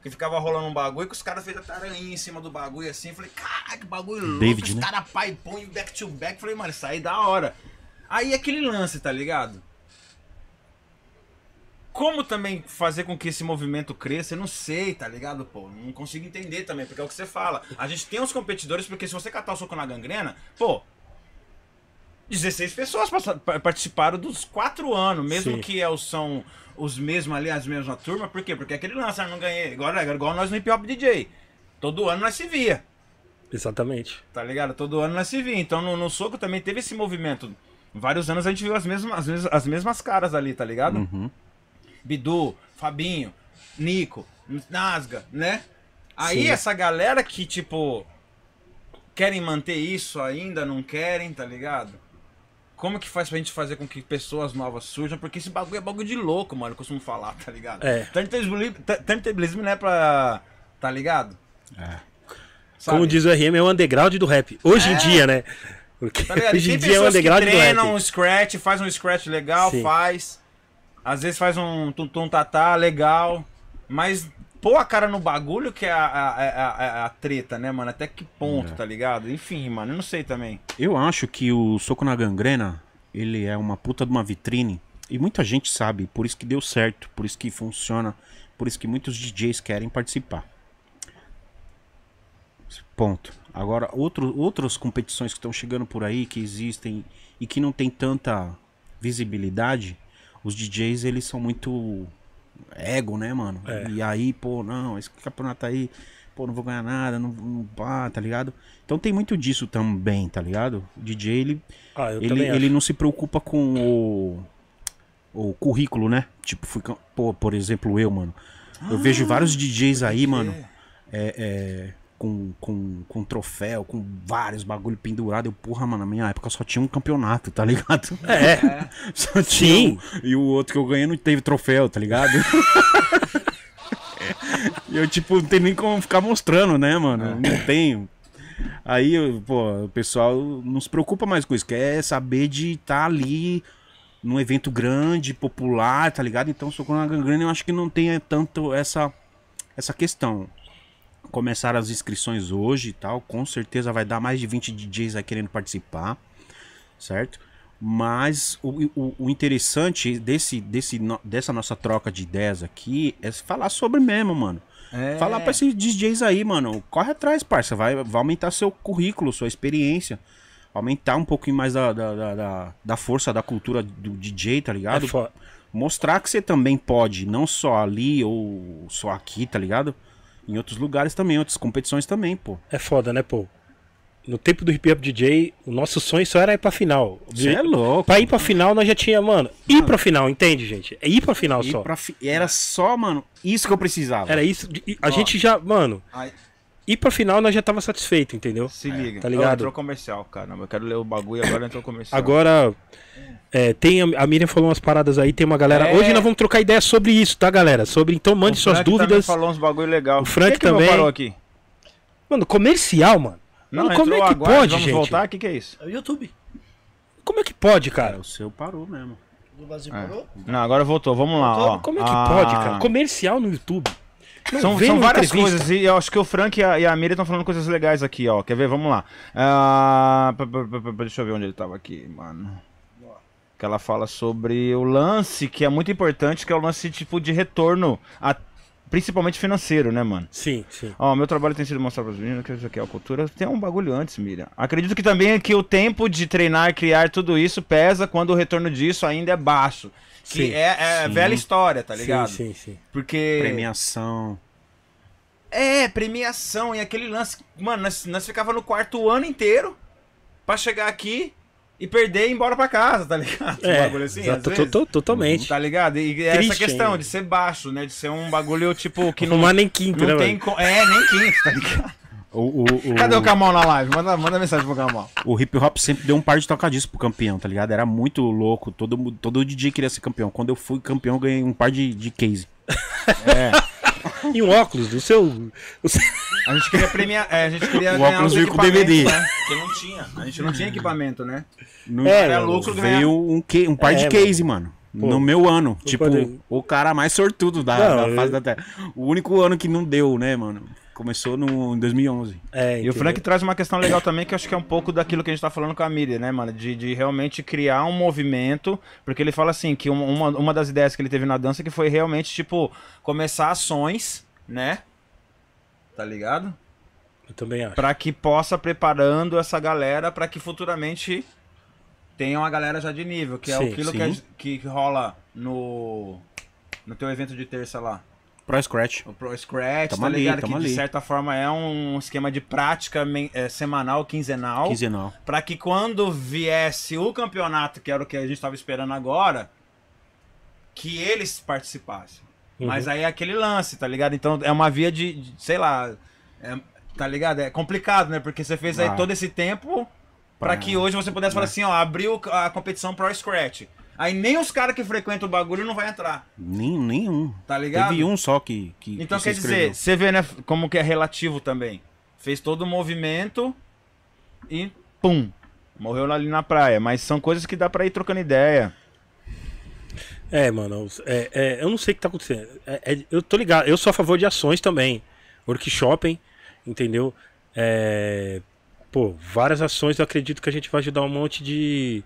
Speaker 4: que ficava rolando um bagulho que os caras fez a taranhinha em cima do bagulho assim. Eu falei, caraca, que bagulho louco.
Speaker 3: David,
Speaker 4: os
Speaker 3: né?
Speaker 4: caras pai põe back to back. Eu Falei, mano, isso aí é da hora. Aí aquele lance, tá ligado? Como também fazer com que esse movimento cresça, eu não sei, tá ligado, pô? Não consigo entender também, porque é o que você fala. A gente tem uns competidores, porque se você catar o soco na gangrena, pô. 16 pessoas passa- pa- participaram dos quatro anos, mesmo
Speaker 2: Sim.
Speaker 4: que é, o- são os mesmos ali, as mesmas turma, por quê? Porque aquele lance, ah, não ganhei. Agora é igual nós no hip hop DJ. Todo ano nós se via
Speaker 2: Exatamente.
Speaker 4: tá ligado? Todo ano nós se via. Então no, no soco também teve esse movimento. Vários anos a gente viu as mesmas, as mesmas, as mesmas caras ali, tá ligado?
Speaker 2: Uhum.
Speaker 4: Bidu, Fabinho, Nico, Nasga, né? Aí
Speaker 2: Sim.
Speaker 4: essa galera que, tipo, querem manter isso ainda, não querem, tá ligado? Como que faz pra gente fazer com que pessoas novas surjam? Porque esse bagulho é bagulho de louco, mano, eu costumo falar, tá ligado?
Speaker 2: É.
Speaker 4: Turntablismo turntablismo não é pra. tá ligado?
Speaker 3: É.
Speaker 2: Como
Speaker 4: Sabe?
Speaker 2: diz o RM, é o underground do rap. Hoje em dia, (laughs) né? Porque
Speaker 4: Tá ligado? E
Speaker 2: hoje em
Speaker 4: tem
Speaker 2: dia é o
Speaker 4: pessoas que
Speaker 2: underground do
Speaker 4: treinam um
Speaker 2: rap.
Speaker 4: scratch, faz um scratch legal,
Speaker 2: Sim.
Speaker 4: faz. Às vezes faz um tum tatá legal. Mas pô a cara no bagulho que é a, a, a- a- a treta, né, mano? Até que
Speaker 2: É.
Speaker 4: ponto, tá ligado? Enfim, mano, eu não sei também.
Speaker 3: Eu acho que o Soco na Gangrena, ele é uma puta de uma vitrine. E muita gente sabe, por isso que deu certo, por isso que funciona, por isso que muitos DJs querem participar. Ponto. Agora, outro, outras competições que estão chegando por aí, que existem e que não tem tanta visibilidade, os DJs, eles são muito ego, né, mano?
Speaker 2: É.
Speaker 3: E aí, pô, não, esse campeonato aí, pô, não vou ganhar nada, não, não pá, tá ligado? Então tem muito disso também, tá ligado? O DJ, ele,
Speaker 2: Ah, eu
Speaker 3: ele,
Speaker 2: também acho.
Speaker 3: ele não se preocupa com o, o currículo, né? Tipo, fui, cam- pô, por exemplo, eu, mano. Eu vejo vários DJs aí, mano, é, é, com, com, com troféu, com vários bagulho pendurado. Eu, porra, mano, na minha época só tinha um campeonato, tá ligado?
Speaker 2: (laughs) É,
Speaker 3: (laughs) Só tinha
Speaker 2: Sim.
Speaker 3: um, e o outro que eu ganhei não teve troféu, tá ligado? (laughs) E eu, tipo, não tem nem como ficar mostrando, né, mano?
Speaker 2: É.
Speaker 3: Eu Não tenho. Aí, eu, pô, o pessoal não se preocupa mais com isso. Quer saber de estar ali num evento grande, popular, tá ligado? Então, Socorro na Gangrena, eu acho que não tem tanto essa, essa questão. Começaram as inscrições hoje e tal. Com certeza vai dar mais de 20 DJs aí querendo participar, certo? Mas o, o- o interessante desse, desse, no- dessa nossa troca de ideias aqui é falar sobre mesmo, mano.
Speaker 2: É.
Speaker 3: Falar pra esses DJs aí, mano. Corre atrás, parça. Vai, vai aumentar seu currículo, sua experiência. Aumentar um pouquinho mais da, da, da- da- da força da cultura do DJ, tá ligado?
Speaker 2: é foda.
Speaker 3: Mostrar que você também pode, não só ali ou só aqui, tá ligado? Em outros lugares também, outras competições também, pô.
Speaker 2: É foda, né, pô? No tempo do hip hop DJ, o nosso sonho só era ir pra final.
Speaker 3: Você é louco.
Speaker 2: Pra ir pra final, nós já tinha, mano,
Speaker 4: Ah.
Speaker 2: ir pra final, entende, gente? É ir pra final
Speaker 3: E
Speaker 2: só.
Speaker 3: pra fi- Era só, mano, isso que eu precisava.
Speaker 2: Era isso. de- e A gente já, mano,
Speaker 4: Ai,
Speaker 2: ir pra final nós já tava satisfeito, entendeu?
Speaker 4: se liga.
Speaker 2: tá ligado?
Speaker 4: Ó, entrou comercial, caramba. Eu quero ler o bagulho agora entrou comercial.
Speaker 2: Agora, é, tem a, a Miriam falou umas paradas aí, tem uma galera.
Speaker 4: É.
Speaker 2: Hoje nós vamos trocar ideia sobre isso, tá, galera? Sobre então
Speaker 4: O
Speaker 2: mande suas
Speaker 4: Frank também
Speaker 2: dúvidas.
Speaker 4: falou uns bagulho legal.
Speaker 2: O Frank
Speaker 4: Por que que meu
Speaker 2: também.
Speaker 4: parou aqui?
Speaker 2: Mano, comercial, mano.
Speaker 4: Não,
Speaker 2: mano, como é
Speaker 4: entrou
Speaker 2: que
Speaker 4: agora,
Speaker 2: pode,
Speaker 4: vamos
Speaker 2: gente?
Speaker 4: voltar? O que que é isso?
Speaker 1: É o YouTube.
Speaker 2: Como é que pode,
Speaker 3: É,
Speaker 2: cara?
Speaker 3: o seu parou mesmo.
Speaker 1: Do Brasil
Speaker 4: É.
Speaker 2: Ah.
Speaker 1: parou.
Speaker 4: Não, agora voltou. Vamos lá, ó.
Speaker 2: Como é que
Speaker 4: Ah.
Speaker 2: pode, cara? Comercial no YouTube. Não
Speaker 4: São,
Speaker 2: vem
Speaker 4: são
Speaker 2: uma
Speaker 4: várias
Speaker 2: entrevista.
Speaker 4: coisas, e eu acho que o Frank e a, e a Miriam estão falando coisas legais aqui, ó. Quer ver? Vamos lá. Ah, pa- pa- pa- pa- deixa eu ver onde ele tava aqui, mano. Que ela fala sobre o lance, que é muito importante, que é o lance, tipo, de retorno, a- principalmente financeiro, né, mano?
Speaker 2: Sim, sim.
Speaker 4: Ó, meu trabalho tem sido mostrar para os meninos que isso aqui é a cultura. Tem um bagulho antes, Miriam. Acredito que também é que o tempo de treinar, criar tudo isso pesa quando o retorno disso ainda é baixo. Que
Speaker 2: Sim,
Speaker 4: é, é
Speaker 3: sim.
Speaker 4: velha história, tá ligado?
Speaker 2: Sim, sim, sim.
Speaker 4: Porque.
Speaker 3: Premiação.
Speaker 4: É, premiação e aquele lance. Mano, nós, nós ficava no quarto o ano inteiro pra chegar aqui e perder e ir embora pra casa, tá ligado?
Speaker 2: É,
Speaker 4: um bagulho assim,
Speaker 2: exato,
Speaker 4: às
Speaker 2: to-
Speaker 4: vezes.
Speaker 2: to- totalmente.
Speaker 4: Tá ligado? E é essa
Speaker 2: Triste
Speaker 4: questão
Speaker 2: ainda.
Speaker 4: de ser baixo, né? De ser um bagulho, tipo, que
Speaker 2: Que (laughs)
Speaker 4: não,
Speaker 2: não há nem quinto, né,
Speaker 4: não tem.
Speaker 2: mano?
Speaker 4: co- É, nem quinto, tá ligado?
Speaker 3: O, o, o,
Speaker 4: Cadê o Camal na live? Manda, manda mensagem pro Camal.
Speaker 3: o hip hop sempre deu um par de tocadiscos pro campeão, tá ligado? Era muito louco. Todo, mu- todo DJ queria ser campeão. Quando eu fui campeão, eu ganhei um par de, de case.
Speaker 2: E um óculos do seu. (laughs) do seu-
Speaker 4: A gente queria premiar. É, a gente queria
Speaker 3: O
Speaker 4: ganhar
Speaker 3: óculos
Speaker 4: uns
Speaker 3: veio com
Speaker 4: equipamentos,
Speaker 3: DVD.
Speaker 4: Né? Porque não tinha. A gente não tinha equipamento, né?
Speaker 3: No,
Speaker 2: É,
Speaker 4: Era
Speaker 2: mano,
Speaker 4: lucro ganhar.
Speaker 3: veio um, que, um par
Speaker 2: É,
Speaker 3: de case, mano. no meu ano. Tipo,
Speaker 2: pode-
Speaker 3: o cara mais sortudo da,
Speaker 2: Não,
Speaker 3: da fase
Speaker 2: eu-
Speaker 3: da Terra. O único ano que não deu, né, mano? Começou no, em 2011.
Speaker 2: É,
Speaker 4: E o
Speaker 2: entendeu?
Speaker 4: Frank traz uma questão legal também, que eu acho que é um pouco daquilo que a gente tá falando com a Miriam, né, mano? De, de realmente criar um movimento, porque ele fala assim, que uma- uma, uma das ideias que ele teve na dança é que foi realmente, tipo, começar ações, né? Tá ligado?
Speaker 2: Eu também acho.
Speaker 4: Pra que possa preparando essa galera pra que futuramente tenha uma galera já de nível, que é
Speaker 2: Sim,
Speaker 4: aquilo
Speaker 3: sim.
Speaker 4: que, a gente- que rola no no teu evento de terça lá.
Speaker 3: Pro Scratch.
Speaker 4: O Pro Scratch,
Speaker 3: Tamo
Speaker 4: tá
Speaker 3: ali,
Speaker 4: ligado? Que
Speaker 3: tamo
Speaker 4: de
Speaker 3: ali.
Speaker 4: certa forma é um esquema de prática men- eh, semanal, quinzenal.
Speaker 3: Quinzenal.
Speaker 4: Pra que quando viesse o campeonato, que era o que a gente tava esperando agora, que eles participassem.
Speaker 2: Uhum.
Speaker 4: Mas aí é aquele lance, tá ligado? Então é uma via de, de- sei lá, é- tá ligado? É complicado, né? Porque você fez aí
Speaker 3: Ah. É.
Speaker 4: todo esse tempo pra
Speaker 3: Pra-
Speaker 4: que hoje você pudesse falar assim, ó, abriu a competição Pro Scratch. Aí nem os caras que frequentam o bagulho não vai entrar,
Speaker 3: Nem, nenhum.
Speaker 4: tá ligado?
Speaker 3: Teve um só que. que
Speaker 4: Então
Speaker 3: que
Speaker 4: quer dizer, você vê, né, como que é relativo também. Fez todo o movimento e pum, morreu ali na praia. Mas são coisas que dá pra ir trocando ideia.
Speaker 2: É, mano, é- é, eu não sei o que tá acontecendo. É- é- eu tô ligado, eu sou a favor de ações também. Workshopping, entendeu? É, pô, várias ações eu acredito que a gente vai ajudar um monte de.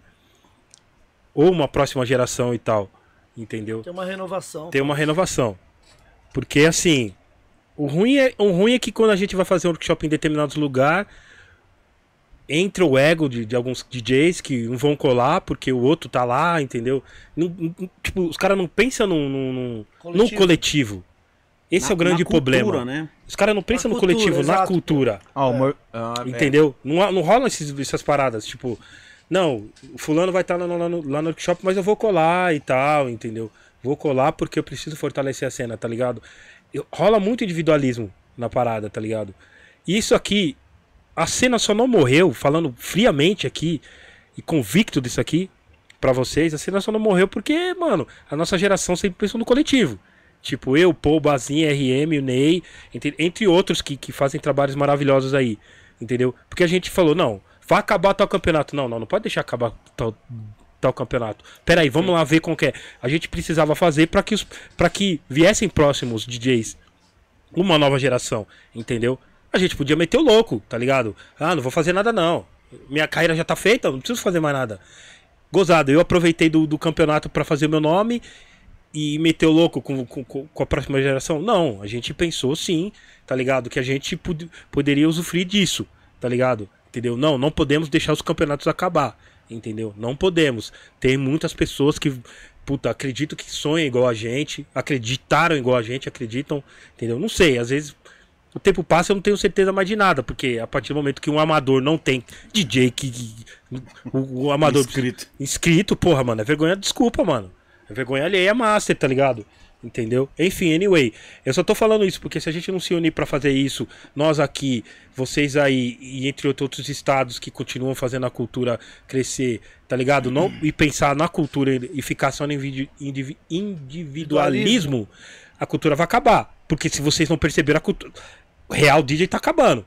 Speaker 2: Ou uma próxima geração e tal. Entendeu?
Speaker 1: Tem uma renovação.
Speaker 2: Tem uma renovação. Porque assim, o ruim é, o ruim é que quando a gente vai fazer um workshop em determinados lugar, entra o ego de, de alguns DJs que não vão colar porque o outro tá lá, entendeu? Não- não- tipo, os caras não pensam num, num, num-
Speaker 1: Coletivo.
Speaker 2: num coletivo. Esse
Speaker 3: Na-
Speaker 2: é o grande
Speaker 3: na cultura,
Speaker 2: problema.
Speaker 3: né?
Speaker 2: Os caras não pensam no
Speaker 1: cultura,
Speaker 2: coletivo, na
Speaker 1: exato.
Speaker 2: cultura.
Speaker 4: Ó, o Mor- Ah, é.
Speaker 2: Entendeu? Não, há- não rolam esses- essas paradas, tipo, não, o fulano vai estar lá, no- lá no, lá no workshop, mas eu vou colar e tal, entendeu? Vou colar porque eu preciso fortalecer a cena, tá ligado? Eu- rola muito individualismo na parada, tá ligado? E isso aqui, a cena só não morreu, falando friamente aqui e convicto disso aqui pra vocês, a cena só não morreu porque, mano, a nossa geração sempre pensou no coletivo. Tipo, eu, Paul, Bazinha, RM, o Ney, entre, entre outros que, que fazem trabalhos maravilhosos aí, entendeu? Porque a gente falou, não, vai acabar tal campeonato. Não, não, não pode deixar acabar tal, tal campeonato. Peraí, vamos lá ver qual que é. A gente precisava fazer pra que, os- pra que viessem próximos DJs uma nova geração, entendeu? A gente podia meter o louco, tá ligado? Ah, não vou fazer nada não. Minha carreira já tá feita, não preciso fazer mais nada. Gozado, eu aproveitei do, do campeonato pra fazer meu nome e meter o louco com, com, com com a próxima geração? Não, a gente pensou sim, tá ligado? Que a gente pod- poderia usufruir disso, tá ligado? Entendeu? Não, não podemos deixar os campeonatos acabar, entendeu? Não podemos. Tem muitas pessoas que, puta, acredito que sonham igual a gente, acreditaram igual a gente, acreditam, entendeu? Não sei, às vezes o tempo passa, eu não tenho certeza mais de nada, porque a partir do momento que um amador não tem DJ que. que- o, o amador.
Speaker 3: Inscrito.
Speaker 2: Inscrito, porra, mano. É vergonha, desculpa, mano. É vergonha alheia, master, tá ligado? Entendeu? Enfim, anyway. Eu só tô falando isso porque se a gente não se unir pra fazer isso, nós aqui, vocês aí, e entre outros estados que continuam fazendo a cultura crescer, tá ligado? Não, e pensar na cultura e e ficar só no indivi- indivi- individualismo, a cultura vai acabar. Porque se vocês não perceberam, a cultura. Real DJ tá acabando.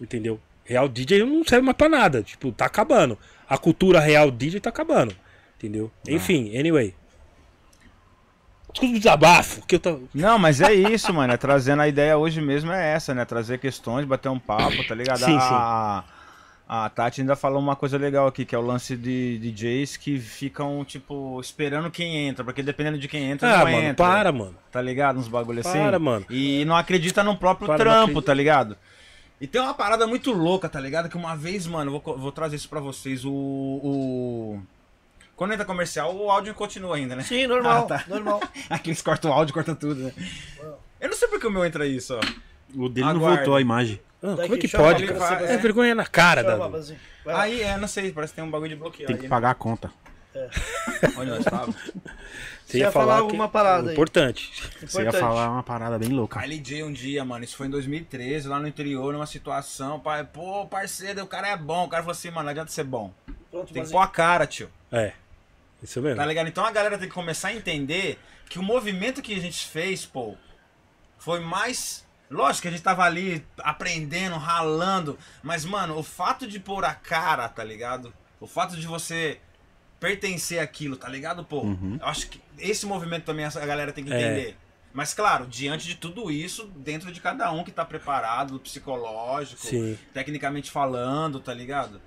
Speaker 2: Entendeu? Real DJ não serve mais pra nada. Tipo, tá acabando. A
Speaker 4: Ah.
Speaker 2: cultura real DJ tá acabando. Entendeu? Enfim, anyway. Tudo desabafo. Que eu tô...
Speaker 4: Não, mas é isso, mano. É trazendo a ideia hoje mesmo é essa, né? Trazer questões, bater um papo, tá ligado?
Speaker 2: Sim,
Speaker 4: a, a Tati ainda falou uma coisa legal aqui, que é o lance de de DJs que ficam, tipo, esperando quem entra, porque dependendo de quem entra,
Speaker 2: Ah,
Speaker 4: não
Speaker 2: mano,
Speaker 4: entra.
Speaker 2: para, mano.
Speaker 4: Tá ligado? Uns bagulho assim.
Speaker 2: Para, mano.
Speaker 4: E não acredita no próprio
Speaker 2: Para, não
Speaker 4: trampo,
Speaker 2: acredito.
Speaker 4: tá ligado? E tem uma parada muito louca, tá ligado? Que uma vez, mano, eu vou, co- vou trazer isso pra vocês. O. o... Quando entra comercial, o áudio continua ainda, (laughs) né?
Speaker 1: Sim, normal,
Speaker 4: Ah, tá.
Speaker 2: (laughs)
Speaker 1: normal.
Speaker 4: Aqui eles cortam o áudio, cortam tudo, né? Eu não sei porque o meu entra isso, ó.
Speaker 3: O dele não
Speaker 4: Aguarda.
Speaker 3: voltou a imagem.
Speaker 2: Ah,
Speaker 1: Daqui,
Speaker 2: como é que
Speaker 1: chama
Speaker 2: pode,
Speaker 1: ali,
Speaker 2: cara?
Speaker 1: vai,
Speaker 2: Você- É
Speaker 1: é.
Speaker 2: vergonha na cara,
Speaker 1: Chama,
Speaker 2: Dado.
Speaker 1: Babazinho. Vai lá.
Speaker 4: Aí, é, não sei, parece que tem um bagulho de bloqueio.
Speaker 3: Tem
Speaker 4: aí,
Speaker 3: que
Speaker 4: né?
Speaker 3: pagar a conta.
Speaker 4: Olha, Gustavo.
Speaker 1: Você ia falar alguma parada aí.
Speaker 2: Importante.
Speaker 3: Você ia
Speaker 1: Importante.
Speaker 3: falar uma parada bem louca.
Speaker 4: Kylie J um dia, mano, isso foi em 2013, lá no interior, numa situação, pai, pô, parceiro, o cara é bom. O cara falou assim, mano, não adianta ser bom.
Speaker 1: Pronto,
Speaker 4: Tem que
Speaker 1: Babazinho.
Speaker 4: pôr a cara, tio.
Speaker 2: É. Isso mesmo.
Speaker 4: Tá ligado? Então a galera tem que começar a entender que o movimento que a gente fez, pô, foi mais. Lógico que a gente tava ali aprendendo, ralando, mas, mano, o fato de pôr a cara, tá ligado? O fato de você pertencer àquilo, tá ligado, pô? Eu acho que esse movimento também a galera tem que
Speaker 2: É.
Speaker 4: entender. Mas, claro, diante de tudo isso, dentro de cada um que tá preparado, psicológico,
Speaker 2: Sim.
Speaker 4: tecnicamente falando, tá ligado?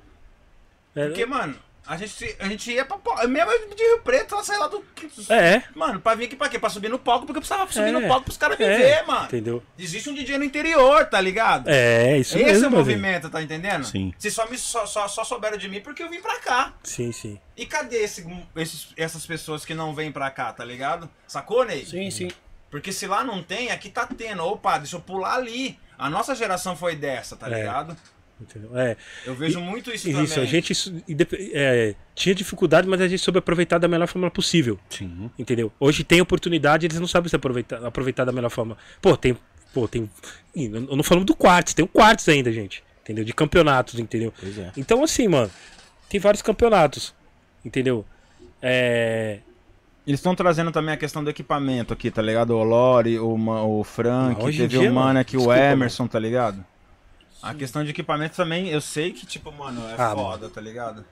Speaker 2: É,
Speaker 4: Porque, mano, a gente, a gente ia pra palco. Mesmo de Rio Preto, ela saía lá do.
Speaker 2: É,
Speaker 4: Mano, pra vir aqui pra quê? Pra subir no palco, porque eu precisava subir
Speaker 2: É.
Speaker 4: no palco pros caras me
Speaker 2: É,
Speaker 4: ver, mano.
Speaker 2: entendeu?
Speaker 4: Existe um DJ no interior, tá ligado?
Speaker 2: É, isso
Speaker 4: Esse é
Speaker 2: mesmo,
Speaker 4: o
Speaker 2: Babazinho.
Speaker 4: movimento, tá entendendo?
Speaker 3: Sim.
Speaker 4: Vocês só, me, só, só, só souberam de mim porque eu vim pra cá.
Speaker 2: Sim, sim.
Speaker 4: E cadê esse, esses, essas pessoas que não vêm pra cá, tá ligado? Sacou, Ney?
Speaker 1: Sim, sim.
Speaker 4: Porque se lá não tem, aqui tá tendo. Opa, deixa eu pular ali. A nossa geração foi dessa, tá
Speaker 2: É.
Speaker 4: ligado?
Speaker 2: Entendeu? É.
Speaker 4: Eu vejo muito isso,
Speaker 2: Isso,
Speaker 4: também.
Speaker 2: a gente isso, e dep- é, tinha dificuldade, mas a gente soube aproveitar da melhor forma possível.
Speaker 3: Sim.
Speaker 2: Entendeu? Hoje tem oportunidade, eles não sabem se aproveitar, aproveitar da melhor forma. Pô, tem. Pô, tem. Ih, Eu não falamos do quartos, tem o quartos ainda, gente. Entendeu? De campeonatos, entendeu?
Speaker 3: Pois é.
Speaker 2: Então, assim, mano, tem vários campeonatos. Entendeu? É.
Speaker 4: Eles estão trazendo também a questão do equipamento aqui, tá ligado? O Lore, o, Ma- o Frank,
Speaker 2: Ah, hoje em
Speaker 4: teve
Speaker 2: dia,
Speaker 4: o Mano
Speaker 2: mano.
Speaker 4: aqui,
Speaker 2: Desculpa,
Speaker 4: o Emerson, tá ligado? A questão de equipamento também, eu sei que, tipo, mano, é
Speaker 2: Ah,
Speaker 4: foda, tá ligado?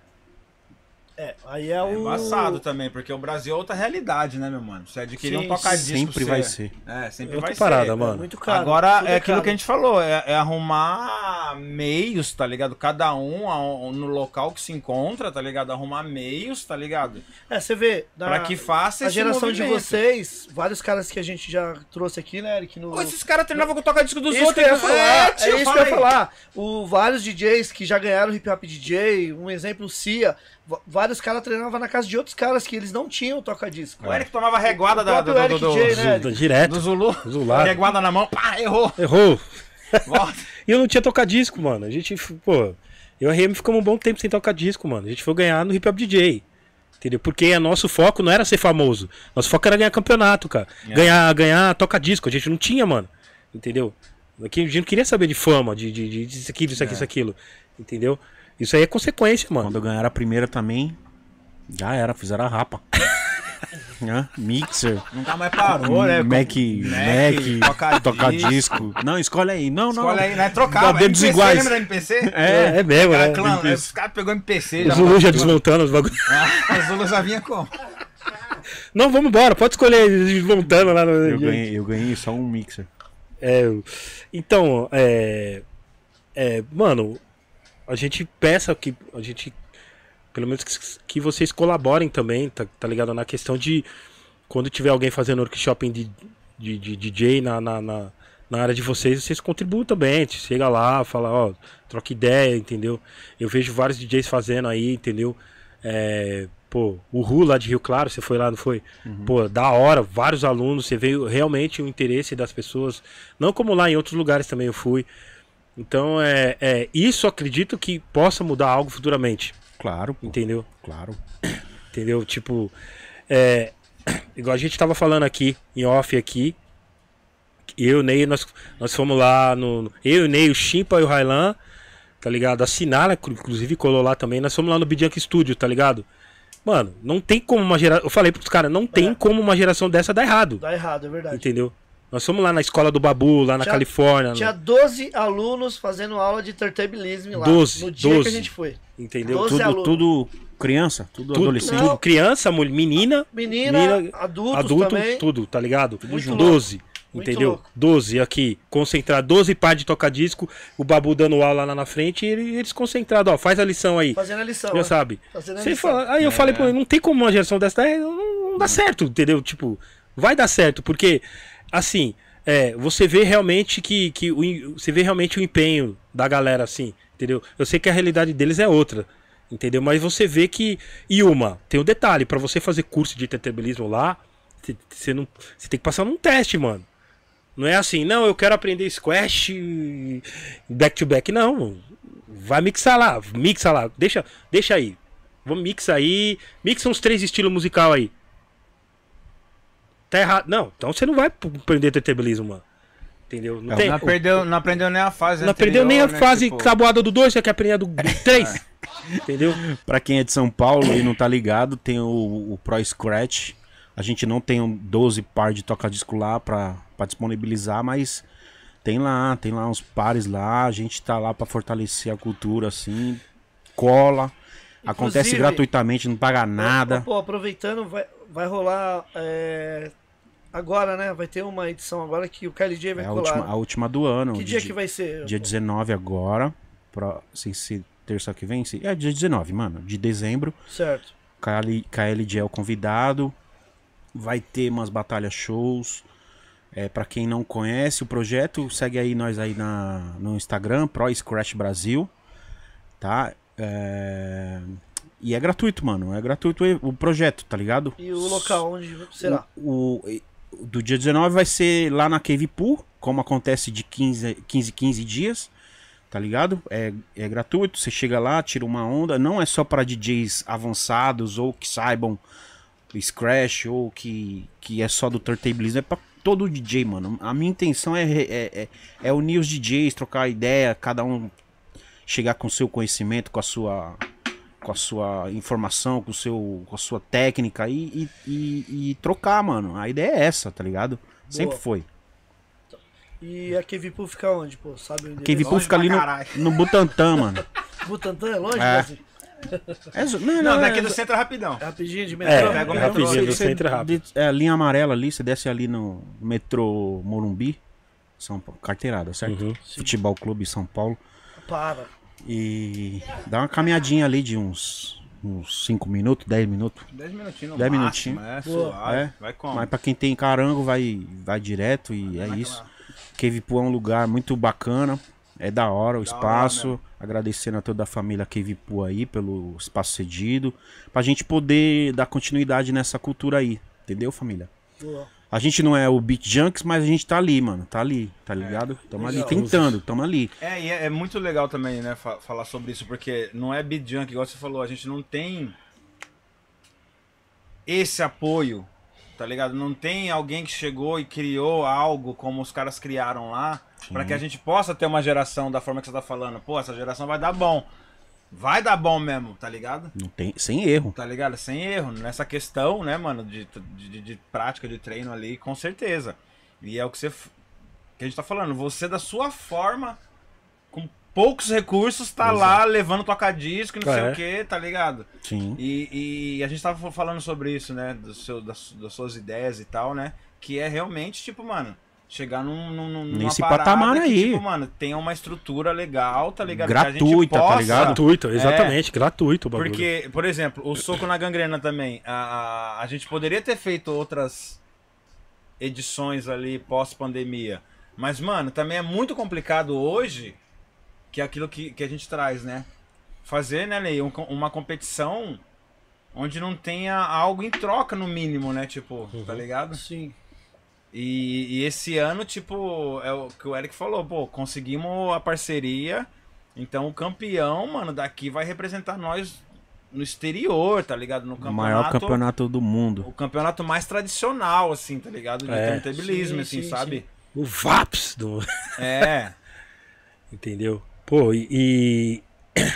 Speaker 1: É, aí é
Speaker 4: É
Speaker 1: o.
Speaker 4: embaçado também, porque o Brasil é outra realidade, né, meu mano? Você adquirir
Speaker 1: Sim,
Speaker 4: um tocadisco.
Speaker 3: sempre
Speaker 4: você-
Speaker 3: vai ser.
Speaker 4: É, sempre
Speaker 2: Outra
Speaker 4: vai
Speaker 2: parada,
Speaker 4: ser.
Speaker 2: mano.
Speaker 1: É muito caro.
Speaker 4: Agora
Speaker 1: tudo
Speaker 4: é aquilo
Speaker 1: caro.
Speaker 4: que a gente falou, é, é arrumar meios, tá ligado? Cada um a- no local que se encontra, tá ligado? Arrumar meios, tá ligado?
Speaker 1: É, você vê. Na...
Speaker 4: Pra que faça
Speaker 1: a
Speaker 4: esse
Speaker 1: geração de
Speaker 4: movimento.
Speaker 1: vocês, vários caras que a gente já trouxe aqui, né, Eric? No...
Speaker 4: Pô, esses caras treinavam com o toca-disco dos
Speaker 1: Isso que
Speaker 4: outros.
Speaker 1: eu ia falar.
Speaker 4: É,
Speaker 1: É,
Speaker 4: tio,
Speaker 1: isso
Speaker 4: fala
Speaker 1: que eu ia
Speaker 4: aí.
Speaker 1: falar. O, vários DJs que já ganharam hip hop DJ, um exemplo, o Cia. v- Vários caras treinavam na casa de outros caras que eles não tinham toca-disco.
Speaker 4: O Eric tomava reguada
Speaker 1: O
Speaker 4: da, do,
Speaker 1: próprio Eric
Speaker 4: do, do, do,
Speaker 1: J, né?
Speaker 2: Zul- Direto.
Speaker 4: do Zulu.
Speaker 2: Zulado.
Speaker 4: Reguada na mão,
Speaker 2: (laughs)
Speaker 4: pá, errou.
Speaker 2: Errou.
Speaker 4: Volta.
Speaker 2: E eu não tinha tocar disco, mano. A gente, f- pô, eu e a RM ficamos um bom tempo sem tocar disco, mano. A gente foi ganhar no Hip Hop DJ. Entendeu? Porque o nosso foco não era ser famoso. Nosso foco era ganhar campeonato, cara. Ganhar, ganhar toca disco. A gente não tinha, mano. Entendeu? Aqui A gente não queria saber de fama, de, de, de, de isso aquilo, isso aqui, isso aquilo. Entendeu? Isso aí é consequência, mano.
Speaker 3: Quando ganharam a primeira também, já era, fizeram a rapa. Hã? Mixer.
Speaker 4: Nunca mais parou, né?
Speaker 2: é
Speaker 3: Mac,
Speaker 4: Mac,
Speaker 3: Mac,
Speaker 4: toca
Speaker 3: toca disco. Não, escolhe aí. Não, não.
Speaker 4: Olha aí, né? Trocava.
Speaker 3: Dá dedos
Speaker 4: MPC,
Speaker 3: iguais.
Speaker 4: Lembra da MPC?
Speaker 2: É, é mesmo,
Speaker 4: Cara,
Speaker 2: né?
Speaker 4: clã,
Speaker 2: MPC.
Speaker 4: os caras pegou MPC.
Speaker 2: O
Speaker 4: Já
Speaker 2: Zulu já desmontando os bagulhos.
Speaker 4: Ah, o Zulu já vinha como?
Speaker 2: (laughs) Não, vamos embora, pode escolher desmontando lá no.
Speaker 3: Eu ganhei, eu ganhei só um mixer.
Speaker 2: É, então, é, é, mano, a gente peça que a gente, pelo menos que, que vocês colaborem também, tá, tá ligado? Na questão de quando tiver alguém fazendo workshop de, de, de DJ na, na, na, na área de vocês, vocês contribuem também. Chega lá, fala, ó, troca ideia, entendeu? Eu vejo vários DJs fazendo aí, entendeu? É, pô, o Ru lá de Rio Claro, você foi lá, não foi? Pô, da hora, vários alunos, você veio realmente o interesse das pessoas, não como lá em outros lugares também eu fui. Então, é, é isso eu acredito que possa mudar algo futuramente,
Speaker 3: Claro, pô,
Speaker 2: entendeu?
Speaker 3: claro.
Speaker 2: Entendeu? Tipo, é, (clears throat) igual a gente tava falando aqui, em off aqui, eu e o Ney, nós, nós fomos lá no. Eu, o Ney, o Chimpa e o Railan, tá ligado? A Sinala, cru- inclusive, colou lá também. Nós fomos lá no Bijunk Studio, tá ligado? Mano, não tem como uma geração. Eu falei pros caras, não
Speaker 1: É.
Speaker 2: tem como uma geração dessa dar errado.
Speaker 1: Dá errado, é verdade.
Speaker 2: Entendeu? Nós fomos lá na escola do Babu, lá na
Speaker 1: Tinha-
Speaker 2: Califórnia.
Speaker 1: Tinha 12 alunos fazendo aula de turntablism lá.
Speaker 2: 12,
Speaker 1: No dia que
Speaker 2: 12.
Speaker 1: a gente foi.
Speaker 2: Entendeu?
Speaker 1: Doze
Speaker 2: Tudo-
Speaker 1: alunos.
Speaker 3: Tudo criança, tudo,
Speaker 2: Tudo,
Speaker 3: adolescente.
Speaker 2: tudo. Criança, mulher, menina,
Speaker 1: Menina,
Speaker 2: Menina,
Speaker 1: adultos
Speaker 2: adulto,
Speaker 1: também.
Speaker 2: tudo, tá ligado? Tudo
Speaker 1: Muito
Speaker 2: junto.
Speaker 1: louco.
Speaker 2: 12,
Speaker 1: Muito
Speaker 2: entendeu?
Speaker 1: louco.
Speaker 2: 12 aqui, concentrar 12 par de toca-disco, o Babu dando aula lá na frente e ele- eles concentrados, ó, faz a lição aí.
Speaker 1: Fazendo a lição.
Speaker 2: já
Speaker 1: né?
Speaker 2: sabe.
Speaker 1: Fazendo a
Speaker 2: Você
Speaker 1: lição.
Speaker 2: fala- aí eu falei, pô, não tem como uma geração dessa dar- não, não dá certo, entendeu? Tipo, vai dar certo, porque assim, é, você vê realmente que, que o, em- você vê realmente o empenho da galera assim, entendeu? Eu sei que a realidade deles é outra, entendeu? Mas você vê que e uma, tem um detalhe, pra você fazer curso de tetebilismo lá, você- você não, você tem que passar num teste, mano. Não é assim, não, eu quero aprender squash e back to back, não. Vai mixar lá, mixa lá, deixa, deixa aí. Vamos mixa aí, mixa uns três estilos musical aí. Tá errado. Não, então você não vai p- aprender tetebilismo, mano. Entendeu? Não,
Speaker 3: É,
Speaker 2: tem,
Speaker 4: Não, perdeu, não aprendeu nem a fase
Speaker 2: não aprendeu nem a
Speaker 4: anterior, né?
Speaker 2: fase
Speaker 4: Tipo,
Speaker 2: tabuada do 2, você quer aprender a do 3. Entendeu?
Speaker 3: Pra quem é de São Paulo e não tá ligado, tem o, o Pro Scratch. A gente não tem um 12 par de toca-disco lá pra, pra disponibilizar, mas tem lá, tem lá uns pares lá. A gente tá lá pra fortalecer a cultura, assim. Cola. acontece
Speaker 1: Inclusive-
Speaker 3: gratuitamente, não paga nada.
Speaker 1: Pô, aproveitando, vai, vai rolar é, agora, né? Vai ter uma edição agora que o KLJ vai
Speaker 3: É a
Speaker 1: colar.
Speaker 3: última, a última do ano.
Speaker 1: Que dia que vai ser?
Speaker 3: Dia 19 agora. Pra, sem ser terça que vem? se- É dia 19, mano. De dezembro.
Speaker 1: Certo.
Speaker 3: KL, KLD é o convidado. Vai ter umas batalhas shows. É, para quem não conhece o projeto, segue aí nós aí na, no Instagram, Pro Scratch Brasil. Tá? É, E é gratuito, mano. É gratuito o projeto, tá ligado?
Speaker 1: E o local onde será?
Speaker 3: O, o- e- do dia 19 vai ser lá na Cave Pool, como acontece de 15, 15 15 dias, tá ligado? É, é gratuito, você chega lá, tira uma onda, não é só para DJs avançados ou que saibam Scratch ou que, que é só do turntablismo, é pra todo DJ, mano. A minha intenção é, re- é, é, é unir os DJs, trocar ideia, cada um chegar com o seu conhecimento, com a sua com a sua informação, com, o seu, com a sua técnica e, e, e- e trocar, mano. A ideia é essa, tá ligado? Sempre foi.
Speaker 1: E a Kevipu fica onde, pô? Sabe onde? é?
Speaker 3: Cave Pool
Speaker 4: é longe
Speaker 3: fica ali
Speaker 4: pra
Speaker 3: no,
Speaker 4: caralho.
Speaker 3: no Butantã,
Speaker 4: (laughs)
Speaker 3: mano.
Speaker 1: Butantã é longe,
Speaker 3: É.
Speaker 1: Brasil?
Speaker 3: É zo- não,
Speaker 4: Não,
Speaker 3: não,
Speaker 4: daqui
Speaker 3: é
Speaker 4: do
Speaker 3: zo-
Speaker 4: centro é rapidão.
Speaker 1: É rapidinho de
Speaker 2: É,
Speaker 1: metrô?
Speaker 4: pega o
Speaker 2: é
Speaker 4: metrô,
Speaker 2: rapidinho,
Speaker 4: você-
Speaker 2: você entra rápido.
Speaker 3: de- É a linha amarela ali, você desce ali no metrô Morumbi, São Paulo, carteirada, certo?
Speaker 2: Uhum.
Speaker 3: Futebol Clube São Paulo.
Speaker 1: Para.
Speaker 3: E dá uma caminhadinha ali de uns 5 minutos, 10 minutos.
Speaker 4: 10 minutinhos,
Speaker 3: Dez
Speaker 4: 10 minutinhos.
Speaker 3: minutinhos.
Speaker 4: É,
Speaker 1: Boa.
Speaker 4: suave.
Speaker 3: É.
Speaker 4: Vai como?
Speaker 3: Mas pra quem tem carango, vai, vai direto e é isso. Cave Pool é um lugar muito bacana. É da hora o
Speaker 4: Da
Speaker 3: espaço.
Speaker 4: hora
Speaker 3: Agradecendo a toda a família Cave Pool aí pelo espaço cedido. Pra gente poder dar continuidade nessa cultura aí. Entendeu, família?
Speaker 1: Boa.
Speaker 3: A gente não é o Beat Junks, mas a gente tá ali, mano. Tá ali, tá ligado? Tamo ali
Speaker 1: Legal.
Speaker 3: tentando, tamo ali.
Speaker 4: É, e é, é muito legal também, né, fa- falar sobre isso, porque não é beat junk, igual você falou, a gente não tem esse apoio, tá ligado? Não tem alguém que chegou e criou algo como os caras criaram lá, pra que a gente possa ter uma geração da forma que você tá falando. Pô, essa geração vai dar bom. Vai dar bom mesmo, tá ligado?
Speaker 3: Não tem, sem erro.
Speaker 4: Tá ligado? Sem erro. Nessa questão, né, mano, de, de, de prática, de treino ali, com certeza. E é o que você. f- Que a gente tá falando. Você, da sua forma, com poucos recursos, tá lá levando toca-disco e não sei
Speaker 2: É.
Speaker 4: o que, tá ligado?
Speaker 3: Sim.
Speaker 4: E, e a gente tava fa- falando sobre isso, né? Do seu, das, das suas ideias e tal, né? Que é realmente, tipo, mano, chegar num, num, num- numa
Speaker 3: Nesse
Speaker 4: parada
Speaker 3: patamar
Speaker 4: que,
Speaker 3: aí.
Speaker 4: Tipo, mano, tenha uma estrutura legal, tá ligado? que a gente
Speaker 3: Gratuita, tá
Speaker 4: possa,
Speaker 3: ligado?
Speaker 2: Gratuito, exatamente, gratuito o bagulho.
Speaker 4: porque, por exemplo, o soco na gangrena também. A, a, a gente poderia ter feito outras edições ali pós-pandemia. Mas, mano, também é muito complicado hoje que é aquilo que, que a gente traz, né? Fazer, né, Lei, um co- uma competição onde não tenha algo em troca, no mínimo, né? Tipo,
Speaker 3: Uhum.
Speaker 4: tá ligado?
Speaker 1: Sim.
Speaker 4: E, e esse ano, tipo, é o que o Eric falou, pô, conseguimos a parceria. Então o campeão, mano, daqui vai representar nós no exterior, tá ligado? No
Speaker 3: O
Speaker 4: campeonato.
Speaker 3: maior campeonato do mundo.
Speaker 4: O campeonato mais tradicional, assim, tá ligado? De
Speaker 2: É.
Speaker 4: tentabilismo,
Speaker 1: Sim,
Speaker 4: assim,
Speaker 1: sim,
Speaker 4: sabe?
Speaker 2: O VAPS do.
Speaker 1: (laughs)
Speaker 4: É.
Speaker 2: Entendeu? Pô, e. e-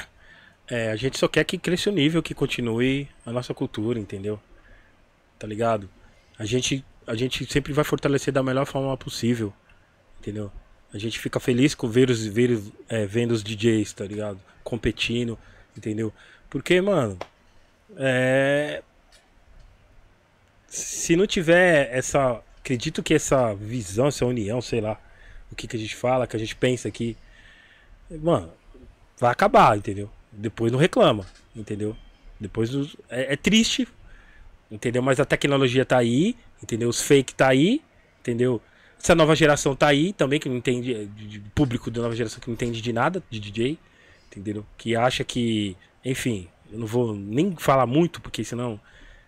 Speaker 2: (clears throat) é, a gente só quer que cresça o nível, que continue a nossa cultura, entendeu? Tá ligado? A gente, a gente sempre vai fortalecer da melhor forma possível, entendeu? A gente fica feliz com ver os, ver, os- é, vendo os DJs, tá ligado? Competindo, entendeu? Porque, mano, É, Se não tiver essa. Acredito que essa visão, essa união, sei lá, o que, que a gente fala, que a gente pensa aqui. Mano, vai acabar, entendeu? Depois não reclama, entendeu? Depois os- é, é triste, entendeu? Mas a tecnologia tá aí, entendeu? Os fake tá aí, entendeu? Essa nova geração tá aí também, que não entende, é, de- de- público da nova geração que não entende de nada, de DJ, entendeu? Que acha que, enfim, eu não vou nem falar muito, porque senão,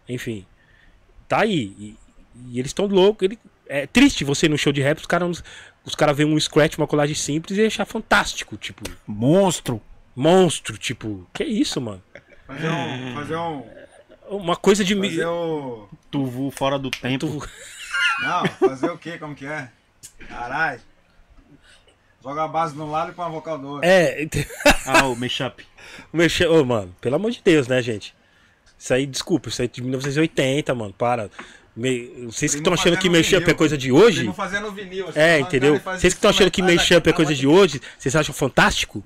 Speaker 2: enfim, tá aí. E, e eles estão loucos, ele, é triste você ir num show de rap, os caras os cara vêem um scratch, uma colagem simples e achar fantástico, tipo,
Speaker 3: Monstro!
Speaker 2: monstro, tipo, que isso, mano?
Speaker 4: Fazer um. Fazer um.
Speaker 2: Uma coisa de mim.
Speaker 4: Fazer o.
Speaker 3: Tuvu fora do tempo.
Speaker 4: Não, fazer o quê? Como que é? Caralho. Joga a base de um lado e põe a vocal do outro.
Speaker 2: É, ent-
Speaker 3: Ah, o Meshap.
Speaker 2: (laughs) mexer. Ô, mano, pelo amor de Deus, né, gente? Isso aí, desculpa, isso aí é de 1980, mano, para. Me... Vocês que estão
Speaker 4: Primo
Speaker 2: achando que
Speaker 4: fazendo
Speaker 2: mashup é
Speaker 4: vinil.
Speaker 2: coisa de hoje?
Speaker 4: Primo fazendo vinil. assim,
Speaker 2: É,
Speaker 4: falando, cara,
Speaker 2: entendeu?
Speaker 4: ele faz
Speaker 2: Vocês que estão achando que
Speaker 4: instrumental,
Speaker 2: mashup é
Speaker 4: cara,
Speaker 2: coisa de hoje, vocês acham fantástico?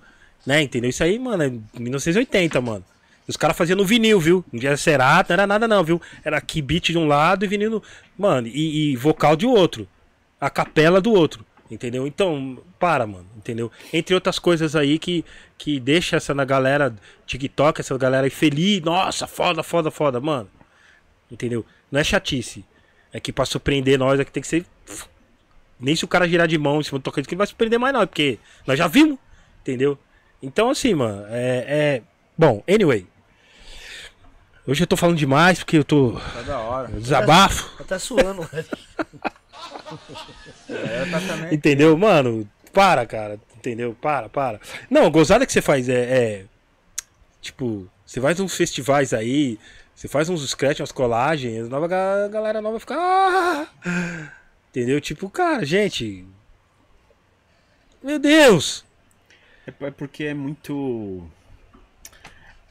Speaker 2: Né, entendeu? Isso aí, mano, é 1980, mano. Os caras faziam no vinil, viu? Não era serata, não era nada não, viu? Era que beat de um lado e vinil, no... mano, e, e vocal de outro. A capela do outro, entendeu? Então, para, mano, entendeu? Entre outras coisas aí que, que deixa essa na galera TikTok, essa galera aí feliz, nossa, foda, foda, foda, mano. Entendeu? Não é chatice. É que pra surpreender nós é que tem que ser nem se o cara girar de mão em cima do tocante, que ele vai se prender mais, não, é porque nós já vimos, entendeu? Então, assim, mano, é. é- Bom, anyway. Hoje eu tô falando demais porque eu tô.
Speaker 4: Tá da hora.
Speaker 2: eu desabafo,
Speaker 1: Tá até suando.
Speaker 4: É, tá também.
Speaker 2: entendeu? Mano, para, cara, entendeu? Para, para. Não, a gozada que você faz é. é, Tipo, você faz uns festivais aí, você faz uns scratch, umas colagens, a nova ga- galera nova fica. "Ah!" Entendeu? Tipo, cara, gente. Meu Deus!
Speaker 3: É porque é muito.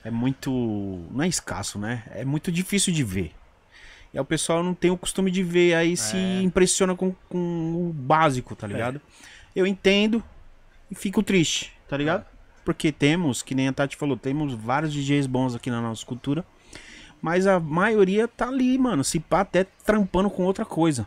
Speaker 3: É muito. Não é escasso, né? É muito difícil de ver. E aí o pessoal não tem o costume de ver, aí se impressiona com, com o básico, tá ligado? Eu entendo e fico triste, tá ligado? Porque temos, que nem a Tati falou, temos vários DJs bons aqui na nossa cultura. Mas a maioria tá ali, mano. Se pá, até trampando com outra coisa.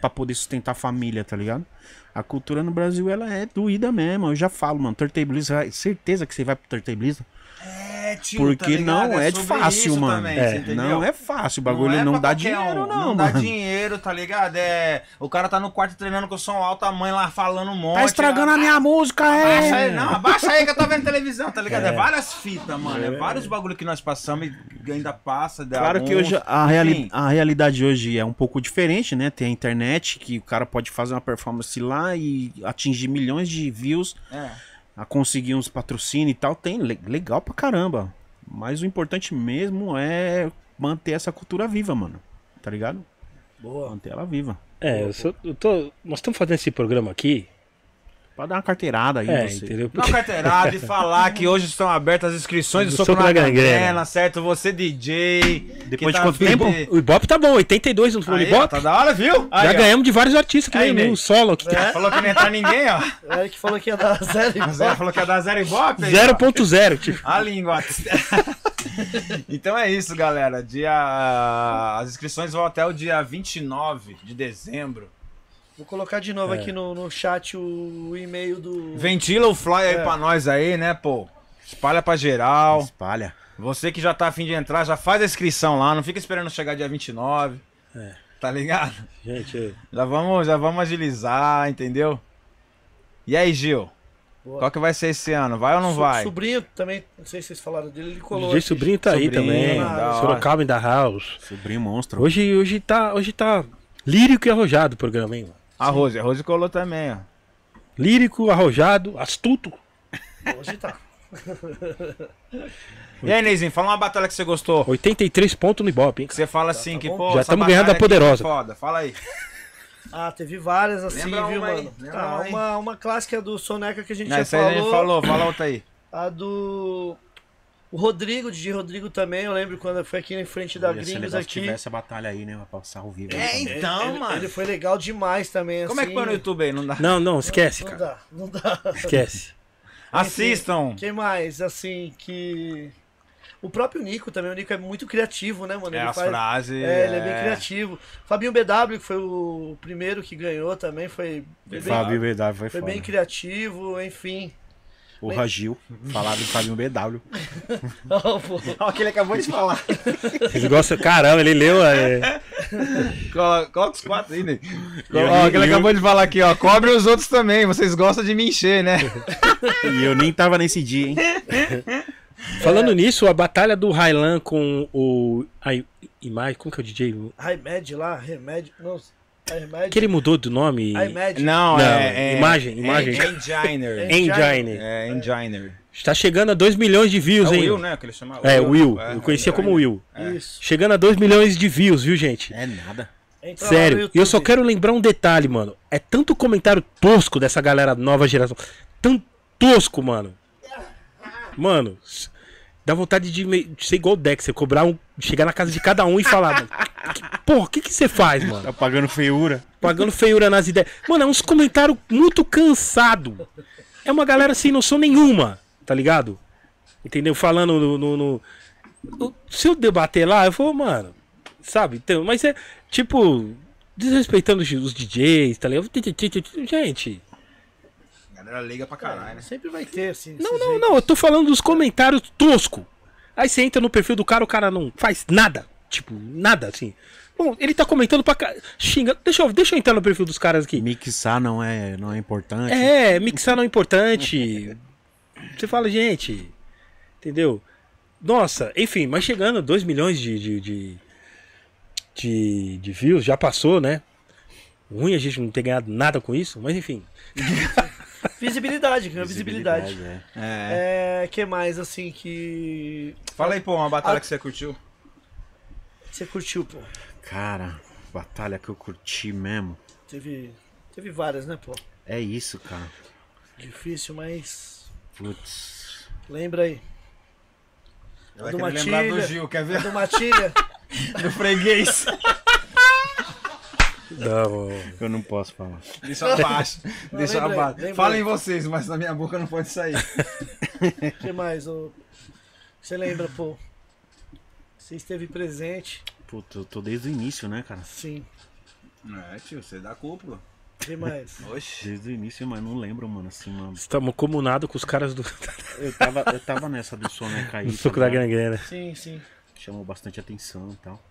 Speaker 3: Pra poder sustentar a família, tá ligado? A cultura no Brasil, ela é doída mesmo. Eu já falo, mano. Turtablista, certeza que você vai pro Turtablista.
Speaker 4: É, tio, tá
Speaker 3: Porque
Speaker 4: ligado?
Speaker 3: não é, de
Speaker 4: sobre
Speaker 3: fácil,
Speaker 4: isso
Speaker 3: mano.
Speaker 4: também, você
Speaker 3: é,
Speaker 4: entendeu?
Speaker 3: não é fácil. O bagulho não,
Speaker 4: é pra
Speaker 3: dá
Speaker 4: qualquer
Speaker 3: dinheiro, não,
Speaker 4: um,
Speaker 3: mano.
Speaker 4: Não dá dinheiro, tá ligado? É, o cara tá no quarto treinando com som alto, a mãe lá falando um monte.
Speaker 3: Tá estragando
Speaker 4: lá.
Speaker 3: a minha música,
Speaker 4: Abaixa aí,
Speaker 3: é.
Speaker 4: não, abaixa aí que eu tô vendo televisão, tá ligado? É, várias fitas, mano. É, vários bagulho que nós passamos e ainda passa. dá
Speaker 3: É Claro que
Speaker 4: um-
Speaker 3: hoje a, reali-
Speaker 4: Enfim,
Speaker 3: a realidade hoje é um pouco diferente, né? Tem a internet que o cara pode fazer uma performance lá e atingir milhões de views,
Speaker 4: é.
Speaker 3: a conseguir uns patrocínios e tal. Tem le- legal pra caramba. Mas o importante mesmo é manter essa cultura viva, mano. Tá ligado?
Speaker 1: Boa.
Speaker 3: Manter ela viva.
Speaker 2: É, eu sou- eu tô- nós estamos fazendo esse programa aqui.
Speaker 3: Pra dar uma carteirada aí,
Speaker 2: é,
Speaker 3: em você.
Speaker 2: entendeu?
Speaker 4: Não
Speaker 2: (laughs)
Speaker 4: carteirada e falar que hoje estão abertas as inscrições do
Speaker 2: Do
Speaker 4: Soco
Speaker 2: Soco
Speaker 4: na
Speaker 2: na Gangrena.
Speaker 4: Gangrena, certo? Você DJ. que
Speaker 3: de quanto tempo?
Speaker 4: Aí,
Speaker 2: O Ibope tá bom, 82 no
Speaker 4: ó,
Speaker 2: Ibope.
Speaker 4: tá da hora, viu?
Speaker 2: Já
Speaker 4: Aí, ó.
Speaker 2: ganhamos de vários artistas que tá
Speaker 4: Aí, É,
Speaker 2: veio
Speaker 4: Ney.
Speaker 2: no solo aqui. (laughs)
Speaker 4: Falou que não ia entrar ninguém, ó.
Speaker 1: O Eric falou que ia dar (laughs) zero.
Speaker 4: A Zero falou que ia dar zero ibope. aí, ó.
Speaker 2: 0.0,
Speaker 4: (laughs)
Speaker 2: tipo.
Speaker 4: A língua. então é isso, galera. Dia... As inscrições vão até o dia 29 de dezembro.
Speaker 1: Vou colocar de
Speaker 3: É.
Speaker 1: novo aqui no, no chat o e-mail do.
Speaker 4: Ventila o fly aí pra nós aí, né, pô? Espalha pra geral.
Speaker 3: Espalha.
Speaker 4: Você que já tá afim de entrar, já faz a inscrição lá. Não fica esperando chegar dia 29. Tá ligado?
Speaker 2: Gente, eu-
Speaker 4: Já vamos, já vamos agilizar, entendeu? E aí, Gil?
Speaker 1: Boa.
Speaker 4: Qual que vai ser esse ano? Vai ou não
Speaker 1: Su-
Speaker 4: vai?
Speaker 1: Sobrinho também, não sei se vocês falaram dele, ele
Speaker 2: o
Speaker 1: colou.
Speaker 2: DJ
Speaker 1: aqui.
Speaker 2: Sobrinho tá aí
Speaker 4: Sobrinho,
Speaker 2: também.
Speaker 4: da hora.
Speaker 2: Sorocaba in da house.
Speaker 3: Sobrinho monstro.
Speaker 2: Hoje, hoje, tá, hoje tá lírico e arrojado o programa, hein, mano?
Speaker 4: A Rose, a Rose colou também, ó.
Speaker 2: Lírico, arrojado, astuto.
Speaker 1: Hoje tá.
Speaker 4: E aí, Neizinho, fala uma batalha que você gostou.
Speaker 2: 83 pontos no Ibope, hein?
Speaker 4: Que você fala assim, que
Speaker 1: bom.
Speaker 4: pô,
Speaker 2: Já
Speaker 4: essa
Speaker 2: tamo ganhando
Speaker 4: batalha
Speaker 2: da
Speaker 4: aqui
Speaker 2: Poderosa.
Speaker 4: é Foda, fala aí.
Speaker 1: Ah, teve várias assim,
Speaker 4: Lembra
Speaker 1: viu,
Speaker 4: uma aí,
Speaker 1: mano?
Speaker 4: lembra
Speaker 1: Tá,
Speaker 4: uma aí.
Speaker 1: uma, uma clássica do Soneca que a gente
Speaker 4: Não,
Speaker 1: já
Speaker 4: essa aí
Speaker 1: falou.
Speaker 4: a gente falou, fala outra aí.
Speaker 1: A do. O Rodrigo, de Rodrigo também, eu lembro quando foi aqui em frente da Gringos aqui.
Speaker 3: a batalha aí, né? Pra passar ao vivo.
Speaker 4: É, então,
Speaker 1: ele,
Speaker 4: mano.
Speaker 1: ele foi legal demais também.
Speaker 4: Como é que
Speaker 1: assim,
Speaker 4: põe no YouTube aí? Não dá.
Speaker 2: Não, não, esquece,
Speaker 1: Não
Speaker 2: cara.
Speaker 1: dá, não dá.
Speaker 2: Esquece.
Speaker 4: Assistam.
Speaker 1: Quem mais, assim, que. O próprio Nico também, o Nico é muito criativo, né, mano?
Speaker 4: É,
Speaker 1: Ele
Speaker 4: as
Speaker 1: faz-
Speaker 4: frases.
Speaker 1: É, ele é bem criativo. (laughs) Fabinho BW, que foi o primeiro que ganhou também, foi bem,
Speaker 3: Fábio BW foi,
Speaker 1: foi
Speaker 3: foda.
Speaker 1: bem criativo, enfim. (laughs)
Speaker 3: O Ragil, falava do Fábio BW.
Speaker 1: Ó, pô.
Speaker 5: Olha o que ele acabou de falar.
Speaker 2: Vocês gostam? Caramba, ele leu. É...
Speaker 4: Colo- Coloca os quatro aí, né?
Speaker 5: (laughs) Ó, o que ele
Speaker 3: e eu-
Speaker 5: acabou de falar aqui, ó. Cobre os outros também. Vocês gostam de me encher,
Speaker 2: (laughs)
Speaker 5: né?
Speaker 3: E eu nem tava nesse dia, hein?
Speaker 2: Falando nisso, a batalha do Railan com o. Ai, Imai, como que é o DJ?
Speaker 1: Remédio lá, remédio. Nossa, tá remédio.
Speaker 2: Que ele mudou do nome?
Speaker 1: Remédio.
Speaker 5: Não,
Speaker 2: Não,
Speaker 5: é. é-
Speaker 2: imagem, imagem. (laughs)
Speaker 4: É Enginer.
Speaker 2: Engine.
Speaker 5: É, Enginer.
Speaker 2: Está chegando a 2 milhões de
Speaker 4: É
Speaker 2: views,
Speaker 4: o
Speaker 2: hein?
Speaker 4: Will, é. né? Que ele chamava.
Speaker 2: É, Will. Eu conhecia como Will.
Speaker 1: Isso.
Speaker 2: Chegando a 2 milhões de views, viu, gente?
Speaker 3: É nada.
Speaker 1: Entra lá Ah, no
Speaker 2: Sério. E eu só
Speaker 1: YouTube.
Speaker 2: quero lembrar um detalhe, mano. É tanto comentário tosco dessa galera nova geração. Tão tosco, mano. Mano, s- dá vontade de, me- de ser igual o Dex, você cobrar um. Chegar na casa de cada um e falar, mano. que- Porra, o que que você faz, mano?
Speaker 3: Tá pagando feiura.
Speaker 2: Pagando feiura nas ideias. Mano, é uns comentários muito cansado. É uma galera sem noção nenhuma, tá ligado? Entendeu? Falando no. no- no- o- Se eu debater lá, eu vou, mano. Sabe? Então, mas é tipo. Desrespeitando os os DJs, tá ligado? Gente.
Speaker 4: A galera liga pra caralho, né?
Speaker 1: Sempre vai ter, assim.
Speaker 2: Não, não, não. Eu tô falando dos comentários tosco. Aí você entra no perfil do cara, o cara não faz nada. Tipo, nada assim. Bom, ele tá comentando pra. ca- Xinga. Deixa eu, deixa eu entrar no perfil dos caras aqui.
Speaker 3: Mixar não é, não é importante.
Speaker 2: É, mixar não é importante. Você fala, gente, entendeu? Nossa, enfim, mas chegando a 2 milhões de, de, de, de- de views, já passou, né? Ruim a gente não ter ganhado nada com isso, mas enfim.
Speaker 1: Visibilidade, ganha visibilidade.
Speaker 3: é.
Speaker 5: É.
Speaker 1: É, que mais, assim, que
Speaker 4: Fala aí, pô, uma batalha que você curtiu.
Speaker 1: você curtiu, pô?
Speaker 3: É, Cara, batalha que eu curti mesmo.
Speaker 1: Teve, teve várias, né, pô?
Speaker 3: É isso, cara.
Speaker 1: Difícil, mas
Speaker 3: Putz.
Speaker 1: lembra aí.
Speaker 4: Vai
Speaker 1: Do
Speaker 4: querer lembrar do
Speaker 1: Matilha.
Speaker 4: Gil, quer
Speaker 1: A
Speaker 4: ver?
Speaker 1: do
Speaker 2: (laughs)
Speaker 1: Matilha,
Speaker 4: Do freguês.
Speaker 2: Não.
Speaker 3: Eu não posso falar.
Speaker 4: Deixa abaixo.
Speaker 1: Não,
Speaker 4: (laughs) Deixa
Speaker 1: lembrei,
Speaker 4: abaixo.
Speaker 1: lembrei.
Speaker 4: Fala em vocês, mas na minha boca não pode sair.
Speaker 1: que mais, ô? Você lembra, pô? Você esteve presente?
Speaker 3: Puta, eu tô desde o início, né, cara?
Speaker 1: Sim.
Speaker 4: É, tio, você dá cúpula.
Speaker 1: Que mais?
Speaker 4: Oxi.
Speaker 3: Desde o início, mas não lembro, mano, assim, mano.
Speaker 2: Estamos comunados com os caras do,
Speaker 3: Eu tava, eu tava nessa do som, né, cair.
Speaker 2: (laughs) do
Speaker 3: tá
Speaker 2: suco da
Speaker 3: ligado?
Speaker 2: gangrena.
Speaker 1: Sim, sim.
Speaker 3: Chamou bastante atenção e tal.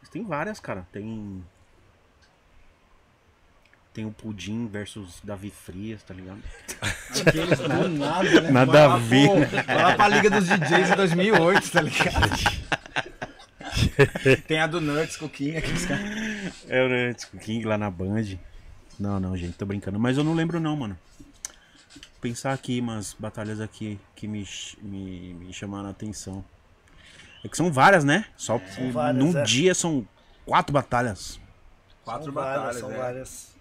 Speaker 3: Mas tem várias, cara. Tem... Tem o Pudim versus Davi Frias, tá ligado?
Speaker 4: Aqueles do nada, né?
Speaker 3: Nada
Speaker 4: Vai
Speaker 3: a
Speaker 4: lá
Speaker 3: ver,
Speaker 4: pro- Vai lá pra Liga dos DJs em 2008, tá ligado? (laughs) Tem a do Nuts, Coquinha, aqueles caras.
Speaker 3: É o Nantes King lá na Band. Não, não, gente, tô brincando. Mas eu não lembro não, mano. Pensar aqui umas batalhas aqui que me, ch- me, me chamaram a atenção. É que são várias, né? Só
Speaker 1: São várias,
Speaker 3: num
Speaker 1: é.
Speaker 3: dia são quatro batalhas.
Speaker 4: Quatro
Speaker 1: são várias,
Speaker 4: batalhas,
Speaker 1: são
Speaker 4: né?
Speaker 1: várias.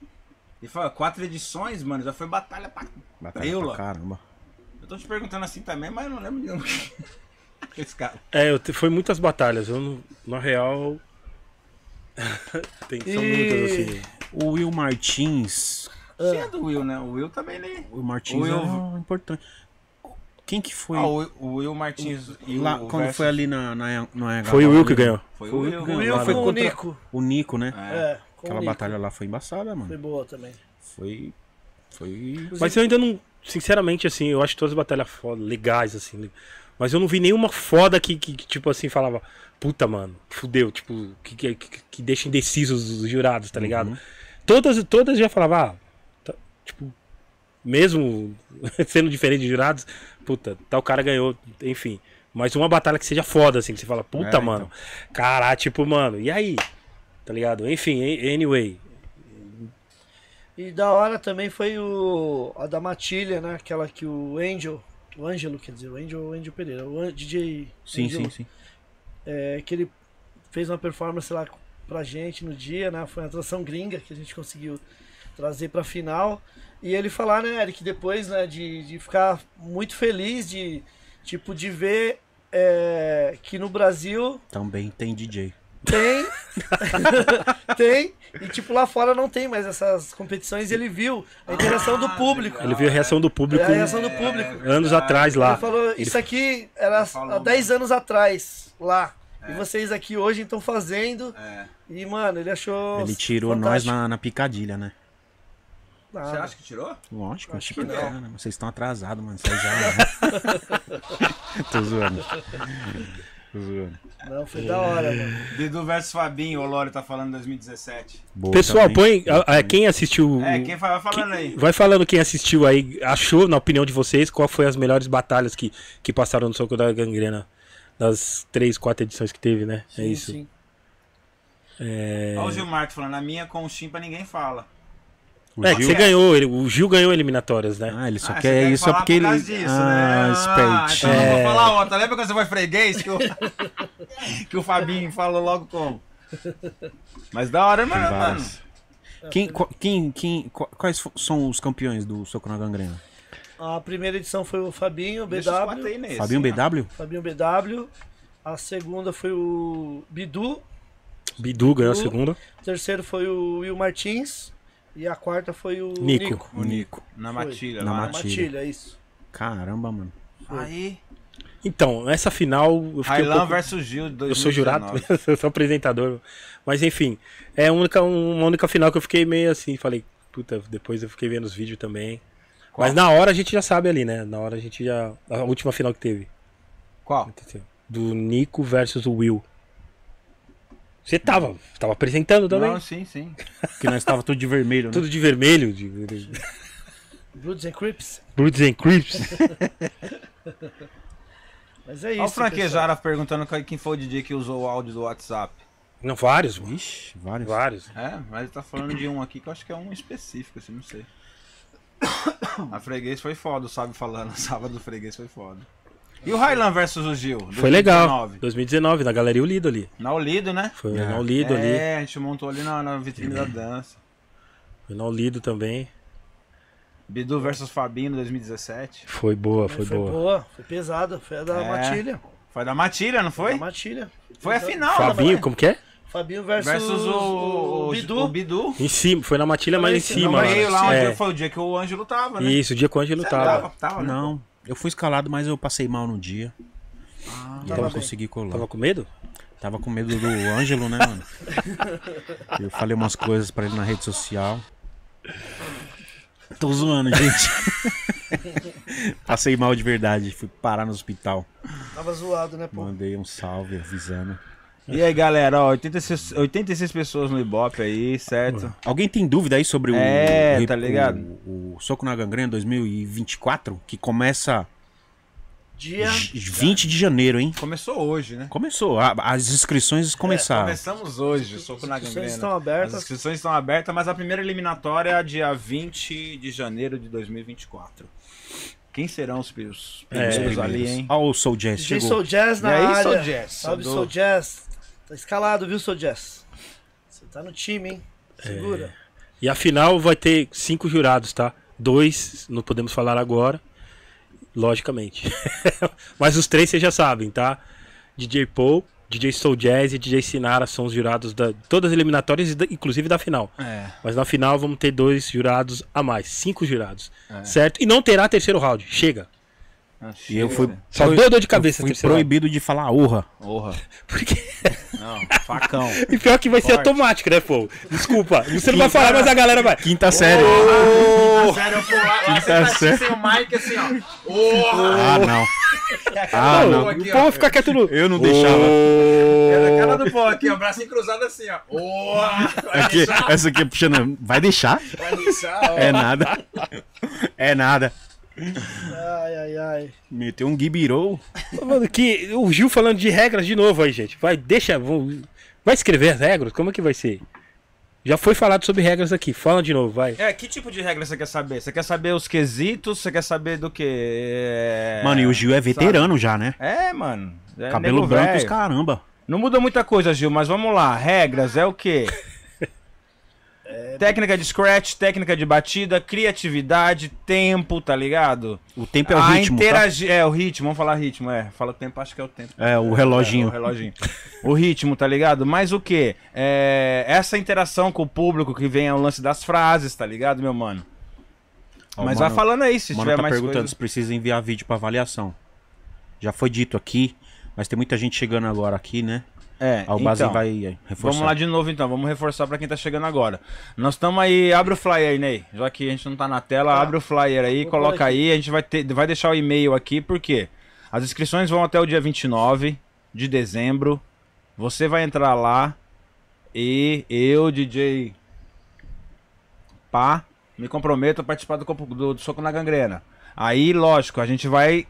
Speaker 4: E fala, quatro edições, mano, já foi batalha pra.
Speaker 3: Batalha
Speaker 4: Eu,
Speaker 3: pra
Speaker 4: Ló.
Speaker 3: caramba.
Speaker 4: Eu tô te perguntando assim também, mas eu não lembro nenhum. (laughs) Esse cara.
Speaker 2: É, eu te- foi muitas batalhas. Eu, não- na real. (laughs) Tem, são muitas
Speaker 1: E-
Speaker 2: assim.
Speaker 3: O Will Martins.
Speaker 4: Você é do Will, né? O Will também nem.
Speaker 3: O Will Martins
Speaker 4: O Will-
Speaker 3: é importante. Quem que foi?
Speaker 4: Ah, o Will- o Will Martins e
Speaker 3: lá,
Speaker 4: o.
Speaker 3: quando
Speaker 4: versus-
Speaker 3: foi ali na, na, na
Speaker 2: Foi o Will que ganhou.
Speaker 4: Foi
Speaker 3: Foi
Speaker 4: o
Speaker 3: o
Speaker 4: Will.
Speaker 3: Will.
Speaker 1: O
Speaker 4: né?
Speaker 1: Will
Speaker 3: lá,
Speaker 1: foi
Speaker 3: lá.
Speaker 1: com o Nico.
Speaker 3: né? O Nico, né?
Speaker 1: É, com
Speaker 3: Aquela
Speaker 1: o Nico.
Speaker 3: batalha lá foi embaçada,
Speaker 1: Foi
Speaker 3: mano.
Speaker 1: boa também.
Speaker 3: Foi. Foi.
Speaker 2: Mas eu ainda não. Sinceramente, assim, eu acho todas as batalhas foda, legais, assim. Mas eu não vi nenhuma foda que, que, que, tipo assim, falava, puta, mano, fudeu, tipo, que, que, que, que deixa indecisos os jurados, tá ligado?
Speaker 1: Uhum.
Speaker 2: Todas, todas já falava, ah, tá- tipo, mesmo (laughs) sendo diferente de jurados, puta, tal cara ganhou, enfim. Mas uma batalha que seja foda, assim, que você fala,
Speaker 3: É,
Speaker 2: puta,
Speaker 3: então.
Speaker 2: mano, caralho, tipo, mano, e aí? Tá ligado? Enfim, a- anyway.
Speaker 1: E da hora também foi o a da Matilha, né? Aquela que o Angel, o Ângelo, quer dizer, o Angel o Angel Pereira, o An- DJ
Speaker 3: Sim,
Speaker 1: Ângelo,
Speaker 3: sim, sim.
Speaker 1: é, que ele fez uma performance lá pra gente no dia, né? Foi uma atração gringa que a gente conseguiu trazer pra final. E ele falar, né, Eric, depois, né, de, de ficar muito feliz de, tipo, de ver é, que no Brasil
Speaker 3: Também tem DJ.
Speaker 1: Tem. (laughs) tem. E tipo, lá fora não tem mais essas competições. E ele viu a interação
Speaker 4: Ah,
Speaker 1: do público.
Speaker 2: Ele viu a reação do público
Speaker 1: Ah, É a reação do público.
Speaker 2: anos atrás lá.
Speaker 1: Ele falou,
Speaker 2: Ele-
Speaker 1: isso aqui era há
Speaker 4: falou,
Speaker 1: 10 anos atrás, lá. E vocês aqui hoje estão fazendo.
Speaker 4: É.
Speaker 1: E, mano, ele achou.
Speaker 3: Ele tirou
Speaker 1: fantástico.
Speaker 3: nós na, na picadilha, né?
Speaker 1: Nada.
Speaker 4: Você acha que tirou?
Speaker 3: Lógico, acho que cara, vocês estão atrasados, mano. Vocês
Speaker 4: (laughs)
Speaker 3: já. né? Tô zoando. Tô zoando.
Speaker 1: Não, foi da hora, mano.
Speaker 4: Dudu versus Fabinho, o Olório tá falando 2017.
Speaker 3: Boa
Speaker 2: Pessoal,
Speaker 3: também.
Speaker 2: põe. a- a- quem assistiu.
Speaker 4: É, quem fa- vai falando aí?
Speaker 2: Vai falando quem assistiu aí, achou, na opinião de vocês, qual foi as melhores batalhas que, que passaram no soco da gangrena. Das três, quatro edições que teve, né? é
Speaker 1: Sim,
Speaker 2: isso.
Speaker 1: sim.
Speaker 4: Olha o Gilmar falando, a minha com o Chimpa ninguém fala.
Speaker 3: O
Speaker 2: É, que
Speaker 3: Gil-
Speaker 2: você ganhou, ele- o Gil ganhou eliminatórias, né?
Speaker 3: Ah, ele só
Speaker 4: Ah, você
Speaker 3: quer
Speaker 4: deve
Speaker 3: isso só
Speaker 4: falar
Speaker 3: porque
Speaker 4: por
Speaker 3: ele.
Speaker 4: causa disso,
Speaker 3: ah, É.
Speaker 4: né? Ah,
Speaker 3: espertinho.
Speaker 4: então eu não vou falar outra. Lembra quando você foi freguês? Que o, (laughs) que o Fabinho falou logo como. Mas da hora,
Speaker 3: Tem
Speaker 4: mano. mano.
Speaker 3: várias. É, Quem, qu- quem, quem, qu- quais fo- são os campeões do Soco na Gangrena?
Speaker 1: A primeira edição foi o Fabinho, o
Speaker 4: Deixa os quatro
Speaker 1: BW.
Speaker 4: aí nesse.
Speaker 3: Fabinho
Speaker 4: mano.
Speaker 3: BW?
Speaker 1: Fabinho BW. A segunda foi o Bidu.
Speaker 4: Ah,
Speaker 2: Bidu ganhou a
Speaker 1: Bidu.
Speaker 2: segunda.
Speaker 1: O terceiro foi o Will Martins. E a quarta foi o
Speaker 2: Nico.
Speaker 1: Nico.
Speaker 3: O Nico.
Speaker 4: Na matilha.
Speaker 3: Na
Speaker 4: lá, né?
Speaker 3: Matilha.
Speaker 1: Matilha, isso.
Speaker 3: Caramba, mano.
Speaker 4: Aí.
Speaker 2: Então, essa final. Eu fiquei um
Speaker 4: Railan
Speaker 2: pouco-
Speaker 4: versus Gil.
Speaker 2: Eu sou jurado,
Speaker 4: 2019.
Speaker 2: (laughs) eu sou apresentador. Mas enfim, é a única, uma única final que eu fiquei meio assim, falei, puta, depois eu fiquei vendo os vídeos também. Mas na hora a gente já sabe ali, né? Na hora a gente já. A última final que teve.
Speaker 4: Qual?
Speaker 2: Do Nico versus o Will. Você tava, tava apresentando também.
Speaker 4: Não, sim, sim.
Speaker 3: Porque nós tava tudo de vermelho, né?
Speaker 2: Tudo de vermelho, de, de
Speaker 1: Bloods and Crips.
Speaker 2: Brutes and (laughs) Crips.
Speaker 1: Mas é isso.
Speaker 4: Olha o Franquejara perguntando qual- quem foi o DJ que usou o áudio do WhatsApp.
Speaker 2: Não, vários, mano.
Speaker 3: Ixi, vários.
Speaker 2: Vários.
Speaker 4: É, mas ele tá falando de um aqui que eu acho que é um específico, assim, não sei. A freguês foi foda, o Sábio falando. (laughs) A sábado do freguês foi foda. E o Railan versus o Gil?
Speaker 2: Foi legal. Ah,
Speaker 4: 2019.
Speaker 2: 2019, na Galeria O Lido ali.
Speaker 4: Na Olido, né?
Speaker 2: Foi
Speaker 3: É.
Speaker 2: na O Lido ali.
Speaker 4: É, a gente montou ali na, na vitrine da dança.
Speaker 2: Foi na O Lido também.
Speaker 4: Bidu versus Fabinho 2017.
Speaker 2: Foi boa,
Speaker 1: Foi,
Speaker 2: foi, boa.
Speaker 1: boa. Foi pesada. Foi a da
Speaker 4: É.
Speaker 1: Matilha.
Speaker 4: Foi da Matilha, não
Speaker 1: Da
Speaker 4: foi?
Speaker 1: Matilha.
Speaker 4: Foi a final,
Speaker 2: Fabinho,
Speaker 4: não
Speaker 2: como que é?
Speaker 1: foi? Fabinho versus,
Speaker 4: foi? Versus o, o,
Speaker 1: o Bidu.
Speaker 4: o Bidu.
Speaker 2: Em cima, foi na matilha, mas em
Speaker 1: Esse
Speaker 2: cima.
Speaker 4: Não veio lá onde
Speaker 2: é.
Speaker 4: foi o dia que o Ângelo tava, né?
Speaker 2: Isso, o dia que o Ângelo tava.
Speaker 4: tava, né?
Speaker 3: Não, eu fui escalado, mas eu passei mal no dia.
Speaker 4: Ah,
Speaker 3: e
Speaker 4: tá
Speaker 3: eu
Speaker 1: tava
Speaker 3: não
Speaker 1: bem.
Speaker 3: consegui colar.
Speaker 2: Tava
Speaker 3: Tava...
Speaker 2: com medo?
Speaker 3: com medo do Ângelo, né, mano? Eu falei umas coisas pra ele na rede social. Tô zoando, gente. (laughs) Passei mal de verdade, fui parar no hospital.
Speaker 1: Tava zoado, né, pô?
Speaker 3: Mandei um salve avisando.
Speaker 4: E aí, galera, ó, 86, 86 pessoas no Ibope aí, certo?
Speaker 3: Alguém tem dúvida aí sobre o,
Speaker 4: É,
Speaker 3: o-
Speaker 4: tá ligado?
Speaker 3: o, o Soco na Gangrena 2024, que começa
Speaker 1: Dia.
Speaker 3: j- 20 de janeiro, hein?
Speaker 4: Começou hoje, né?
Speaker 3: Começou, a- as inscrições começaram.
Speaker 4: Começamos hoje, o soco na
Speaker 1: As
Speaker 4: gangrena.
Speaker 1: inscrições estão
Speaker 4: As
Speaker 1: abertas.
Speaker 4: inscrições estão abertas, mas a primeira eliminatória é dia 20 de janeiro de 2024. Quem serão os primeiros,
Speaker 3: É,
Speaker 4: primeiros ali, hein?
Speaker 3: Olha o Soul Jazz,
Speaker 1: DJ
Speaker 3: chegou.
Speaker 1: Soul Jazz na
Speaker 4: E aí,
Speaker 1: área.
Speaker 4: Soul Jazz?
Speaker 1: Salve,
Speaker 4: Andou.
Speaker 1: Soul Jazz. Tá escalado, viu, Soul Jazz? Você tá no time, hein? Segura.
Speaker 2: E a final vai ter cinco jurados, tá? Dois, não podemos falar agora, logicamente. (laughs) Mas os três vocês já sabem, tá? DJ Paul, DJ Soul Jazz e DJ Sinara são os jurados da todas as eliminatórias, e da- inclusive da final.
Speaker 4: É.
Speaker 2: Mas na final vamos ter dois jurados a mais, cinco jurados,
Speaker 4: É.
Speaker 2: certo? E não terá terceiro round, chega.
Speaker 4: Ah,
Speaker 3: E eu fui,
Speaker 2: Só
Speaker 3: Foi-
Speaker 2: deu dor de cabeça
Speaker 3: fui
Speaker 2: terceiro round.
Speaker 3: proibido de falar urra.
Speaker 4: Porra.
Speaker 2: Porque
Speaker 4: Não, facão.
Speaker 2: E pior que vai ser
Speaker 4: Forte.
Speaker 2: automático, né, pô? Desculpa, você não vai falar, mas a galera vai.
Speaker 3: Quinta série.
Speaker 4: Sério, eu fui lá, lá, você tá assim, sem o Mike assim, ó. Porra!
Speaker 3: Ah, não. Ah,
Speaker 2: Pô,
Speaker 3: não.
Speaker 2: o povo fica quieto no.
Speaker 3: Eu não deixava.
Speaker 4: É da cara do pó aqui, ó, bracinho cruzado assim, ó. Porra! Vai
Speaker 3: Aqui,
Speaker 4: deixar,
Speaker 3: essa aqui é puxando. Vai deixar?
Speaker 4: vai deixar, ó.
Speaker 3: É nada. É nada.
Speaker 4: É.
Speaker 1: Ai, ai, ai.
Speaker 3: Meteu um gibirou.
Speaker 2: Mano, que o Gil falando de regras de novo aí, gente. Vai, deixa. vamos- Vai escrever as regras? Como é que vai ser? Já foi falado sobre regras aqui. Fala de novo, vai.
Speaker 4: É, que tipo de regra você quer saber? Você quer saber os quesitos? Você quer saber do quê?
Speaker 3: Mano, e o Gil é veterano já, né?
Speaker 4: É, mano. É
Speaker 3: Cabelo
Speaker 4: nego
Speaker 3: branco, os
Speaker 4: velho.
Speaker 3: caramba. (laughs)
Speaker 4: Não muda muita coisa, Gil, mas vamos lá. Regras é o quê? Técnica de scratch, técnica de batida, criatividade, tempo, tá ligado?
Speaker 3: O tempo é o
Speaker 4: a
Speaker 3: ritmo. tá?
Speaker 4: interagi- É, o ritmo, vamos falar ritmo, é. Fala tempo, acho que é o tempo.
Speaker 3: É, o reloginho.
Speaker 4: É, o reloginho. o ritmo, tá ligado? Mas o quê? É, essa interação com o público que vem ao lance das frases, tá ligado, meu mano?
Speaker 3: Ó,
Speaker 4: Mas
Speaker 3: mano,
Speaker 4: vai falando aí, se
Speaker 3: mano
Speaker 4: tiver
Speaker 3: tá
Speaker 4: mais
Speaker 3: perguntando
Speaker 4: coisa.
Speaker 3: se precisa enviar vídeo pra avaliação. Já foi dito aqui, mas tem muita gente chegando agora aqui, né?
Speaker 4: É,
Speaker 3: Ah, o Basim vai é, reforçar.
Speaker 4: Vamos lá de novo então, vamos reforçar pra quem tá chegando agora. Nós estamos aí, abre o flyer aí, Ney. Já que a gente não tá na tela,
Speaker 1: Tá.
Speaker 4: abre o flyer aí,
Speaker 1: Vou
Speaker 4: coloca
Speaker 1: pôr aqui.
Speaker 4: aí, a gente vai, ter, vai deixar o e-mail aqui, porque as inscrições vão até o dia 29 de dezembro. Você vai entrar lá e eu, DJ Pá, me comprometo a participar do, copo- do- do Soco na Gangrena. Aí, lógico, a gente vai